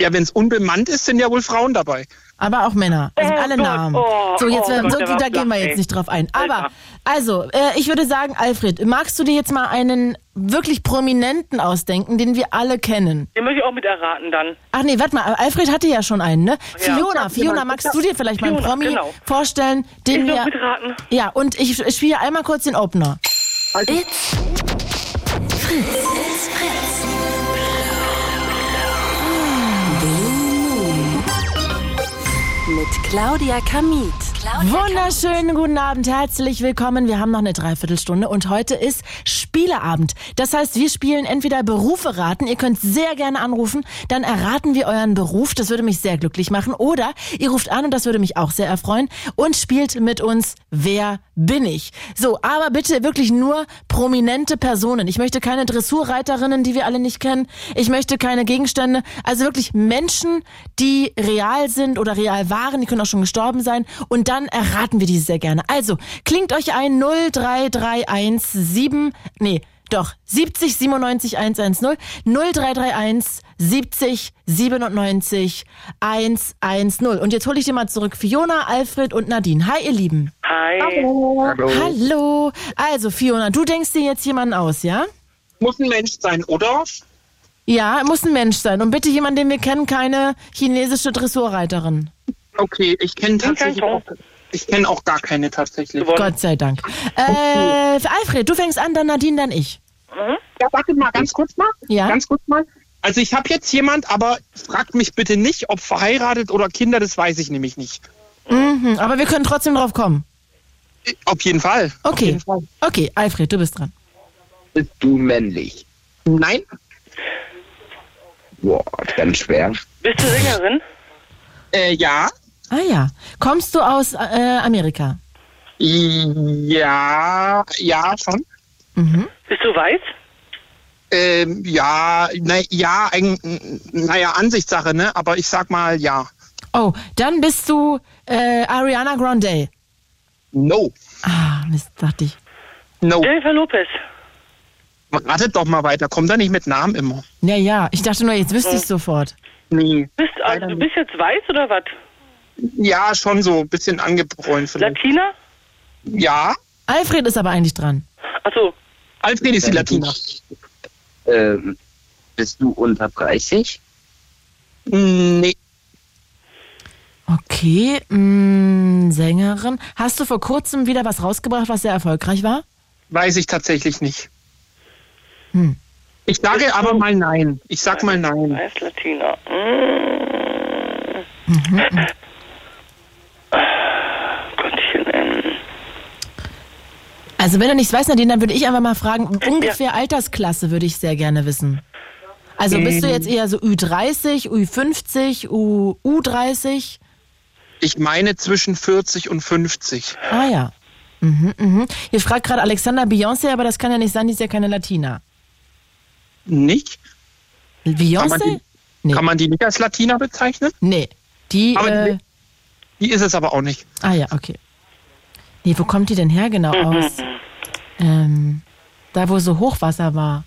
Speaker 12: ja, wenn es unbemannt ist, sind ja wohl Frauen dabei.
Speaker 1: Aber auch Männer. Also alle
Speaker 11: Gott,
Speaker 1: Namen.
Speaker 11: oh,
Speaker 1: so, jetzt
Speaker 11: oh
Speaker 1: werden,
Speaker 11: Gott,
Speaker 1: so,
Speaker 11: der war
Speaker 1: da gehen wir
Speaker 11: flach,
Speaker 1: jetzt
Speaker 11: ey.
Speaker 1: nicht drauf ein. Aber,
Speaker 11: Alter.
Speaker 1: also, äh, ich würde sagen, Alfred, magst du dir jetzt mal einen wirklich prominenten ausdenken, den wir alle kennen?
Speaker 11: Den möchte ich auch mit erraten dann.
Speaker 1: Ach nee, warte mal, Alfred hatte ja schon einen, ne?
Speaker 11: Ja.
Speaker 1: Fiona, Fiona, magst du dir vielleicht mal einen
Speaker 11: Fiona,
Speaker 1: Promi
Speaker 11: genau.
Speaker 1: vorstellen, den
Speaker 11: Ich
Speaker 1: wir.
Speaker 11: darf mitraten. Also,
Speaker 1: Ja, und ich, ich spiele einmal kurz den Opener.
Speaker 2: It's Fritz. It's Fritz. Blue Moon. Mit Claudia Kamit.
Speaker 1: Wunderschönen guten Abend, herzlich willkommen. Wir haben noch eine Dreiviertelstunde und heute ist Spieleabend. Das heißt, wir spielen entweder Berufe raten. Ihr könnt sehr gerne anrufen, dann erraten wir euren Beruf. Das würde mich sehr glücklich machen. Oder ihr ruft an und das würde mich auch sehr erfreuen und spielt mit uns Wer bin ich? So, aber bitte wirklich nur prominente Personen. Ich möchte keine Dressurreiterinnen, die wir alle nicht kennen. Ich möchte keine Gegenstände. Also wirklich Menschen, die real sind oder real waren. Die können auch schon gestorben sein. Und dann erraten wir diese sehr gerne. Also, klingt euch ein 03317, nee, doch, 70 97 110 0331 70 97 110. Und jetzt hole ich dir mal zurück Fiona, Alfred und Nadine. Hi, ihr Lieben.
Speaker 11: Hi.
Speaker 7: Hallo.
Speaker 1: Hallo. Also, Fiona, du denkst dir jetzt jemanden aus, ja?
Speaker 12: Muss ein Mensch sein, oder?
Speaker 1: Ja, muss ein Mensch sein. Und bitte jemand, den wir kennen, keine chinesische Dressurreiterin.
Speaker 12: Okay, ich kenne
Speaker 11: Bin kein
Speaker 12: tatsächlich auch, ich kenne auch gar keine tatsächlich.
Speaker 11: Gewonnen.
Speaker 1: Gott sei Dank. Äh, Alfred, du fängst an, dann Nadine, dann ich.
Speaker 12: Ja, warte mal, ganz kurz mal.
Speaker 1: Ja.
Speaker 12: Ganz kurz mal. Also ich habe jetzt jemand, aber fragt mich bitte nicht, ob verheiratet oder Kinder, das weiß ich nämlich nicht.
Speaker 1: Mhm, aber wir können trotzdem drauf kommen.
Speaker 12: Äh, Auf jeden Fall. Auf
Speaker 1: Okay.
Speaker 12: jeden Fall.
Speaker 1: Okay, Alfred, du bist dran.
Speaker 7: Bist du männlich?
Speaker 12: Nein?
Speaker 7: Boah, ganz schwer.
Speaker 11: Bist du Sängerin?
Speaker 12: Äh, ja.
Speaker 1: Ah ja. Kommst du aus äh, Amerika?
Speaker 12: Ja, ja, schon.
Speaker 1: Mhm.
Speaker 11: Bist du weiß?
Speaker 12: Ähm, ja, na, ja, eigen, naja, Ansichtssache, ne? Aber ich sag mal ja.
Speaker 1: Oh, dann bist du äh, Ariana Grande.
Speaker 12: No.
Speaker 1: Ah, Mist, dachte ich.
Speaker 12: No.
Speaker 11: Jennifer Lopez.
Speaker 12: Ratet doch mal weiter, kommt da nicht mit Namen immer.
Speaker 1: Ja, ja, ich dachte nur, jetzt wüsste ich sofort.
Speaker 12: Äh, Nee.
Speaker 11: Bist, also, du bist jetzt weiß oder was?
Speaker 12: Ja, schon so, ein bisschen angebräunt vielleicht.
Speaker 11: Latina?
Speaker 12: Ja.
Speaker 1: Alfred ist aber eigentlich dran.
Speaker 11: Achso.
Speaker 12: Alfred ist die Latina.
Speaker 7: Äh, Ähm, bist du unter 30?
Speaker 12: Nee.
Speaker 1: Okay, mh, Sängerin. Hast du vor kurzem wieder was rausgebracht, was sehr erfolgreich war?
Speaker 12: Weiß ich tatsächlich nicht.
Speaker 1: Hm.
Speaker 12: Ich sage aber mal nein. Ich sag mal nein.
Speaker 11: Weiß Latina. Hm. Mmh.
Speaker 1: Mhm.
Speaker 11: Gottchen, ähm.
Speaker 1: Also wenn du nichts weißt, Nadine, dann würde ich einfach mal fragen, ungefähr Altersklasse würde ich sehr gerne wissen. Also bist du jetzt eher so Ü30, Ü50, U, U30?
Speaker 12: Ich meine zwischen 40 und 50.
Speaker 1: Ah ja. Mhm, mhm. Hier fragt gerade Alexander Beyoncé, aber das kann ja nicht sein, die ist ja keine Latina.
Speaker 12: Nicht? Kann man,
Speaker 1: Beyoncé?
Speaker 12: die, kann man die nicht als Latina bezeichnen?
Speaker 1: Nee. Die,
Speaker 12: Aber
Speaker 1: äh,
Speaker 12: die- Die ist es aber auch nicht.
Speaker 1: ah ja, okay. Nee, wo kommt die denn her genau
Speaker 12: Mhm.
Speaker 11: Hm.
Speaker 1: aus? Ähm, da, wo so Hochwasser war.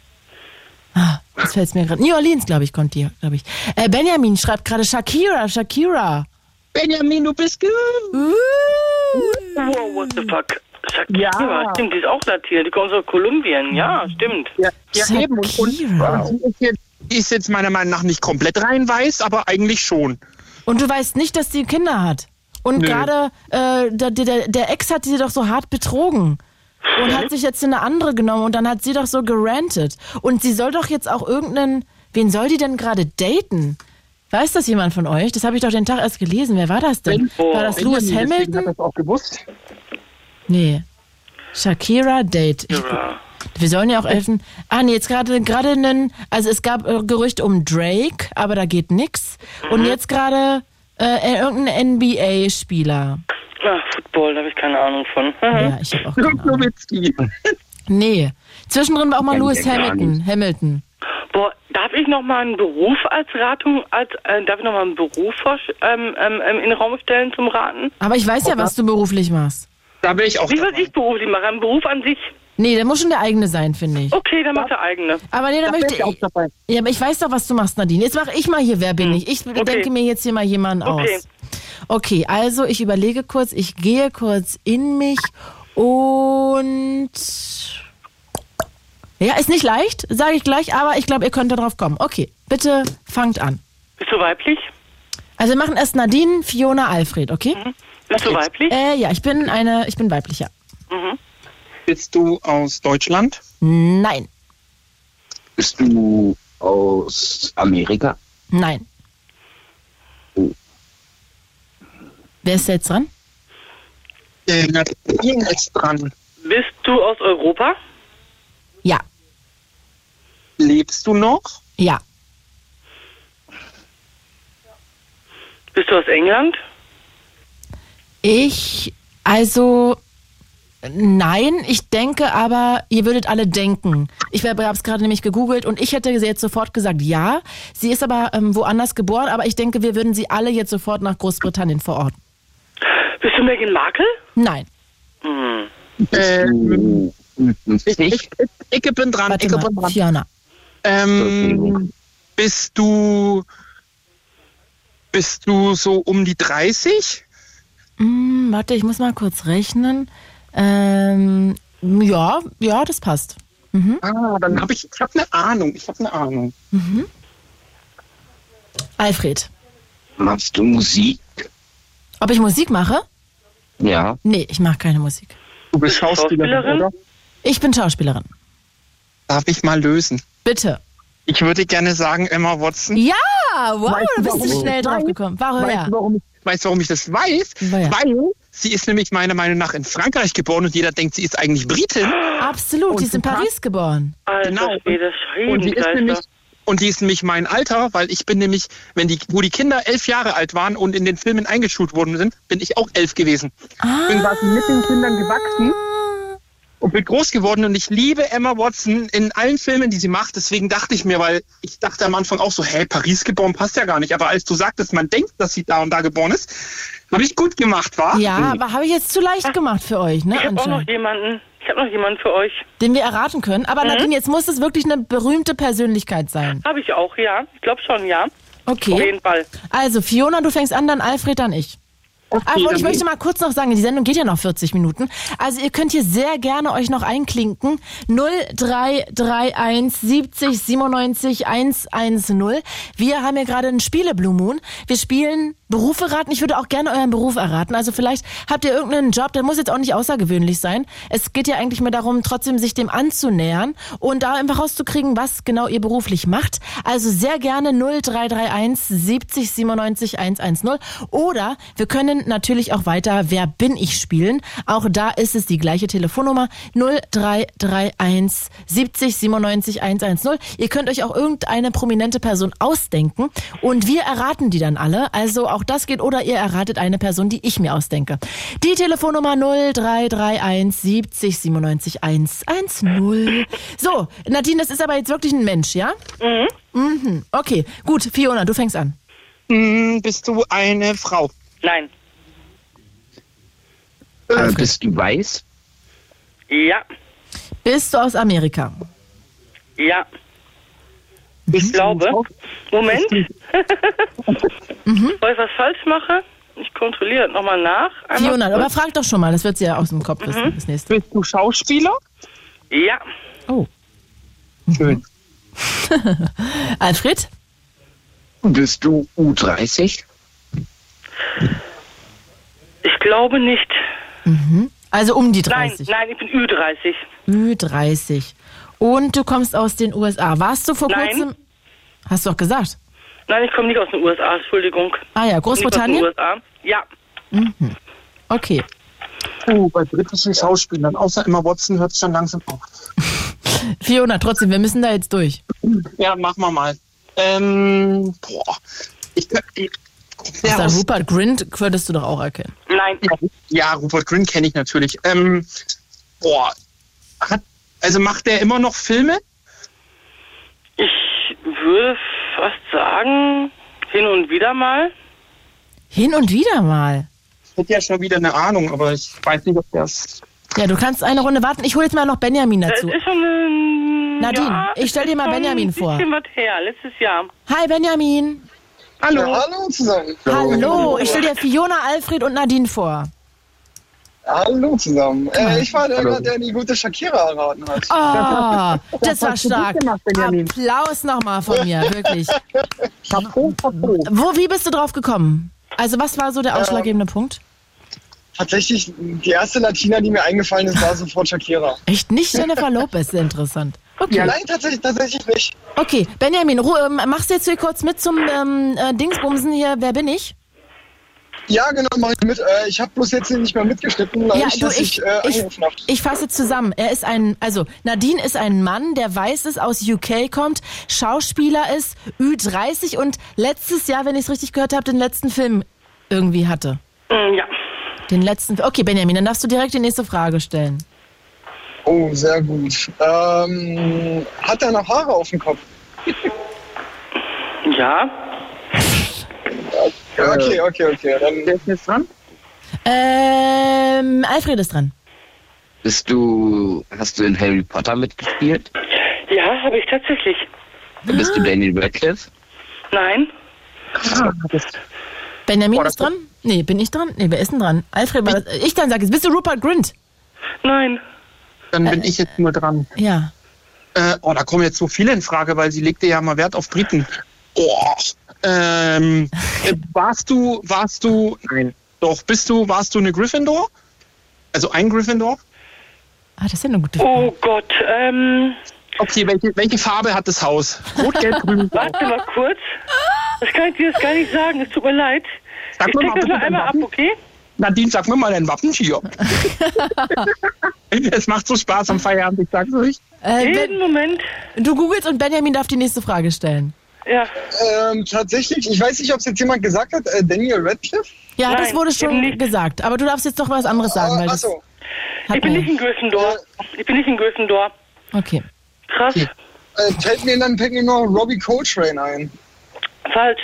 Speaker 1: Ah, das fällt mir gerade. New Orleans, glaube ich, kommt die, glaube ich. Äh, Benjamin schreibt gerade Shakira, Shakira.
Speaker 12: Benjamin, du bist
Speaker 1: Uh,
Speaker 11: Wow, what the fuck? Shakira, ja. stimmt, die ist auch Latina, die kommt aus Kolumbien, ja, stimmt.
Speaker 12: Ja, ja eben. Und, und
Speaker 1: Shakira.
Speaker 12: die, ist jetzt, die ist jetzt meiner Meinung nach nicht komplett rein weiß, aber eigentlich schon.
Speaker 1: Und du weißt nicht, dass die Kinder hat. Und
Speaker 12: Nö.
Speaker 1: gerade äh, der, der, der Ex hat sie doch so hart betrogen. Und hat sich jetzt eine andere genommen und dann hat sie doch so gerantet. Und sie soll doch jetzt auch irgendeinen. Wen soll die denn gerade daten? Weiß das jemand von euch? Das habe ich doch den Tag erst gelesen. Wer war das denn? War das
Speaker 12: Benjamin,
Speaker 1: Lewis
Speaker 12: deswegen
Speaker 1: Hamilton?
Speaker 12: Hat das auch gewusst?
Speaker 1: Nee. Shakira Date. Ich, wir sollen ja auch helfen. Ah, nee, jetzt gerade gerade einen. Also es gab äh, Gerücht um Drake, aber da geht nix.
Speaker 7: Mhm.
Speaker 1: Und jetzt gerade äh, irgendein NBA-Spieler.
Speaker 11: Ach, Football, da habe ich keine Ahnung von. *laughs*
Speaker 1: Ja, ich habe auch keine Ahnung.
Speaker 12: Nowitzki.
Speaker 1: Nee. Zwischendrin war auch mal
Speaker 7: Kenn
Speaker 1: Lewis
Speaker 7: ich ja gar
Speaker 1: Hamilton. Hamilton.
Speaker 11: Boah, darf ich noch mal einen Beruf als Ratung, als, äh, darf ich noch mal einen Beruf vorsch- ähm, ähm, ähm, in den Raum stellen zum Raten?
Speaker 1: Aber ich weiß ja, was du beruflich machst.
Speaker 12: Da bin ich auch.
Speaker 11: Nicht, was ich beruflich mache, ein Beruf an sich.
Speaker 1: Nee, der muss schon der eigene sein, finde ich.
Speaker 11: Okay, dann mach der eigene.
Speaker 1: Aber nee, da
Speaker 12: Da bin
Speaker 1: möchte
Speaker 12: ich auch
Speaker 1: ich.
Speaker 12: dabei.
Speaker 1: Ja, aber ich weiß doch, was du machst, Nadine. Jetzt mache ich mal hier, wer bin ich? Ich denke mir jetzt hier mal jemanden
Speaker 11: Okay.
Speaker 1: aus. Okay, also ich überlege kurz, ich gehe kurz in mich und. Ja, ist nicht leicht, sage ich gleich, aber ich glaube, ihr könnt da drauf kommen. Okay, bitte fangt an.
Speaker 11: Bist du weiblich?
Speaker 1: Also wir machen erst Nadine, Fiona, Alfred, okay?
Speaker 11: Bist du weiblich?
Speaker 1: Äh, ja, ich bin eine, ich bin weiblich, ja.
Speaker 12: Bist du aus Deutschland?
Speaker 1: Nein,
Speaker 7: Bist du aus Amerika?
Speaker 1: nein.
Speaker 7: Oh.
Speaker 1: Wer ist jetzt dran?
Speaker 12: Äh, Nadine ist dran.
Speaker 11: Bist du aus Europa?
Speaker 1: Ja,
Speaker 12: Lebst du noch?
Speaker 1: ja,
Speaker 11: Bist du aus England?
Speaker 1: Ich, also, nein, ich denke aber, ihr würdet alle denken. Ich habe es gerade nämlich gegoogelt und ich hätte jetzt sofort gesagt, ja. Sie ist aber ähm, woanders geboren, aber ich denke, wir würden sie alle jetzt sofort nach Großbritannien verorten.
Speaker 11: Bist du Meghan Markle?
Speaker 1: Nein.
Speaker 11: Hm.
Speaker 7: Du
Speaker 12: Ähm, Äh, Ich,
Speaker 7: 50?
Speaker 12: ich bin dran.
Speaker 1: Warte
Speaker 12: ich bin
Speaker 1: mal,
Speaker 12: dran.
Speaker 1: Fiona.
Speaker 12: Ähm, bist du. Bist du so um die 30?
Speaker 1: Hm, warte, ich muss mal kurz rechnen. Ähm, ja, ja, das passt. Mhm.
Speaker 12: Ah, dann habe ich. Ich habe eine Ahnung. Ich habe eine Ahnung.
Speaker 1: Mhm. Alfred,
Speaker 7: Machst du Musik?
Speaker 1: ob ich Musik mache?
Speaker 7: Ja.
Speaker 1: Nee, ich mache keine Musik.
Speaker 12: Du bist Schauspielerin,
Speaker 11: Schauspielerin?
Speaker 12: oder?
Speaker 1: Ich bin Schauspielerin.
Speaker 12: Darf ich mal lösen?
Speaker 1: Bitte.
Speaker 12: Ich würde gerne sagen, Emma Watson.
Speaker 1: Ja, wow,
Speaker 12: Weißt
Speaker 1: da
Speaker 12: du,
Speaker 1: bist du
Speaker 12: warum ich
Speaker 1: schnell
Speaker 12: weiß?
Speaker 1: drauf gekommen. Warum
Speaker 12: Weißt,
Speaker 1: ja?
Speaker 12: du, warum, weißt du, warum ich das weiß?
Speaker 1: Woher?
Speaker 12: Weil sie ist nämlich meiner Meinung nach in Frankreich geboren und jeder denkt, sie ist eigentlich Britin.
Speaker 1: Absolut, die ist in
Speaker 12: Und-
Speaker 1: Paris geboren.
Speaker 11: Alter
Speaker 12: Genau.
Speaker 11: Schwede,
Speaker 12: Und die ist nämlich
Speaker 11: Scheibenkleister.
Speaker 12: und die ist nämlich mein Alter, weil ich bin nämlich, wenn die, wo die Kinder elf Jahre alt waren und in den Filmen eingeschult worden sind, bin ich auch elf gewesen. Bin quasi mit den Kindern gewachsen und bin groß geworden und ich liebe Emma Watson in allen Filmen, die sie macht. Deswegen dachte ich mir, weil ich dachte am Anfang auch so, hey, Paris geboren passt ja gar nicht. Aber als du sagtest, man denkt, dass sie da und da geboren ist, habe ich gut gemacht, war?
Speaker 1: Ja, aber habe ich jetzt zu leicht gemacht für euch, ne?
Speaker 11: Ich habe auch noch
Speaker 1: anscheinend.
Speaker 11: jemanden. Ich habe noch jemanden für euch.
Speaker 1: Den wir erraten können. Aber
Speaker 11: Mhm.
Speaker 1: Nadine, jetzt muss es wirklich eine berühmte Persönlichkeit sein.
Speaker 11: Habe ich auch, ja. Ich glaube schon, ja.
Speaker 1: Okay.
Speaker 11: Auf jeden Fall.
Speaker 1: Also, Fiona, du fängst an, dann Alfred, dann ich. Aber
Speaker 11: dann
Speaker 1: ich möchte
Speaker 11: ich.
Speaker 1: mal kurz noch sagen, die Sendung geht ja noch 40 Minuten. Also ihr könnt hier sehr gerne euch noch einklinken. 0331 70 97 110. Wir haben ja gerade ein Spiele Blue Moon. Wir spielen Berufe raten. Ich würde auch gerne euren Beruf erraten. Also vielleicht habt ihr irgendeinen Job, der muss jetzt auch nicht außergewöhnlich sein. Es geht ja eigentlich mehr darum, trotzdem sich dem anzunähern und da einfach rauszukriegen, was genau ihr beruflich macht. Also sehr gerne 0331 70 97 110. Oder wir können natürlich auch weiter Wer bin ich spielen. Auch da ist es die gleiche Telefonnummer 0331 70 97 110. Ihr könnt euch auch irgendeine prominente Person ausdenken und wir erraten die dann alle. Also auch das geht oder ihr erratet eine Person, die ich mir ausdenke. Die Telefonnummer 0331 70 97 110. So, Nadine, das ist aber jetzt wirklich ein Mensch, ja? Mhm. mhm. Okay, gut. Fiona, du fängst an.
Speaker 12: Hm, bist du eine Frau?
Speaker 11: Nein.
Speaker 7: Äh, bist du weiß?
Speaker 11: Ja,
Speaker 1: Bist du aus Amerika?
Speaker 11: ja.
Speaker 1: Mhm.
Speaker 11: Ich glaube. Moment. *laughs* Soll ich was falsch mache? Ich kontrolliere das nochmal nach. Einmal
Speaker 1: Fiona,
Speaker 11: kurz.
Speaker 1: aber frag doch schon mal, das wird sie ja aus dem Kopf wissen. Das nächste.
Speaker 12: Mhm. Bist du Schauspieler?
Speaker 11: Ja.
Speaker 1: Oh.
Speaker 12: Schön.
Speaker 1: *laughs* Alfred?
Speaker 7: Bist du U30?
Speaker 11: Ich glaube nicht.
Speaker 1: Mhm. Also um die 30.
Speaker 11: Nein, nein, ich bin Ü30.
Speaker 1: Ü30. Und du kommst aus den USA. Warst du vor
Speaker 11: Nein.
Speaker 1: kurzem? Hast du doch gesagt.
Speaker 11: Nein, ich komme nicht aus den USA, Entschuldigung.
Speaker 1: Ah ja,
Speaker 11: Ich komme nicht aus den
Speaker 1: Großbritannien?
Speaker 11: USA. Ja.
Speaker 1: Mhm. Okay.
Speaker 12: Oh, bei britischen Schauspielern, außer Emma Watson, hört es schon langsam auf.
Speaker 1: *laughs* Fiona, trotzdem, wir müssen da jetzt durch.
Speaker 12: Ja, machen wir mal. Ähm, boah. Ich, kö- ich,
Speaker 1: Ja,
Speaker 12: aus-
Speaker 1: Rupert Grint könntest du doch auch erkennen.
Speaker 11: Nein.
Speaker 12: Ja, Rupert Grün kenne ich natürlich. Ähm, boah. Hat, also macht der immer noch Filme?
Speaker 11: Ich würde fast sagen, hin und wieder mal.
Speaker 1: Hin und wieder mal.
Speaker 12: Ich hätte ja schon wieder eine Ahnung, aber ich weiß nicht, ob das.
Speaker 1: Ja, du kannst eine Runde warten. Ich hole jetzt mal noch Benjamin dazu.
Speaker 11: Es ist schon ein.
Speaker 1: Nadine,
Speaker 11: ja,
Speaker 1: ich stell dir mal
Speaker 11: schon
Speaker 1: Benjamin vor.
Speaker 11: Ein bisschen was her, letztes Jahr.
Speaker 1: Hi Benjamin.
Speaker 12: Hallo.
Speaker 13: hallo zusammen.
Speaker 1: Hallo, ich stelle dir Fiona, Alfred und Nadine vor.
Speaker 13: Hallo zusammen. Äh, ich war der,
Speaker 1: Hallo.
Speaker 13: der die gute Shakira erraten hat. *laughs*
Speaker 1: Ah, das war stark. Applaus nochmal von mir, wirklich. Wo, wie bist du drauf gekommen? Also was war so der ausschlaggebende Punkt?
Speaker 13: Tatsächlich, die erste Latina, die mir eingefallen ist, war sofort Shakira.
Speaker 1: Echt nicht Jennifer Lopez, sehr interessant. Okay.
Speaker 13: Ja, nein, tatsächlich, tatsächlich nicht.
Speaker 1: Okay, Benjamin, Ru ähm, machst du jetzt hier kurz mit zum ähm, äh, Dingsbumsen hier, wer bin ich?
Speaker 13: Ja, genau, mach ich mit. Äh, ich habe bloß jetzt nicht mehr mitgeschnitten, weil
Speaker 1: Ja,
Speaker 13: ich,
Speaker 1: du,
Speaker 13: dass
Speaker 1: ich,
Speaker 13: ich, äh,
Speaker 1: ich,
Speaker 13: angerufen habe.
Speaker 1: ich fasse zusammen. Er ist ein, also Nadine ist ein Mann, der weiß ist, aus UK kommt, Schauspieler ist, Ü30 und letztes Jahr, wenn ich es richtig gehört habe, den letzten Film irgendwie hatte.
Speaker 11: Ja.
Speaker 1: Den letzten. Okay, Benjamin, dann darfst du direkt die nächste Frage stellen.
Speaker 13: Oh, sehr gut. Ähm, hat er noch Haare auf dem Kopf?
Speaker 11: Ja.
Speaker 13: Okay, okay, okay. Dann
Speaker 12: Wer ist jetzt dran?
Speaker 1: Ähm, Alfred ist dran.
Speaker 7: Bist du. Hast du in Harry Potter mitgespielt?
Speaker 11: Ja, habe ich tatsächlich.
Speaker 7: Bist du Daniel Radcliffe?
Speaker 11: Nein.
Speaker 12: Ah,
Speaker 1: Benjamin ist dran? Nee, bin ich dran? Nee, wer ist denn dran? Alfred, war das, ich dann sage jetzt, bist du Rupert Grint? Äh,
Speaker 11: Nein.
Speaker 12: Dann bin ich jetzt nur dran.
Speaker 1: Ja.
Speaker 12: Äh, oh, da kommen jetzt so viele in Frage, weil sie legte ja mal Wert auf Briten. Oh, ähm, äh, warst du, warst du, nein, doch, bist du, warst du eine Gryffindor? Also ein Gryffindor?
Speaker 1: Ah, das ist ja eine gute
Speaker 11: Oh Gott, ähm.
Speaker 12: Okay, welche, welche Farbe hat das Haus? Rot, gelb, grün, blau.
Speaker 11: *laughs* Warte mal kurz. Das kann ich dir das gar nicht sagen, es tut mir leid.
Speaker 12: Sag
Speaker 11: ich
Speaker 12: mir
Speaker 11: check
Speaker 12: mal
Speaker 11: das mal
Speaker 12: bitte
Speaker 11: einmal ab,
Speaker 12: den
Speaker 11: okay?
Speaker 12: Nadine, sag mir mal dein Wappen
Speaker 1: *laughs*
Speaker 12: hier. *laughs* es macht so Spaß am Feierabend, ich sag's euch.
Speaker 1: Äh, Ben-
Speaker 11: Moment.
Speaker 1: Du googelst und Benjamin darf die nächste Frage stellen.
Speaker 11: Ja.
Speaker 13: Ähm, tatsächlich, ich weiß nicht, ob es jetzt jemand gesagt hat, äh, Daniel Radcliffe?
Speaker 1: Ja,
Speaker 13: Nein,
Speaker 1: das wurde
Speaker 13: eben
Speaker 1: schon gesagt. Aber du darfst jetzt doch was anderes sagen, weil das
Speaker 13: achso.
Speaker 11: ich bin nicht in Gösendorf. Ich bin nicht in Gösendorf.
Speaker 1: Okay.
Speaker 11: Krass.
Speaker 13: Äh, fällt mir dann fällt mir nur Robbie Coltrane ein. Mhm,
Speaker 11: Falsch.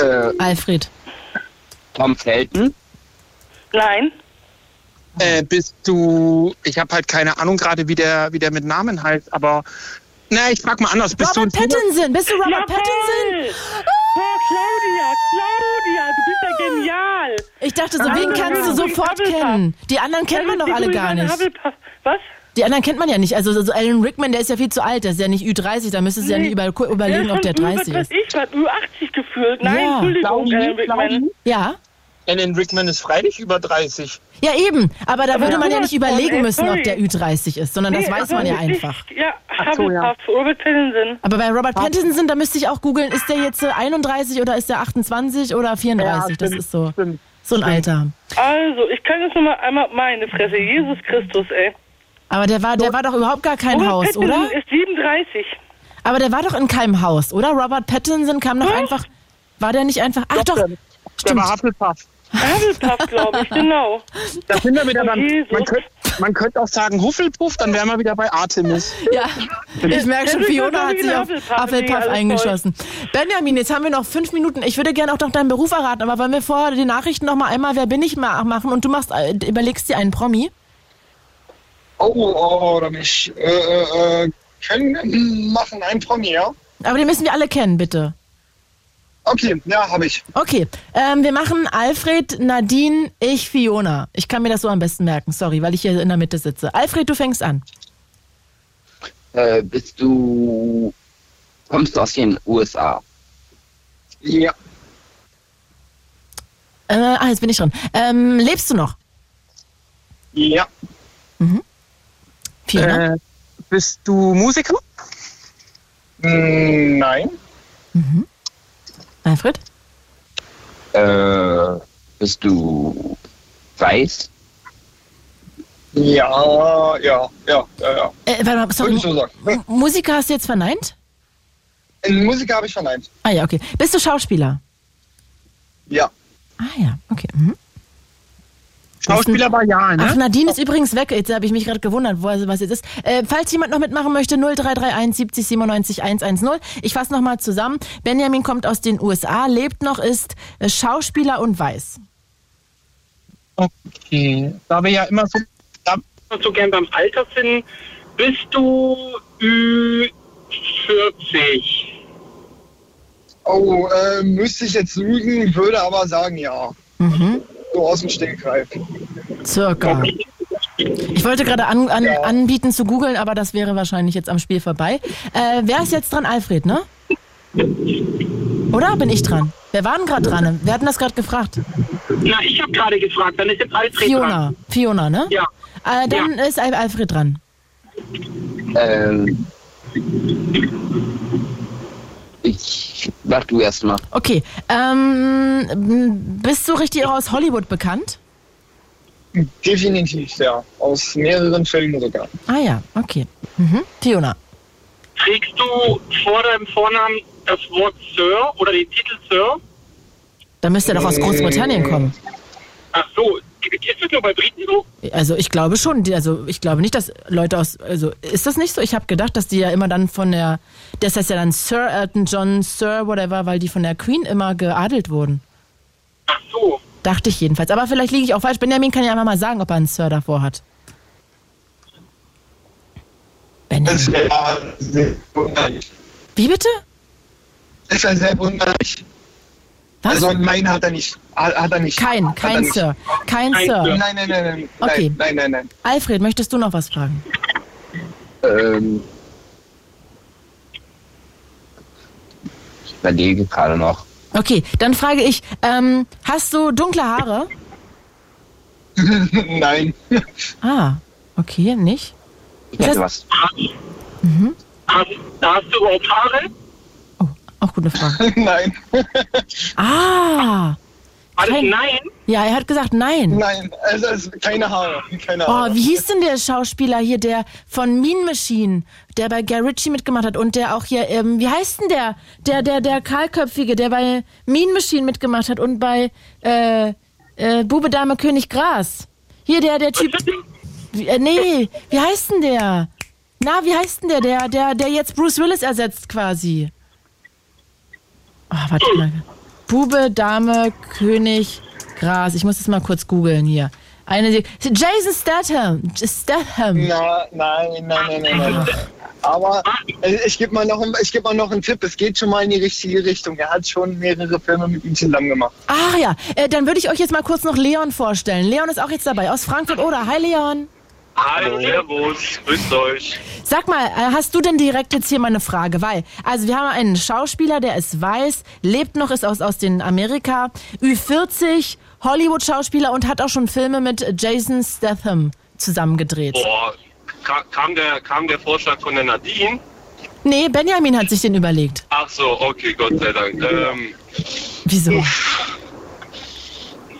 Speaker 7: Äh,
Speaker 1: Alfred.
Speaker 7: Tom Felton?
Speaker 11: Nein.
Speaker 12: Äh, bist du. Ich habe halt keine Ahnung gerade, wie der, wie der mit Namen heißt, aber. Na, ich frag mal anders. Bist
Speaker 1: Robert
Speaker 12: du ein
Speaker 1: Pattinson, bist du Robert
Speaker 11: Jawohl!
Speaker 1: Pattinson?
Speaker 11: Boah, Claudia, Claudia, du bist ja genial. Also,
Speaker 1: Ich dachte, so wen kannst du sofort kennen? Die anderen kennt man doch alle gar nicht.
Speaker 11: Was?
Speaker 1: Die anderen kennt man ja nicht. Also so Alan Rickman, der ist ja viel zu alt, der ist ja nicht Ü30, da müsstest du ja
Speaker 11: Nee.
Speaker 1: nicht über, überlegen, ob der
Speaker 11: schon
Speaker 1: 30
Speaker 11: über, Was
Speaker 1: ist.
Speaker 11: ich war, über 80 gefühlt. Nein,
Speaker 1: Ja.
Speaker 11: Entschuldigung,
Speaker 12: Claudi,
Speaker 11: Alan Rickman.
Speaker 12: Claudi?
Speaker 1: Ja?
Speaker 12: Alan Rickman ist freilich über 30.
Speaker 1: Ja, eben. Aber da
Speaker 11: Aber
Speaker 1: würde man ja nicht
Speaker 11: sowas von,
Speaker 1: überlegen
Speaker 11: ey,
Speaker 1: müssen, ob
Speaker 11: sorry.
Speaker 1: der Ü30 ist, sondern das
Speaker 11: Nee,
Speaker 1: weiß
Speaker 11: also
Speaker 1: man ja
Speaker 11: ich-
Speaker 1: einfach.
Speaker 11: Ja,
Speaker 12: Ach so, ja.
Speaker 11: Hufflepuff, Robert Pattinson.
Speaker 1: Aber bei Robert Pattinson, da müsste ich auch googeln, ist der jetzt äh, 31 oder ist der 28 oder 34? das ist so, so ein Alter.
Speaker 11: Also, ich kann jetzt nochmal einmal meine Fresse. Jesus Christus, ey.
Speaker 1: Aber der war, der war doch überhaupt gar kein
Speaker 11: Robert
Speaker 1: Haus,
Speaker 11: Pattinson
Speaker 1: oder?
Speaker 11: ist 37.
Speaker 1: Aber der war doch in keinem Haus, oder? Robert Pattinson kam doch einfach. War der nicht einfach. Ach doch,
Speaker 12: Der
Speaker 1: stimmt. *laughs*
Speaker 12: war Hufflepuff.
Speaker 11: Hufflepuff, glaube ich, genau.
Speaker 12: *laughs* Da sind wir wieder beim.
Speaker 11: Jesus.
Speaker 12: Man könnte man könnt auch sagen Hufflepuff, dann wären wir wieder bei Artemis.
Speaker 1: Ja, ich merke schon,
Speaker 11: Das ist
Speaker 1: Fiona hat
Speaker 11: natürlich
Speaker 1: sich
Speaker 11: ein
Speaker 1: auf
Speaker 11: Hufflepuff, nee,
Speaker 1: Hufflepuff
Speaker 11: alles
Speaker 1: eingeschossen. Benjamin, jetzt haben wir noch fünf Minuten. Ich würde gerne auch noch deinen Beruf erraten, aber wollen wir vor den Nachrichten noch mal einmal Wer bin ich ma- machen und du machst, äh, überlegst dir einen Promi?
Speaker 13: Oh, oh, oder mich. Äh, äh, äh, können machen, ein Promi, ja?
Speaker 1: Aber den müssen wir alle kennen, bitte.
Speaker 13: Okay, ja, habe ich.
Speaker 1: Okay, ähm, wir machen Alfred, Nadine, ich, Fiona. Ich kann mir das so am besten merken, sorry, weil ich hier in der Mitte sitze. Alfred, du fängst an.
Speaker 7: Äh, bist du. Kommst du aus den USA?
Speaker 13: Ja.
Speaker 1: Äh, ah, jetzt bin ich dran. Ähm, lebst du noch? Mhm.
Speaker 13: Ja.
Speaker 1: Fiona?
Speaker 12: Äh, bist du Musiker?
Speaker 13: Mm, nein.
Speaker 1: Alfred?
Speaker 7: Äh, bist du. Weiß?
Speaker 13: Ja, Ah, ja, ja, ja, ja.
Speaker 1: Äh, warte mal, sorry.
Speaker 13: Würde ich so sagen.
Speaker 1: M- Musiker hast du jetzt verneint?
Speaker 13: Einen Musiker habe ich verneint.
Speaker 1: Ah ja, okay. Bist du Schauspieler?
Speaker 13: Ja.
Speaker 1: Ah ja, okay. Mhm.
Speaker 12: Schauspieler war ja,
Speaker 1: Ach,
Speaker 12: ne?
Speaker 1: Nadine ist übrigens weg. Jetzt habe ich mich gerade gewundert, wo, was jetzt ist. Äh, falls jemand noch mitmachen möchte, 0331 70 97 110. Ich fasse nochmal zusammen. Benjamin kommt aus den USA, lebt noch, ist äh, Schauspieler und weiß.
Speaker 12: Okay.
Speaker 3: hm.
Speaker 12: Da wir ja immer so.
Speaker 3: Da wir so gern beim Alter sind, bist du Ü40.
Speaker 13: Oh, äh, müsste ich jetzt lügen, würde aber sagen ja.
Speaker 1: Mhm.
Speaker 13: So aus dem Stegreif.
Speaker 1: Circa. Ich wollte gerade an, an, anbieten zu googeln, aber das wäre wahrscheinlich jetzt am Spiel vorbei. Äh, wer ist jetzt dran? Alfred, ne? Oder bin ich dran? Wer war denn gerade dran? Wir hatten das gerade gefragt.
Speaker 3: Na, ich habe gerade gefragt, dann ist jetzt Alfred
Speaker 1: Fiona.
Speaker 3: dran.
Speaker 1: Fiona, ne?
Speaker 3: Ja.
Speaker 1: Äh, dann ist Al- Alfred dran.
Speaker 7: Ähm. Ich. Mach du erst mal.
Speaker 1: Okay. Ähm, m- bist du richtig auch aus Hollywood bekannt?
Speaker 13: Definitiv, ja. Aus mehreren Filmen sogar.
Speaker 1: Ah ja, okay. Mhm. Fiona.
Speaker 3: Trägst du vor deinem Vornamen das Wort Sir oder den Titel Sir?
Speaker 1: Da müsste er doch aus Großbritannien kommen.
Speaker 3: Ach so, ist das nur bei Briten so?
Speaker 1: Also ich glaube schon, die, also ich glaube nicht, dass Leute aus, also ist das nicht so? Ich habe gedacht, dass die ja immer dann von der, das heißt ja dann Sir Elton John, Sir whatever, weil die von der Queen immer geadelt wurden.
Speaker 3: Ach so.
Speaker 1: Dachte ich jedenfalls. Aber vielleicht liege ich auch falsch. Benjamin kann ja einfach mal sagen, ob er einen Sir davor hat.
Speaker 13: Das wäre sehr wunderlich.
Speaker 1: Wie bitte?
Speaker 13: Das wäre sehr wunderlich.
Speaker 1: Was?
Speaker 13: Also nein, hat er nicht. Hat, hat er nicht.
Speaker 1: Kein,
Speaker 13: Hat er
Speaker 1: kein
Speaker 13: nicht.
Speaker 1: Sir. Kein
Speaker 13: Nein,
Speaker 1: Sir.
Speaker 13: Nein, nein, nein, nein.
Speaker 1: Okay.
Speaker 13: Nein, nein, nein,
Speaker 1: Alfred, möchtest du noch was fragen?
Speaker 7: Ähm. Ich überlege gerade noch.
Speaker 13: *laughs*
Speaker 1: Okay, dann frage ich, ähm, hast du dunkle Haare?
Speaker 13: nein. nein.
Speaker 1: *laughs* Ah, okay, nicht. Mhm.
Speaker 7: Ich hätte was.
Speaker 3: Hast, hast du überhaupt Haare?
Speaker 1: Oh, Auch gute Frage.
Speaker 13: *laughs* nein.
Speaker 1: Ah,
Speaker 3: Alles
Speaker 1: Kein-
Speaker 3: nein?
Speaker 1: ja, er hat gesagt nein.
Speaker 13: Nein. genau. Also, es keine Haare. Keine
Speaker 1: Oh,
Speaker 13: Haare.
Speaker 1: wie hieß denn der Schauspieler hier, der von Mean Machine, der bei Guy Ritchie mitgemacht hat und der auch hier, ähm, wie heißt denn der? Der, der, der Kahlköpfige, der bei Mean Machine mitgemacht hat und bei äh, äh, Bube Dame König Gras. Hier, der, der Typ. Wie, äh, nee, wie heißt denn der? Na, wie heißt denn der? Der, der, der jetzt Bruce Willis ersetzt quasi. Ah, warte mal. Bube, Dame, König, Gras. Ich muss das mal kurz googeln hier. Eine Sek- Jason Statham. J- Statham.
Speaker 13: Na, nein, nein, nein, nein. nein.
Speaker 1: Ah.
Speaker 13: Aber äh, ich gebe mal, noch einen- ich geb mal noch einen Tipp. Es geht schon mal in die richtige Richtung. Er hat schon mehrere Filme mit ihm zusammen gemacht.
Speaker 1: Ach ja, äh, dann würde ich euch jetzt mal kurz noch Leon vorstellen. Leon ist auch jetzt dabei aus Frankfurt oder? Hi Leon.
Speaker 14: Hallo, Servus, grüßt euch.
Speaker 1: Sag mal, äh, hast du denn direkt jetzt hier mal eine Frage? Weil, also wir haben einen Schauspieler, der ist weiß, lebt noch, ist aus, aus den Amerika, Ü40, Hollywood-Schauspieler und hat auch schon Filme mit Jason Statham zusammengedreht.
Speaker 14: Boah, ka- kam der, kam der Vorschlag von der Nadine?
Speaker 1: Nee, Benjamin hat sich den überlegt.
Speaker 14: Ach so, okay, Gott sei Dank. Ähm,
Speaker 1: Wieso?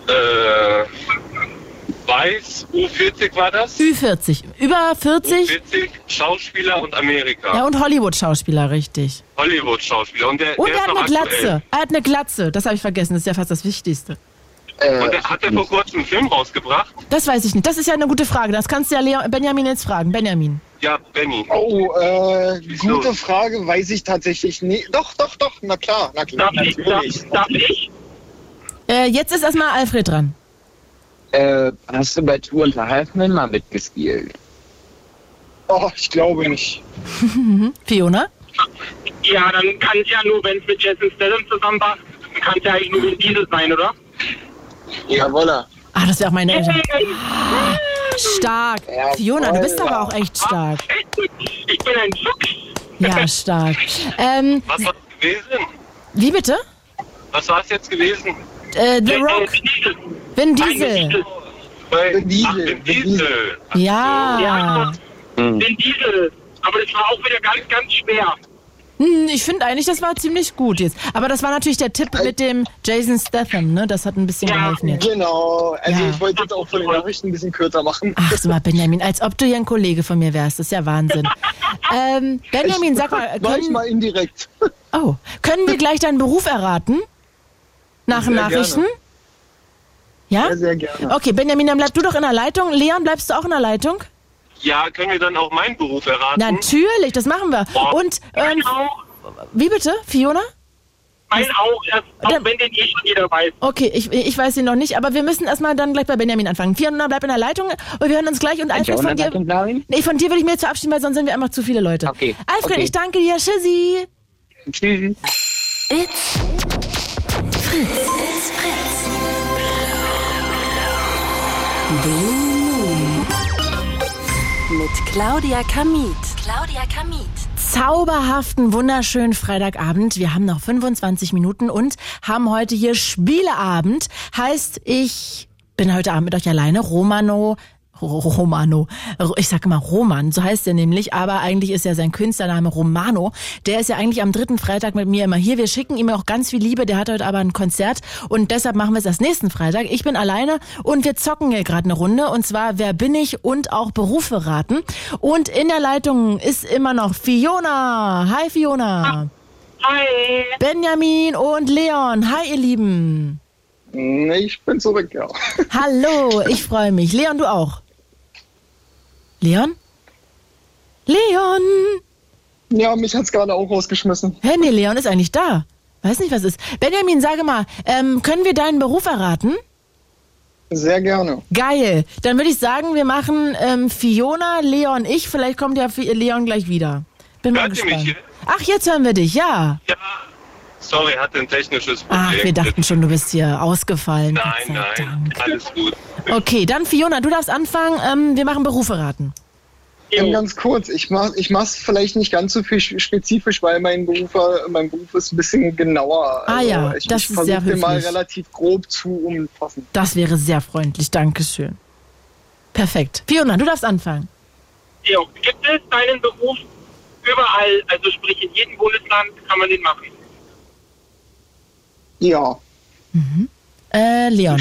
Speaker 14: äh, Weiß, U40 war das?
Speaker 1: Ü40. Über 40?
Speaker 14: U40, Schauspieler und Amerika.
Speaker 1: Ja, und Hollywood-Schauspieler, richtig.
Speaker 14: Hollywood-Schauspieler. Und der,
Speaker 1: Und
Speaker 14: der
Speaker 1: er
Speaker 14: ist
Speaker 1: hat
Speaker 14: noch
Speaker 1: eine Glatze.
Speaker 14: aktuell.
Speaker 1: Er hat eine Glatze. Das habe ich vergessen. Das ist ja fast das Wichtigste.
Speaker 14: Und der, hat er vor kurzem einen Film rausgebracht?
Speaker 1: Das weiß ich nicht. Das ist ja eine gute Frage. Das kannst du ja Leon, Benjamin jetzt fragen. Benjamin.
Speaker 14: Ja, Benny.
Speaker 13: Oh, äh, gute Frage, weiß ich tatsächlich nicht. Doch, doch, doch, na klar, na klar.
Speaker 14: Darf ich, darf, darf ich?
Speaker 1: Äh, jetzt ist erstmal Alfred dran.
Speaker 7: Äh, hast du bei Two and a Half Men mal mitgespielt?
Speaker 13: Oh, ich glaube nicht.
Speaker 1: Mhm. Fiona?
Speaker 15: Ja, dann kann es ja nur, wenn es mit Jason Statham zusammen war, dann kann es ja eigentlich nur Vin Diesel sein, oder?
Speaker 7: Jawolla.
Speaker 1: Ah, das wäre auch meine Eltern. Ah, Stark. Fiona, du bist aber auch echt stark.
Speaker 15: Ich bin ein
Speaker 1: Ja, stark. Ähm,
Speaker 14: Was war es gewesen?
Speaker 1: wie bitte?
Speaker 14: Was war es jetzt gewesen?
Speaker 1: Äh, The Rock. Vin Diesel.
Speaker 14: Vin Diesel. Ach, Vin Diesel.
Speaker 1: Ah. Ja.
Speaker 13: Hm.
Speaker 15: Vin also, Diesel. Aber das war auch wieder ganz, ganz schwer.
Speaker 1: Hm, ich finde eigentlich, das war ziemlich gut jetzt. Aber das war natürlich der Tipp mit dem Jason Statham, ne? Das hat ein bisschen geholfen jetzt.
Speaker 13: Genau, also
Speaker 1: Ja.
Speaker 13: ich wollte jetzt auch von den Nachrichten ein bisschen kürzer machen.
Speaker 1: Ach, sag mal, Benjamin, als ob du hier ein Kollege von mir wärst. Das ist ja Wahnsinn. Ähm, Benjamin, sag mal,
Speaker 13: War ich
Speaker 1: können,
Speaker 13: mal indirekt.
Speaker 1: oh, können wir gleich deinen Beruf erraten? Nach
Speaker 13: Sehr
Speaker 1: den Nachrichten?
Speaker 13: gerne.
Speaker 1: Ja?
Speaker 13: Sehr, sehr gerne.
Speaker 1: Okay, Benjamin, dann bleib du doch in der Leitung. Leon, bleibst du auch in der Leitung?
Speaker 14: Ja, können wir dann auch meinen Beruf erraten?
Speaker 1: Natürlich, das machen wir.
Speaker 15: Oh,
Speaker 1: Und, ähm, wie bitte, Fiona?
Speaker 15: Mein auch, erst, auch wenn den eh schon jeder weiß.
Speaker 1: Okay, ich, ich weiß ihn noch nicht, aber wir müssen erstmal dann gleich bei Benjamin anfangen. Fiona, bleib in der Leitung und wir hören uns gleich. Und Alfred, von dir, nee, von dir will ich mir jetzt verabschieden, weil sonst sind wir einfach zu viele Leute. Okay. Alfred,
Speaker 2: Okay.
Speaker 1: ich danke dir. Tschüssi.
Speaker 7: Tschüss.
Speaker 2: It's Fritz. It's Fritz. Blue Moon. Mit Claudia Kamit. Claudia Kamit.
Speaker 1: Zauberhaften, wunderschönen Freitagabend. Wir haben noch 25 Minuten und haben heute hier Spieleabend. Heißt, ich bin heute Abend mit euch alleine. Romano, Ro- Romano, Ro- ich sage immer Roman, so heißt er nämlich, aber eigentlich ist ja sein Künstlername Romano. Der ist ja eigentlich am dritten Freitag mit mir immer hier. Wir schicken ihm auch ganz viel Liebe. Der hat heute aber ein Konzert und deshalb machen wir es erst nächsten Freitag. Ich bin alleine und wir zocken hier gerade eine Runde und zwar Wer bin ich und auch Berufe raten. Und in der Leitung ist immer noch Fiona. Hi Fiona.
Speaker 15: Hi.
Speaker 1: Benjamin und Leon. Hi ihr Lieben.
Speaker 13: Nee, ich bin zurück, ja.
Speaker 1: Hallo, ich freue mich. Leon, du auch. Leon? Leon!
Speaker 13: Ja, mich hat's gerade auch rausgeschmissen.
Speaker 1: Hä, nee, Leon ist eigentlich da. Weiß nicht, was ist. Benjamin, sage mal, ähm, können wir deinen Beruf erraten?
Speaker 13: Sehr gerne.
Speaker 1: Geil. Dann würde ich sagen, wir machen ähm, Fiona, Leon, ich. Vielleicht kommt ja Fi- Leon gleich wieder. Bin mal
Speaker 14: Hört ihr mich
Speaker 1: gespannt. Ach, jetzt hören wir dich, ja.
Speaker 14: Sorry, hatte ein technisches
Speaker 1: Ach, wir
Speaker 14: Problem.
Speaker 1: dachten schon, du bist hier ausgefallen.
Speaker 14: nein, nein, alles gut.
Speaker 1: Okay, dann Fiona, du darfst anfangen. Ähm, wir machen Berufe raten.
Speaker 13: Ähm, ganz kurz, ich mach, ich mach's vielleicht nicht ganz so viel sch- spezifisch, weil mein Beruf, äh, mein Beruf ist ein bisschen genauer. Also,
Speaker 1: Ah ja,
Speaker 13: ich,
Speaker 1: das
Speaker 13: ich
Speaker 1: ist
Speaker 13: versuch
Speaker 1: sehr
Speaker 13: den mal
Speaker 1: höflich.
Speaker 13: relativ grob zu umfassen.
Speaker 1: Das wäre sehr freundlich. Dankeschön. Perfekt. Fiona, du darfst anfangen.
Speaker 15: Ja, gibt es deinen Beruf überall? Also sprich, in jedem Bundesland kann man den machen.
Speaker 13: Ja.
Speaker 1: Äh, Leon.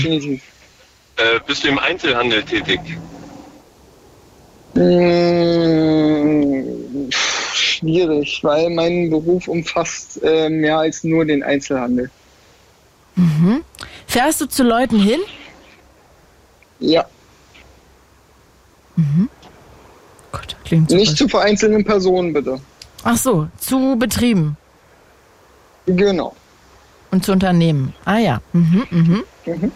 Speaker 14: Äh, bist du im Einzelhandel tätig?
Speaker 13: Mm, pff, schwierig, weil mein Beruf umfasst äh, mehr als nur den Einzelhandel.
Speaker 1: Mhm. Fährst du zu Leuten hin?
Speaker 13: Ja.
Speaker 1: Mhm. Gott, klingt super.
Speaker 13: Nicht zu vereinzelten Personen, bitte.
Speaker 1: Ach so, zu Betrieben
Speaker 13: Genau.
Speaker 1: und zu Unternehmen. Ah ja. Mhm, mhm.
Speaker 13: Mhm.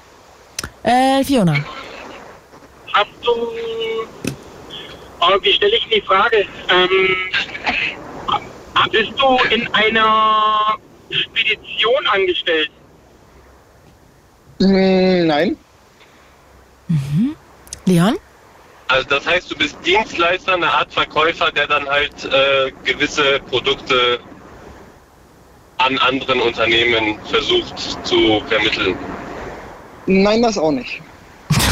Speaker 1: Äh, Fiona.
Speaker 15: Hast du. Aber wie stelle ich die Frage? Ähm, bist du in einer Spedition angestellt?
Speaker 13: Mm, Nein.
Speaker 1: Mhm. Leon?
Speaker 14: Also das heißt, du bist Dienstleister, eine Art Verkäufer, der dann halt äh, gewisse Produkte an anderen Unternehmen versucht zu vermitteln.
Speaker 13: Nein, das auch nicht. *laughs*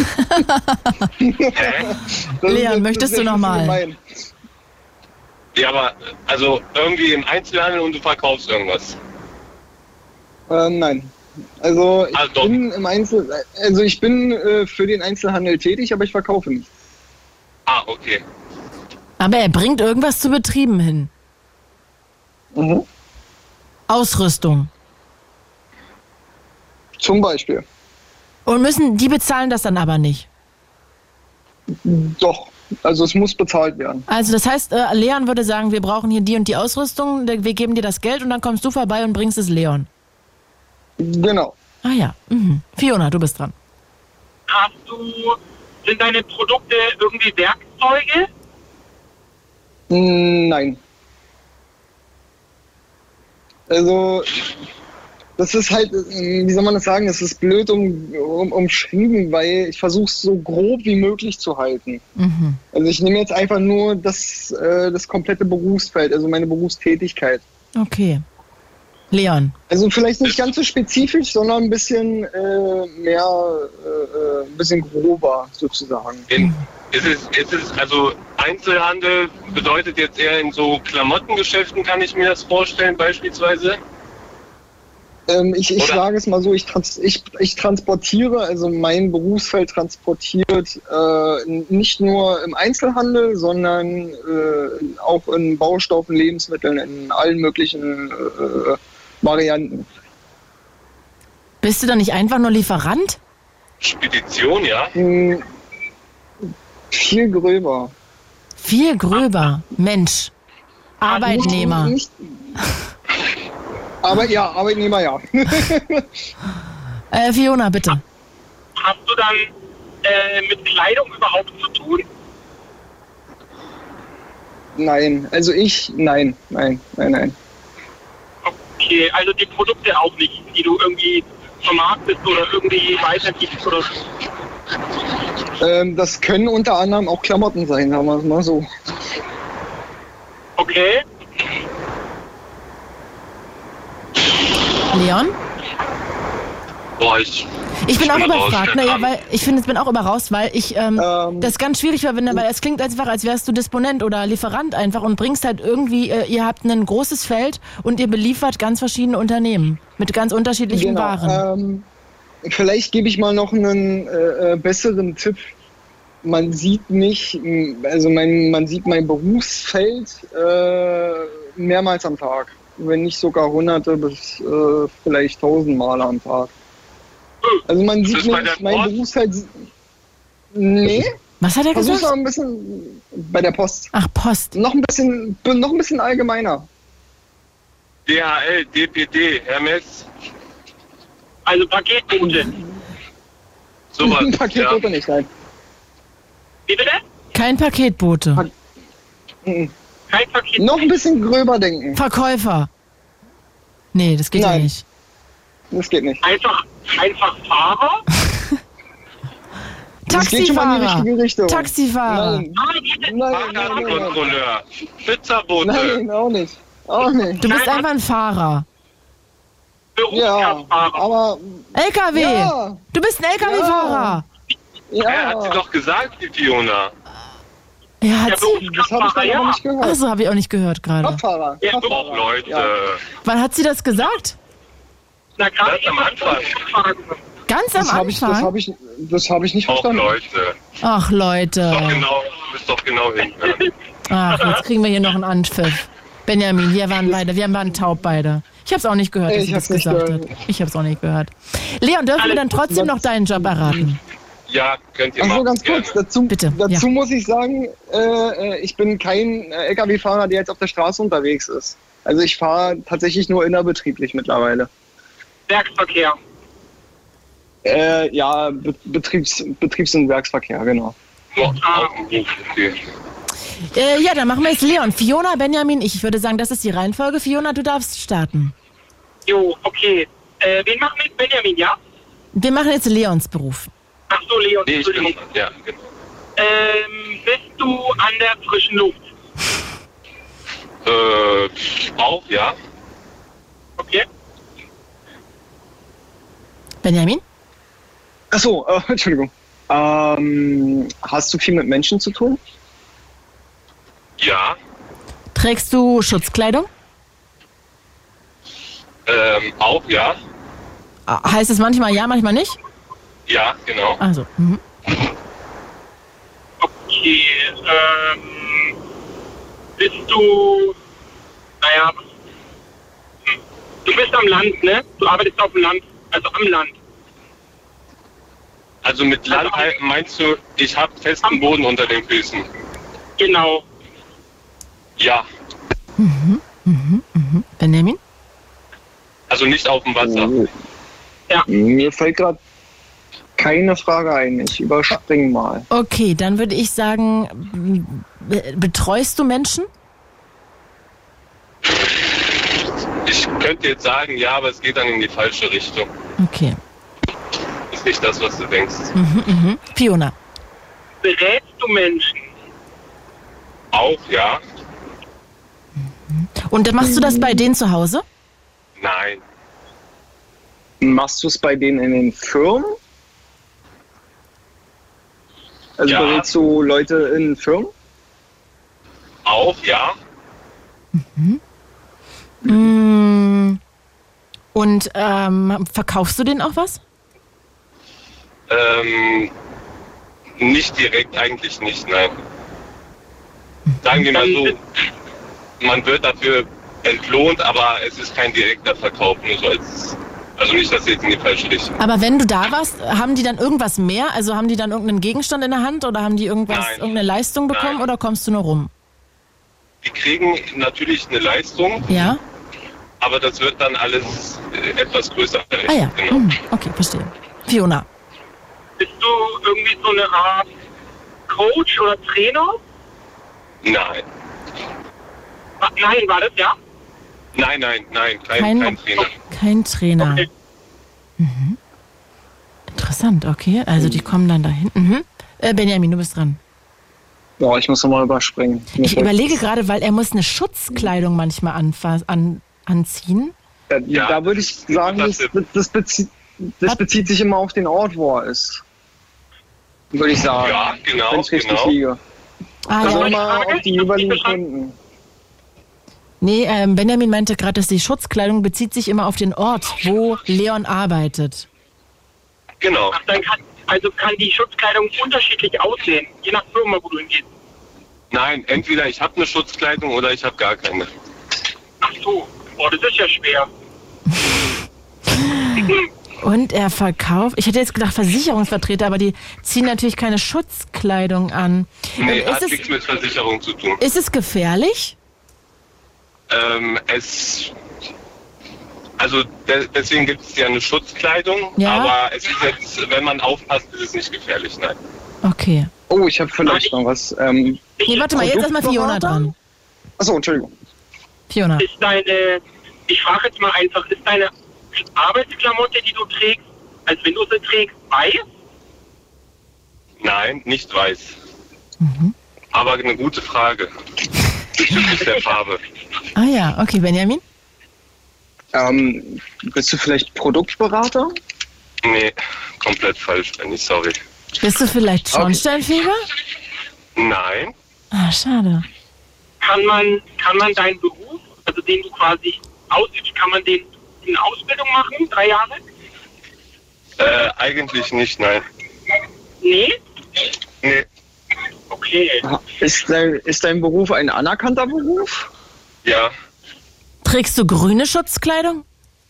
Speaker 13: Das ist
Speaker 1: Leon,
Speaker 13: jetzt
Speaker 1: möchtest du
Speaker 13: sehr
Speaker 1: nochmal?
Speaker 13: gemein.
Speaker 14: Ja, aber also irgendwie im Einzelhandel und du verkaufst irgendwas.
Speaker 13: Äh, nein. Also ich
Speaker 14: Ah, doch.
Speaker 13: bin im Einzel also ich bin äh, für den Einzelhandel tätig, aber ich verkaufe nicht.
Speaker 14: Ah, okay.
Speaker 1: Aber er bringt irgendwas zu Betrieben hin.
Speaker 13: Mhm.
Speaker 1: Ausrüstung.
Speaker 13: Zum Beispiel.
Speaker 1: Und müssen, die bezahlen das dann aber nicht.
Speaker 13: Doch. Also es muss bezahlt werden.
Speaker 1: Also das heißt, äh, Leon würde sagen, wir brauchen hier die und die Ausrüstung, der- wir geben dir das Geld und dann kommst du vorbei und bringst es Leon.
Speaker 13: Genau.
Speaker 1: Ah ja. Mhm. Fiona, du bist dran.
Speaker 15: Hast du. Sind deine Produkte irgendwie Werkzeuge?
Speaker 13: Mm, Nein. Also, das ist halt, mm, wie soll man das sagen, das ist blöd um, um, umschrieben, weil ich versuche es so grob wie möglich zu halten.
Speaker 1: Mhm.
Speaker 13: Also ich nehme jetzt einfach nur das, äh, das komplette Berufsfeld, also meine Berufstätigkeit.
Speaker 1: Okay. Leon.
Speaker 13: Also vielleicht nicht ganz so spezifisch, sondern ein bisschen äh, mehr, äh, äh, ein bisschen grober sozusagen.
Speaker 14: In, ist es, ist es, also Einzelhandel bedeutet jetzt eher in so Klamottengeschäften, kann ich mir das vorstellen beispielsweise.
Speaker 13: Ähm, ich ich sage es mal so, ich, trans ich, ich transportiere, also mein Berufsfeld transportiert äh, n- nicht nur im Einzelhandel, sondern äh, auch in Baustoffen, Lebensmitteln, in allen möglichen äh, äh, Varianten.
Speaker 1: Bist du dann nicht einfach nur Lieferant?
Speaker 14: Spedition, ja.
Speaker 13: Hm, viel gröber.
Speaker 1: Viel gröber. Mensch. Arbeitnehmer.
Speaker 13: Nicht- Aber ja, Arbeitnehmer ja. *laughs*
Speaker 1: Äh, Fiona, bitte.
Speaker 15: Hast du dann äh, mit Kleidung überhaupt zu tun?
Speaker 13: nein, also ich, nein, nein, nein, nein.
Speaker 15: Okay, also die Produkte auch nicht, die du irgendwie vermarktest oder irgendwie weitergibst oder so.
Speaker 13: Ähm, das können unter anderem auch Klamotten sein, sagen wir es mal so.
Speaker 15: Okay.
Speaker 1: Leon?
Speaker 14: Boah, ich,
Speaker 1: Ich bin auch
Speaker 14: raus,
Speaker 1: überfragt,
Speaker 14: keine
Speaker 1: naja,
Speaker 14: Ahnung.
Speaker 1: weil ich finde, ich bin auch über raus, weil ich ähm, das ganz schwierig war, wenn, weil es klingt einfach, als wärst du Disponent oder Lieferant einfach und bringst halt irgendwie, äh, ihr habt ein großes Feld und ihr beliefert ganz verschiedene Unternehmen mit ganz unterschiedlichen
Speaker 13: Genau, ähm,
Speaker 1: Waren.
Speaker 13: Vielleicht gebe ich mal noch einen äh, äh, besseren Tipp. Man sieht mich, mh, also mein, man sieht mein Berufsfeld äh, mehrmals am Tag. Wenn nicht sogar hunderte bis äh, vielleicht tausend Male am Tag. Also man sieht
Speaker 15: bei
Speaker 13: mich,
Speaker 15: der
Speaker 13: mein
Speaker 15: Post?
Speaker 13: Berufsfeld. si- Nee. Also
Speaker 1: Was hat er
Speaker 13: Versuch's
Speaker 1: gesagt?
Speaker 13: noch ein bisschen bei der Post.
Speaker 1: Ach, Post.
Speaker 13: Noch ein bisschen, noch ein bisschen allgemeiner.
Speaker 14: DHL, DPD, Hermes.
Speaker 15: Also Paketbote.
Speaker 14: Sowas.
Speaker 13: *laughs* Paket
Speaker 14: ja.
Speaker 13: oder nicht, nein.
Speaker 15: Wie bitte?
Speaker 1: Kein Paketbote.
Speaker 14: Hm.
Speaker 13: Mhm. Noch ein bisschen gröber denken.
Speaker 1: Verkäufer. Nee, das geht ja nicht.
Speaker 13: Das geht nicht.
Speaker 15: Einfach, einfach Fahrer?
Speaker 13: Das geht schon mal in die
Speaker 1: Taxifahrer.
Speaker 13: richtige Richtung.
Speaker 1: Taxifahrer.
Speaker 13: Nein.
Speaker 14: Nein, Fahrkartenkontrolleur, Pizzabote.
Speaker 13: Nein, auch nicht. Auch nicht.
Speaker 1: Du bist einfach ein Fahrer.
Speaker 13: ja, aber
Speaker 1: LKW.
Speaker 13: Ja.
Speaker 1: Du bist ein LKW-Fahrer.
Speaker 14: Ja. hat sie doch gesagt, die Fiona.
Speaker 1: Ja, hat
Speaker 14: Ja,
Speaker 1: sie.
Speaker 14: das hab ich dann aber nicht gehört.
Speaker 1: Ach so, habe ich auch nicht gehört gerade.
Speaker 13: Fahrer.
Speaker 14: Ja, doch, Leute.
Speaker 1: Wann hat sie das gesagt?
Speaker 15: Na, gerade
Speaker 14: am Anfang.
Speaker 1: Ganz am
Speaker 13: Das habe ich, das
Speaker 1: Anfang?
Speaker 13: hab ich, das hab ich nicht
Speaker 14: Auch
Speaker 13: verstanden.
Speaker 14: Leute.
Speaker 1: Ach,
Speaker 14: Doch
Speaker 1: Leute.
Speaker 14: genau, du bist doch genau hin.
Speaker 1: Ach, jetzt kriegen wir hier noch einen Anpfiff. Benjamin, wir waren beide, wir waren taub beide. Ich habe es auch nicht gehört, dass
Speaker 13: Ich
Speaker 1: sie das
Speaker 13: hab's nicht
Speaker 1: gesagt hat.
Speaker 13: gehört.
Speaker 1: Ich habe es auch nicht gehört. Leon, dürfen wir dann trotzdem noch deinen Job erraten?
Speaker 14: Ja, könnt ihr
Speaker 13: Achso,
Speaker 14: machen.
Speaker 13: ganz kurz, dazu, dazu muss ich sagen, äh, äh, ich bin kein äh, Lkw-Fahrer, der jetzt auf der Straße unterwegs ist. Also ich fahre tatsächlich nur innerbetrieblich mittlerweile.
Speaker 15: Werksverkehr.
Speaker 13: Äh, ja, Be Betriebs-, Betriebs und Werksverkehr, genau.
Speaker 15: Ah,
Speaker 1: Äh, ja, dann machen wir jetzt Leon. Fiona, Benjamin, ich würde sagen, das ist die Reihenfolge. Fiona, du darfst starten.
Speaker 15: Jo, okay. Äh, wen machen wir mit Benjamin, ja?
Speaker 1: Wir machen jetzt Leons Beruf.
Speaker 15: Ach so, Leon. Entschuldigung.
Speaker 14: ja.
Speaker 15: Ähm, bist du an der frischen Luft?
Speaker 14: Äh, auch, ja.
Speaker 15: Okay.
Speaker 1: Benjamin?
Speaker 13: Achso, äh, *laughs* Entschuldigung. Ähm, hast du viel mit Menschen zu tun?
Speaker 14: Ja.
Speaker 1: Trägst du Schutzkleidung?
Speaker 14: Ähm, auch, ja.
Speaker 1: Ah, Heißt es manchmal ja, manchmal nicht?
Speaker 14: Ja, genau.
Speaker 1: Also, mhm.
Speaker 15: Okay, ähm, bist du, naja, hm, du bist am Land, ne? Du arbeitest auf dem Land, also am Land.
Speaker 14: Also mit Land meinst du, ich habe festen Boden unter den Füßen?
Speaker 15: Genau.
Speaker 14: Ja.
Speaker 1: Mhm. Mhm. Mhm. Benjamin?
Speaker 14: Also nicht auf dem Wasser.
Speaker 13: Äh, Mir fällt gerade keine Frage ein. Ich überspringe mal.
Speaker 1: Okay, dann würde ich sagen, be- betreust du Menschen?
Speaker 14: Ich könnte jetzt sagen, ja, aber es geht dann in die falsche Richtung.
Speaker 1: Okay.
Speaker 14: Ist nicht das, was du denkst.
Speaker 1: Mhm, mhm. Fiona.
Speaker 15: Berätst du Menschen?
Speaker 14: Auch, ja.
Speaker 1: Und dann machst du das bei denen zu Hause?
Speaker 14: Nein.
Speaker 13: Machst du es bei denen in den Firmen? Also
Speaker 14: Ja.
Speaker 13: berätst du Leute in Firmen?
Speaker 14: Auch, ja.
Speaker 1: Mhm. Und ähm, verkaufst du denen auch was?
Speaker 14: Ähm, nicht direkt, eigentlich nicht, nein. Sagen wir mal so, man wird dafür entlohnt, aber es ist kein direkter Verkauf, nur so als, also nicht, dass jetzt in die falsche Richtung.
Speaker 1: Aber wenn du da warst, haben die dann irgendwas mehr? Also haben die dann irgendeinen Gegenstand in der Hand oder haben die irgendwas,
Speaker 14: Nein.
Speaker 1: irgendeine Leistung bekommen
Speaker 14: Nein.
Speaker 1: oder kommst du nur rum?
Speaker 14: Die kriegen natürlich eine Leistung,
Speaker 1: Ja?
Speaker 14: aber das wird dann alles äh, etwas größer.
Speaker 1: Ah ja. Hm. Okay, verstehe. Fiona.
Speaker 15: Bist du irgendwie so eine Art Coach oder Trainer?
Speaker 14: Nein.
Speaker 15: Ah, Nein, war das, ja?
Speaker 14: Nein, nein, nein, kein,
Speaker 1: Kein-
Speaker 14: kein, Trainer.
Speaker 1: Kein Trainer. Mhm. Interessant, okay. Also die kommen dann dahin. Mhm. Äh, Benjamin, du bist dran.
Speaker 13: Ja, ich muss nochmal überspringen. Mir
Speaker 1: Ich
Speaker 13: fällt-
Speaker 1: überlege gerade, weil er muss eine Schutzkleidung manchmal anfa- an, anziehen.
Speaker 13: Da, Äh, da würde ich sagen, das, das, bezieht, das bezieht sich immer auf den Ort, wo er ist. Würde ich sagen.
Speaker 14: Ja, genau,
Speaker 13: Wenn ich richtig
Speaker 14: genau.
Speaker 13: liege.
Speaker 1: Ah,
Speaker 13: also
Speaker 1: ja.
Speaker 13: immer auf die jeweiligen Kunden.
Speaker 1: Nee, ähm, Benjamin meinte gerade, dass die Schutzkleidung bezieht sich immer auf den Ort, wo Leon arbeitet.
Speaker 14: Genau.
Speaker 15: Ach, dann kann, also kann die Schutzkleidung unterschiedlich aussehen, je nach Firma, wo du hingehst.
Speaker 14: Nein, entweder ich habe eine Schutzkleidung oder ich habe gar keine.
Speaker 15: Ach so, boah, das ist ja schwer.
Speaker 1: Und er verkauft. Ich hätte jetzt gedacht Versicherungsvertreter, aber die ziehen natürlich keine Schutzkleidung an.
Speaker 14: Nee,
Speaker 1: Ähm,
Speaker 14: hat
Speaker 1: ist, es,
Speaker 14: nichts mit Versicherung zu tun.
Speaker 1: ist es gefährlich?
Speaker 14: Ähm, es. Also de deswegen gibt es ja eine Schutzkleidung,
Speaker 1: Ja.
Speaker 14: aber es ist jetzt, wenn man aufpasst, ist es nicht gefährlich, nein.
Speaker 1: Okay.
Speaker 13: Oh, ich habe vielleicht noch was. Ähm,
Speaker 1: Nee, warte mal, jetzt erstmal Fiona dran.
Speaker 13: Achso, Entschuldigung.
Speaker 1: Fiona.
Speaker 15: Ist deine, ich frage jetzt mal einfach, ist deine Arbeitsklamotte, die du trägst, also wenn du sie trägst, weiß?
Speaker 14: Nein, nicht weiß. Aber eine gute Frage. Bezüglich der Farbe.
Speaker 1: Ah ja, okay, Benjamin.
Speaker 13: Ähm, bist du vielleicht Produktberater?
Speaker 14: Nee, komplett falsch, Benny, sorry.
Speaker 1: Bist du vielleicht Schornsteinfeger?
Speaker 14: Nein.
Speaker 1: Ah, schade.
Speaker 15: Kann man, kann man deinen Beruf, also den du quasi ausübst, kann man den in Ausbildung machen, drei Jahre?
Speaker 14: Äh, eigentlich nicht, nein.
Speaker 15: Nee?
Speaker 14: Nee.
Speaker 15: Okay.
Speaker 13: Ist dein, ist dein Beruf ein anerkannter Beruf? *laughs*
Speaker 14: Ja,
Speaker 1: Trägst du grüne Schutzkleidung?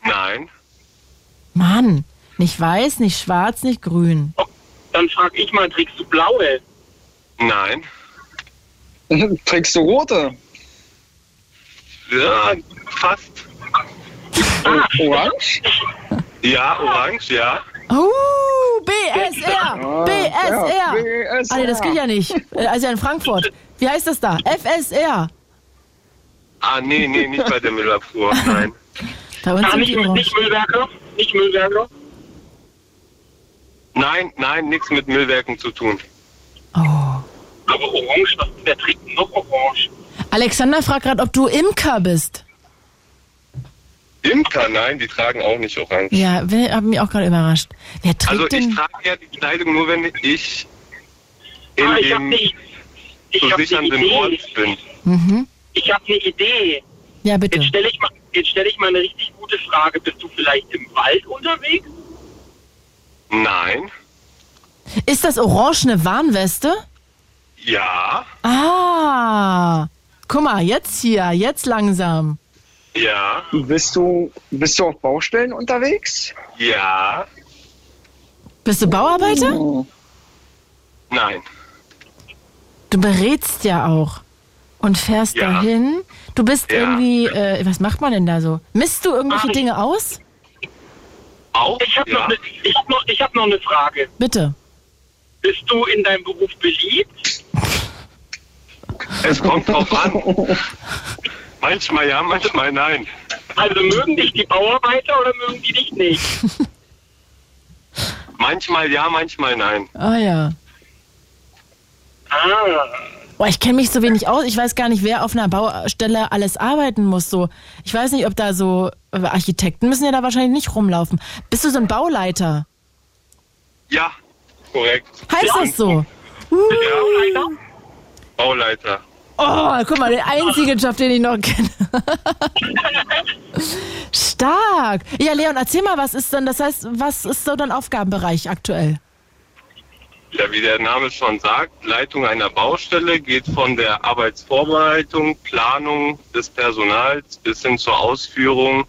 Speaker 14: nein.
Speaker 1: Mann, nicht weiß, nicht schwarz, nicht grün.
Speaker 15: Dann frage ich mal, trägst du blaue?
Speaker 14: Nein.
Speaker 13: Trägst du rote?
Speaker 14: Ja, fast.
Speaker 15: Ah,
Speaker 13: Orange?
Speaker 14: Ja, orange, ja.
Speaker 1: Uh, BSR! BSR! Alter, das geht ja nicht. Äh, Also in Frankfurt. Wie heißt das da? FSR.
Speaker 14: Ah, nee, nee, nicht bei der Müllabfuhr, nein.
Speaker 1: Bei uns
Speaker 15: Ah,
Speaker 1: sind
Speaker 15: nicht,
Speaker 1: die orange.
Speaker 15: nicht Müllwerke? Nicht Müllwerke?
Speaker 14: Nein, nein, nichts mit Müllwerken zu tun.
Speaker 15: Oh. Aber orange, was, wer trägt denn noch orange?
Speaker 1: Alexander fragt gerade, ob du Imker bist.
Speaker 14: Imker, nein, die tragen auch nicht orange.
Speaker 1: Ja, wir haben mich auch gerade überrascht. Wer trägt
Speaker 14: Also ich
Speaker 1: denn?
Speaker 14: trage ja die Kleidung nur, wenn ich in
Speaker 15: Ah, ich hab
Speaker 14: dem
Speaker 15: die- ich
Speaker 14: zu
Speaker 15: hab die
Speaker 14: sichernden
Speaker 15: Idee.
Speaker 14: Ort bin.
Speaker 1: Mhm.
Speaker 15: Ich habe eine Idee.
Speaker 1: Ja, bitte.
Speaker 15: Jetzt stelle ich, mal- jetzt stell ich mal eine richtig gute Frage. Bist du vielleicht im Wald unterwegs?
Speaker 14: Nein,
Speaker 1: Ist das orange eine Warnweste?
Speaker 14: ja,
Speaker 1: Ah. Guck mal, jetzt hier, jetzt langsam.
Speaker 14: ja,
Speaker 13: Bist du, bist du auf Baustellen unterwegs?
Speaker 14: ja,
Speaker 1: Bist du Bauarbeiter?
Speaker 14: Oh. nein.
Speaker 1: Du berätst ja auch und fährst
Speaker 14: Ja.
Speaker 1: dahin. Du bist
Speaker 14: Ja.
Speaker 1: irgendwie, äh, was macht man denn da so? Misst du irgendwelche Dinge aus?
Speaker 14: Auch?
Speaker 15: Ich habe noch, ne, ich hab noch, ich hab noch eine Frage.
Speaker 1: Bitte.
Speaker 15: Bist du in deinem Beruf beliebt?
Speaker 14: Es kommt drauf an. Manchmal ja, manchmal nein.
Speaker 15: Also mögen dich die Bauarbeiter oder mögen die dich nicht?
Speaker 14: *laughs* Manchmal ja, manchmal nein.
Speaker 1: Ah ja.
Speaker 15: Ah.
Speaker 1: Boah, ich kenne mich so wenig aus. Ich weiß gar nicht, wer auf einer Baustelle alles arbeiten muss. So, ich weiß nicht, ob da so äh, Architekten müssen ja da wahrscheinlich nicht rumlaufen. Bist du so ein Bauleiter?
Speaker 14: Ja, korrekt.
Speaker 1: Heißt das so?
Speaker 14: Ja, Bauleiter.
Speaker 1: Oh, guck mal, den einzigen Job, den ich noch kenne. Stark. Ja, Leon, erzähl mal, was ist denn, das heißt, was ist so dein Aufgabenbereich aktuell?
Speaker 14: Ja, wie der Name schon sagt, Leitung einer Baustelle geht von der Arbeitsvorbereitung, Planung des Personals bis hin zur Ausführung,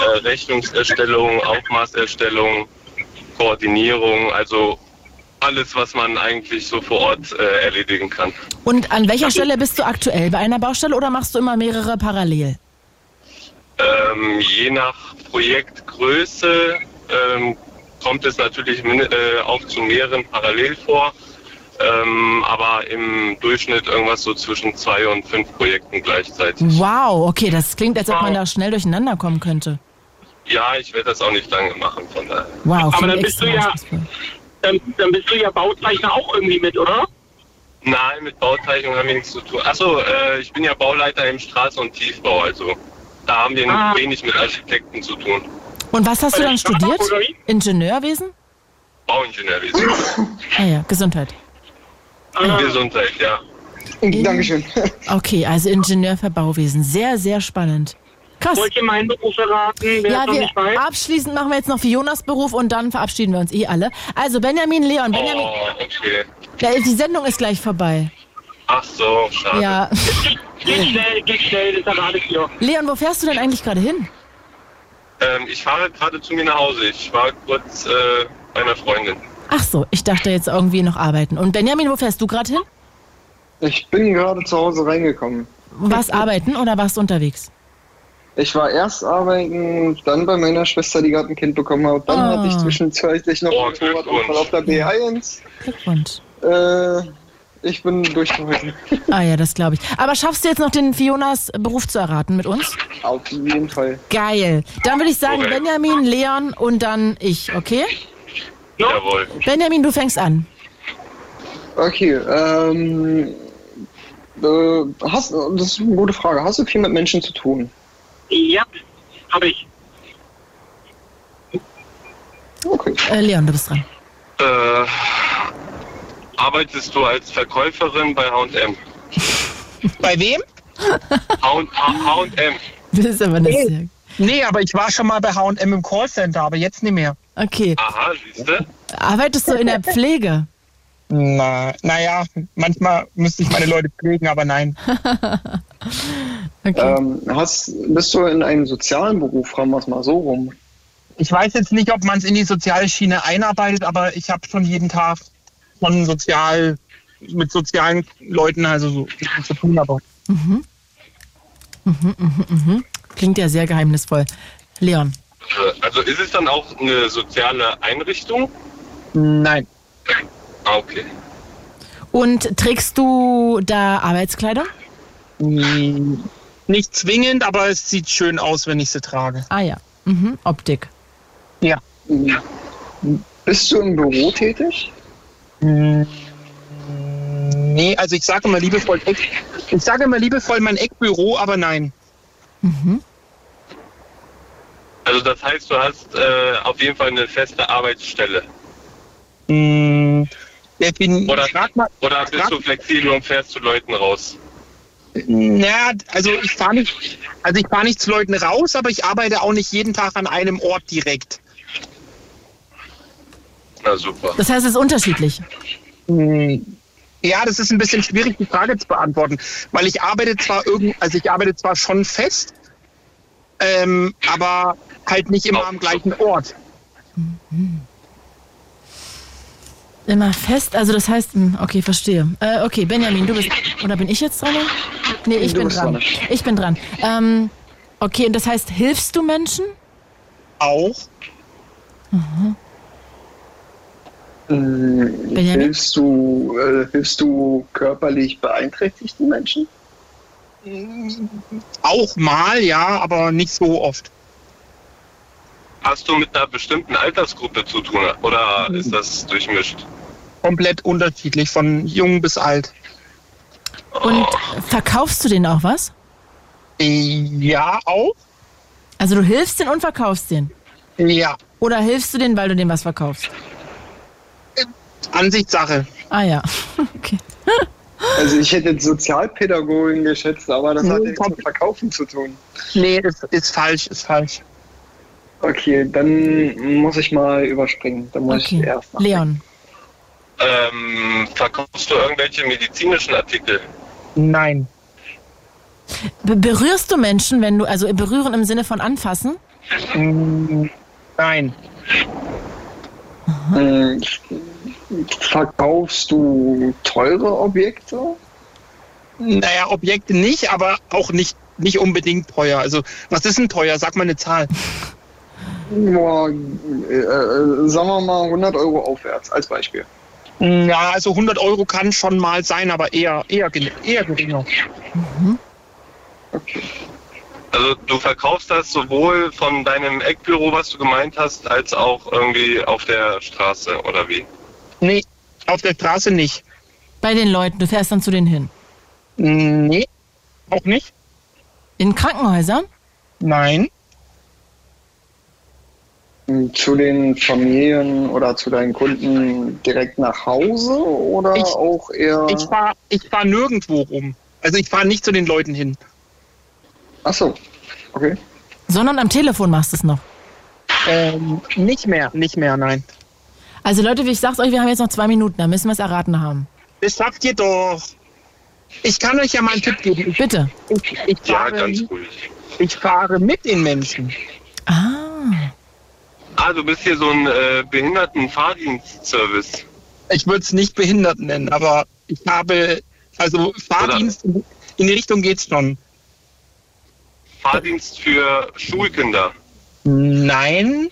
Speaker 14: äh, Rechnungserstellung, Aufmaßerstellung, Koordinierung, also alles, was man eigentlich so vor Ort äh, erledigen kann.
Speaker 1: Und an welcher Stelle bist du aktuell? Bei einer Baustelle oder machst du immer mehrere parallel?
Speaker 14: Ähm, je nach Projektgröße ähm, kommt es natürlich min- äh, auch zu mehreren parallel vor, ähm, aber im Durchschnitt irgendwas so zwischen zwei und fünf Projekten gleichzeitig.
Speaker 1: Wow, okay, das klingt, als ob man da schnell durcheinander kommen könnte.
Speaker 14: Ja, ich werde das auch nicht lange machen, von daher.
Speaker 1: Wow,
Speaker 15: Aber
Speaker 1: klingt
Speaker 15: dann bist
Speaker 1: extra
Speaker 15: du ja,
Speaker 1: anspruchsvoll.
Speaker 15: dann, dann bist du ja Bauzeichner auch irgendwie mit, oder?
Speaker 14: Nein, mit Bauzeichnung haben wir nichts zu tun. Achso, äh, ich bin ja Bauleiter im Straßen- und Tiefbau, also da haben wir
Speaker 1: Ah.
Speaker 14: wenig mit Architekten zu tun.
Speaker 1: Und was hast du dann studiert? Ingenieurwesen?
Speaker 14: Bauingenieurwesen.
Speaker 1: Ah ja, Gesundheit.
Speaker 14: Gesundheit, ja.
Speaker 13: Dankeschön.
Speaker 1: Okay, also Ingenieur für Bauwesen. Sehr, sehr spannend. Krass.
Speaker 15: Wollt ihr meinen Beruf erraten? Wer
Speaker 1: Ja,
Speaker 15: es noch
Speaker 1: wir
Speaker 15: nicht weiß?
Speaker 1: abschließend machen wir jetzt noch für Jonas Beruf und dann verabschieden wir uns eh alle. Also Benjamin, Leon, Benjamin,
Speaker 14: Oh, okay.
Speaker 1: Ja, die Sendung ist gleich vorbei.
Speaker 14: Ach so, schade. *laughs*
Speaker 1: Ja.
Speaker 15: Geht schnell, geht schnell, das errate ich dir.
Speaker 1: Leon, wo fährst du denn eigentlich gerade hin?
Speaker 14: Ähm, ich fahre gerade zu mir nach Hause. Ich war kurz äh, bei einer Freundin.
Speaker 1: Ach so, ich dachte jetzt irgendwie noch arbeiten. Und Benjamin, wo fährst du gerade hin?
Speaker 13: Ich bin gerade zu Hause reingekommen.
Speaker 1: Warst arbeiten oder warst unterwegs?
Speaker 13: Ich war erst arbeiten, dann bei meiner Schwester, die gerade ein Kind bekommen hat. Dann
Speaker 1: Ah.
Speaker 13: hatte ich zwischenzeitlich noch
Speaker 15: Oh,
Speaker 13: einen Motorradunfall auf der B1.
Speaker 1: Glückwunsch.
Speaker 13: Äh, ich bin durchgehalten.
Speaker 1: Ah ja, das glaube ich. Aber schaffst du jetzt noch den Fionas Beruf zu erraten mit uns?
Speaker 13: *laughs* Auf jeden Fall.
Speaker 1: Geil. Dann würde ich sagen,
Speaker 13: Korrekt.
Speaker 1: Benjamin, Leon und dann ich, okay?
Speaker 14: Jawohl.
Speaker 1: Benjamin, du fängst an.
Speaker 13: Okay, ähm. Äh, hast, das ist eine gute Frage. Hast du viel mit Menschen zu tun?
Speaker 15: Ja, habe ich.
Speaker 1: Äh, Leon, du bist dran.
Speaker 14: Äh, arbeitest du als Verkäuferin bei HM?
Speaker 12: Bei wem?
Speaker 14: HM.
Speaker 1: *laughs* Das ist aber
Speaker 12: nicht nee. nee, aber ich war schon mal bei HM im Callcenter, aber jetzt nicht mehr.
Speaker 1: Okay.
Speaker 14: Aha, siehst du?
Speaker 1: Arbeitest du in der Pflege?
Speaker 12: Na, naja, manchmal müsste ich meine Leute pflegen, aber nein.
Speaker 13: Ähm, hast, bist du in einem sozialen Beruf, fragen wir es mal so rum?
Speaker 12: Ich weiß jetzt nicht, ob man es in die soziale Schiene einarbeitet, aber ich habe schon jeden Tag schon sozial, mit sozialen Leuten also so zu tun, aber
Speaker 1: Mhm. Mhm, mhm, mhm. Klingt ja sehr geheimnisvoll. Leon.
Speaker 14: Äh, Also ist es dann auch eine soziale Einrichtung?
Speaker 12: nein.
Speaker 14: Ah, okay.
Speaker 1: Und trägst du da Arbeitskleidung?
Speaker 12: Mm, Nicht zwingend, aber es sieht schön aus, wenn ich sie trage.
Speaker 1: Ah ja. Mhm. Optik.
Speaker 12: Ja.
Speaker 13: Bist du im Büro tätig?
Speaker 12: Mm, Nee, also ich sage immer liebevoll, Eck- ich sage immer liebevoll mein Eckbüro, aber nein.
Speaker 14: Also das heißt, du hast äh, auf jeden Fall eine feste Arbeitsstelle.
Speaker 12: Mm, defin-
Speaker 14: Oder,
Speaker 12: mal-
Speaker 14: oder bist du flexibel und fährst zu Leuten raus?
Speaker 12: Naja, also ich fahre nicht, also ich fahre nicht zu Leuten raus, aber ich arbeite auch nicht jeden Tag an einem Ort direkt.
Speaker 14: Na super.
Speaker 1: Das heißt, es ist unterschiedlich.
Speaker 12: Hm, Ja, das ist ein bisschen schwierig, die Frage zu beantworten, weil ich arbeite zwar irgend, also ich arbeite zwar schon fest, ähm, aber halt nicht immer am gleichen Ort.
Speaker 1: Immer fest, also das heißt, hm, okay, verstehe. Äh, okay, Benjamin, du bist. Oder bin ich jetzt dran? Nee, ich
Speaker 12: Du
Speaker 1: bin
Speaker 12: bist
Speaker 1: dran.
Speaker 12: dran.
Speaker 1: Ich bin dran. Ähm, okay, und das heißt, hilfst du Menschen?
Speaker 12: Auch.
Speaker 1: Mhm.
Speaker 13: Hm, Hilfst du, äh, hilfst du körperlich beeinträchtigten Menschen?
Speaker 12: Hm, Auch mal, ja, aber nicht so oft.
Speaker 14: Hast du mit einer bestimmten Altersgruppe zu tun oder ist das durchmischt?
Speaker 12: Komplett unterschiedlich, von jung bis alt.
Speaker 1: Und verkaufst du denen auch was?
Speaker 12: Ja, auch.
Speaker 1: Also du hilfst denen und verkaufst denen?
Speaker 12: Ja.
Speaker 1: Oder hilfst du denen, weil du denen was verkaufst?
Speaker 12: Ansichtssache.
Speaker 1: Ah ja.
Speaker 13: Also ich hätte jetzt Sozialpädagogin geschätzt, aber das hat ja nichts mit Verkaufen zu tun.
Speaker 12: Nee, ist, ist falsch, ist falsch.
Speaker 13: Okay, dann muss ich mal überspringen. Dann muss ich erst
Speaker 1: Leon.
Speaker 14: Ähm, verkaufst du irgendwelche medizinischen Artikel?
Speaker 12: Nein.
Speaker 1: Be berührst du Menschen, wenn du, also berühren im Sinne von anfassen?
Speaker 12: Mm, Nein.
Speaker 13: Äh, Verkaufst du teure Objekte?
Speaker 12: Naja, Objekte nicht, aber auch nicht, nicht unbedingt teuer. Also, was ist denn teuer? Sag mal eine
Speaker 13: *laughs*
Speaker 12: Zahl.
Speaker 13: Boah, äh, äh, sagen wir mal 100 Euro aufwärts als Beispiel.
Speaker 12: Ja, also 100 Euro kann schon mal sein, aber eher, eher, gen- eher geringer.
Speaker 14: Also du verkaufst das sowohl von deinem Eckbüro, was du gemeint hast, als auch irgendwie auf der Straße oder wie?
Speaker 12: Nee, auf der Straße nicht.
Speaker 1: Bei den Leuten, du fährst dann zu denen hin.
Speaker 12: Mm, Nee, auch nicht.
Speaker 1: In Krankenhäusern?
Speaker 12: Nein.
Speaker 13: Zu den Familien oder zu deinen Kunden direkt nach Hause oder auch eher.
Speaker 12: Ich fahre ich fahr nirgendwo rum. Also, ich fahre nicht zu den Leuten hin.
Speaker 13: Ach so, okay.
Speaker 1: Sondern am Telefon machst du es noch.
Speaker 12: Ähm, nicht mehr, nicht mehr, nein.
Speaker 1: Also Leute, wie ich sag's euch, wir haben jetzt noch zwei Minuten, da müssen wir es erraten haben.
Speaker 12: Das schafft ihr doch. Ich kann euch ja mal einen Tipp geben. Ich,
Speaker 1: Bitte.
Speaker 12: Ich, ich
Speaker 14: Ja,
Speaker 12: fahre,
Speaker 14: ganz ruhig.
Speaker 12: ich fahre mit den Menschen.
Speaker 14: Ah, du bist hier so ein äh, Behindertenfahrdienstservice.
Speaker 12: ich würde es nicht behindert nennen, aber ich habe, also Fahrdienst in in die Richtung geht's schon.
Speaker 14: Fahrdienst für Schulkinder.
Speaker 12: Nein,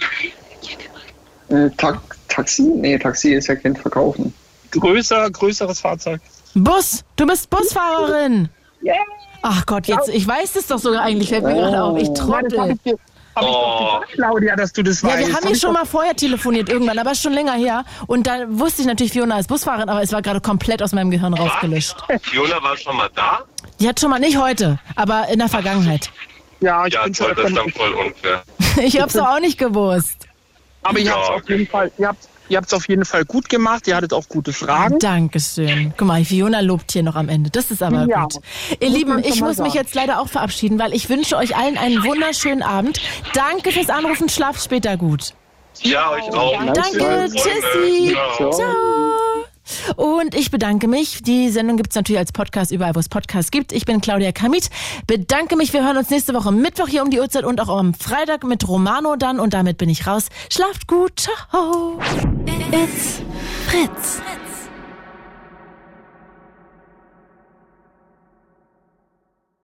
Speaker 13: Äh, Ta Taxi? Nee, Taxi ist ja kein Verkaufen.
Speaker 12: größer, größeres Fahrzeug.
Speaker 1: Bus, du bist Busfahrerin. Ach Gott, jetzt, ich weiß es doch sogar eigentlich, fällt mir gerade auf. Ich trottel.
Speaker 12: Oh. Claudia, dass du das
Speaker 1: Ja,
Speaker 12: weißt.
Speaker 1: wir haben
Speaker 12: Hab
Speaker 1: hier
Speaker 12: ich
Speaker 1: schon
Speaker 12: doch-
Speaker 1: mal vorher telefoniert irgendwann, aber schon länger her. Und da wusste ich natürlich, Fiona ist Busfahrerin, aber es war gerade komplett aus meinem Gehirn rausgelöscht.
Speaker 14: Fiona war schon mal da?
Speaker 1: Die hat schon mal, nicht heute, aber in der Vergangenheit. *laughs*
Speaker 12: Ja, ich
Speaker 14: ja,
Speaker 12: bin
Speaker 14: toll,
Speaker 12: schon
Speaker 14: das ist
Speaker 12: öfter-
Speaker 14: dann voll unfair.
Speaker 1: Ich hab's doch auch nicht gewusst.
Speaker 12: Aber ihr habt's
Speaker 14: Ja,
Speaker 12: auf jeden Fall, ihr habt ihr habt's auf jeden Fall gut gemacht. Ihr hattet auch gute Fragen.
Speaker 1: Dankeschön. Guck mal, Fiona lobt hier noch am Ende. Das ist aber
Speaker 12: Ja.
Speaker 1: gut. Ihr
Speaker 12: Muss
Speaker 1: Lieben,
Speaker 12: man schon
Speaker 1: ich
Speaker 12: mal
Speaker 1: muss mich
Speaker 12: sagen.
Speaker 1: jetzt leider auch verabschieden, weil ich wünsche euch allen einen wunderschönen Abend. Danke fürs Anrufen. Schlaft später gut.
Speaker 14: Ja, euch auch.
Speaker 1: Danke, tschüssi. Ciao. Und ich bedanke mich. Die Sendung gibt's natürlich als Podcast überall, wo es Podcasts gibt. Ich bin Claudia Kamit. Bedanke mich. Wir hören uns nächste Woche Mittwoch hier um die Uhrzeit und auch am Freitag mit Romano dann. Und damit bin ich raus. Schlaft gut. Ciao.
Speaker 2: It's Fritz.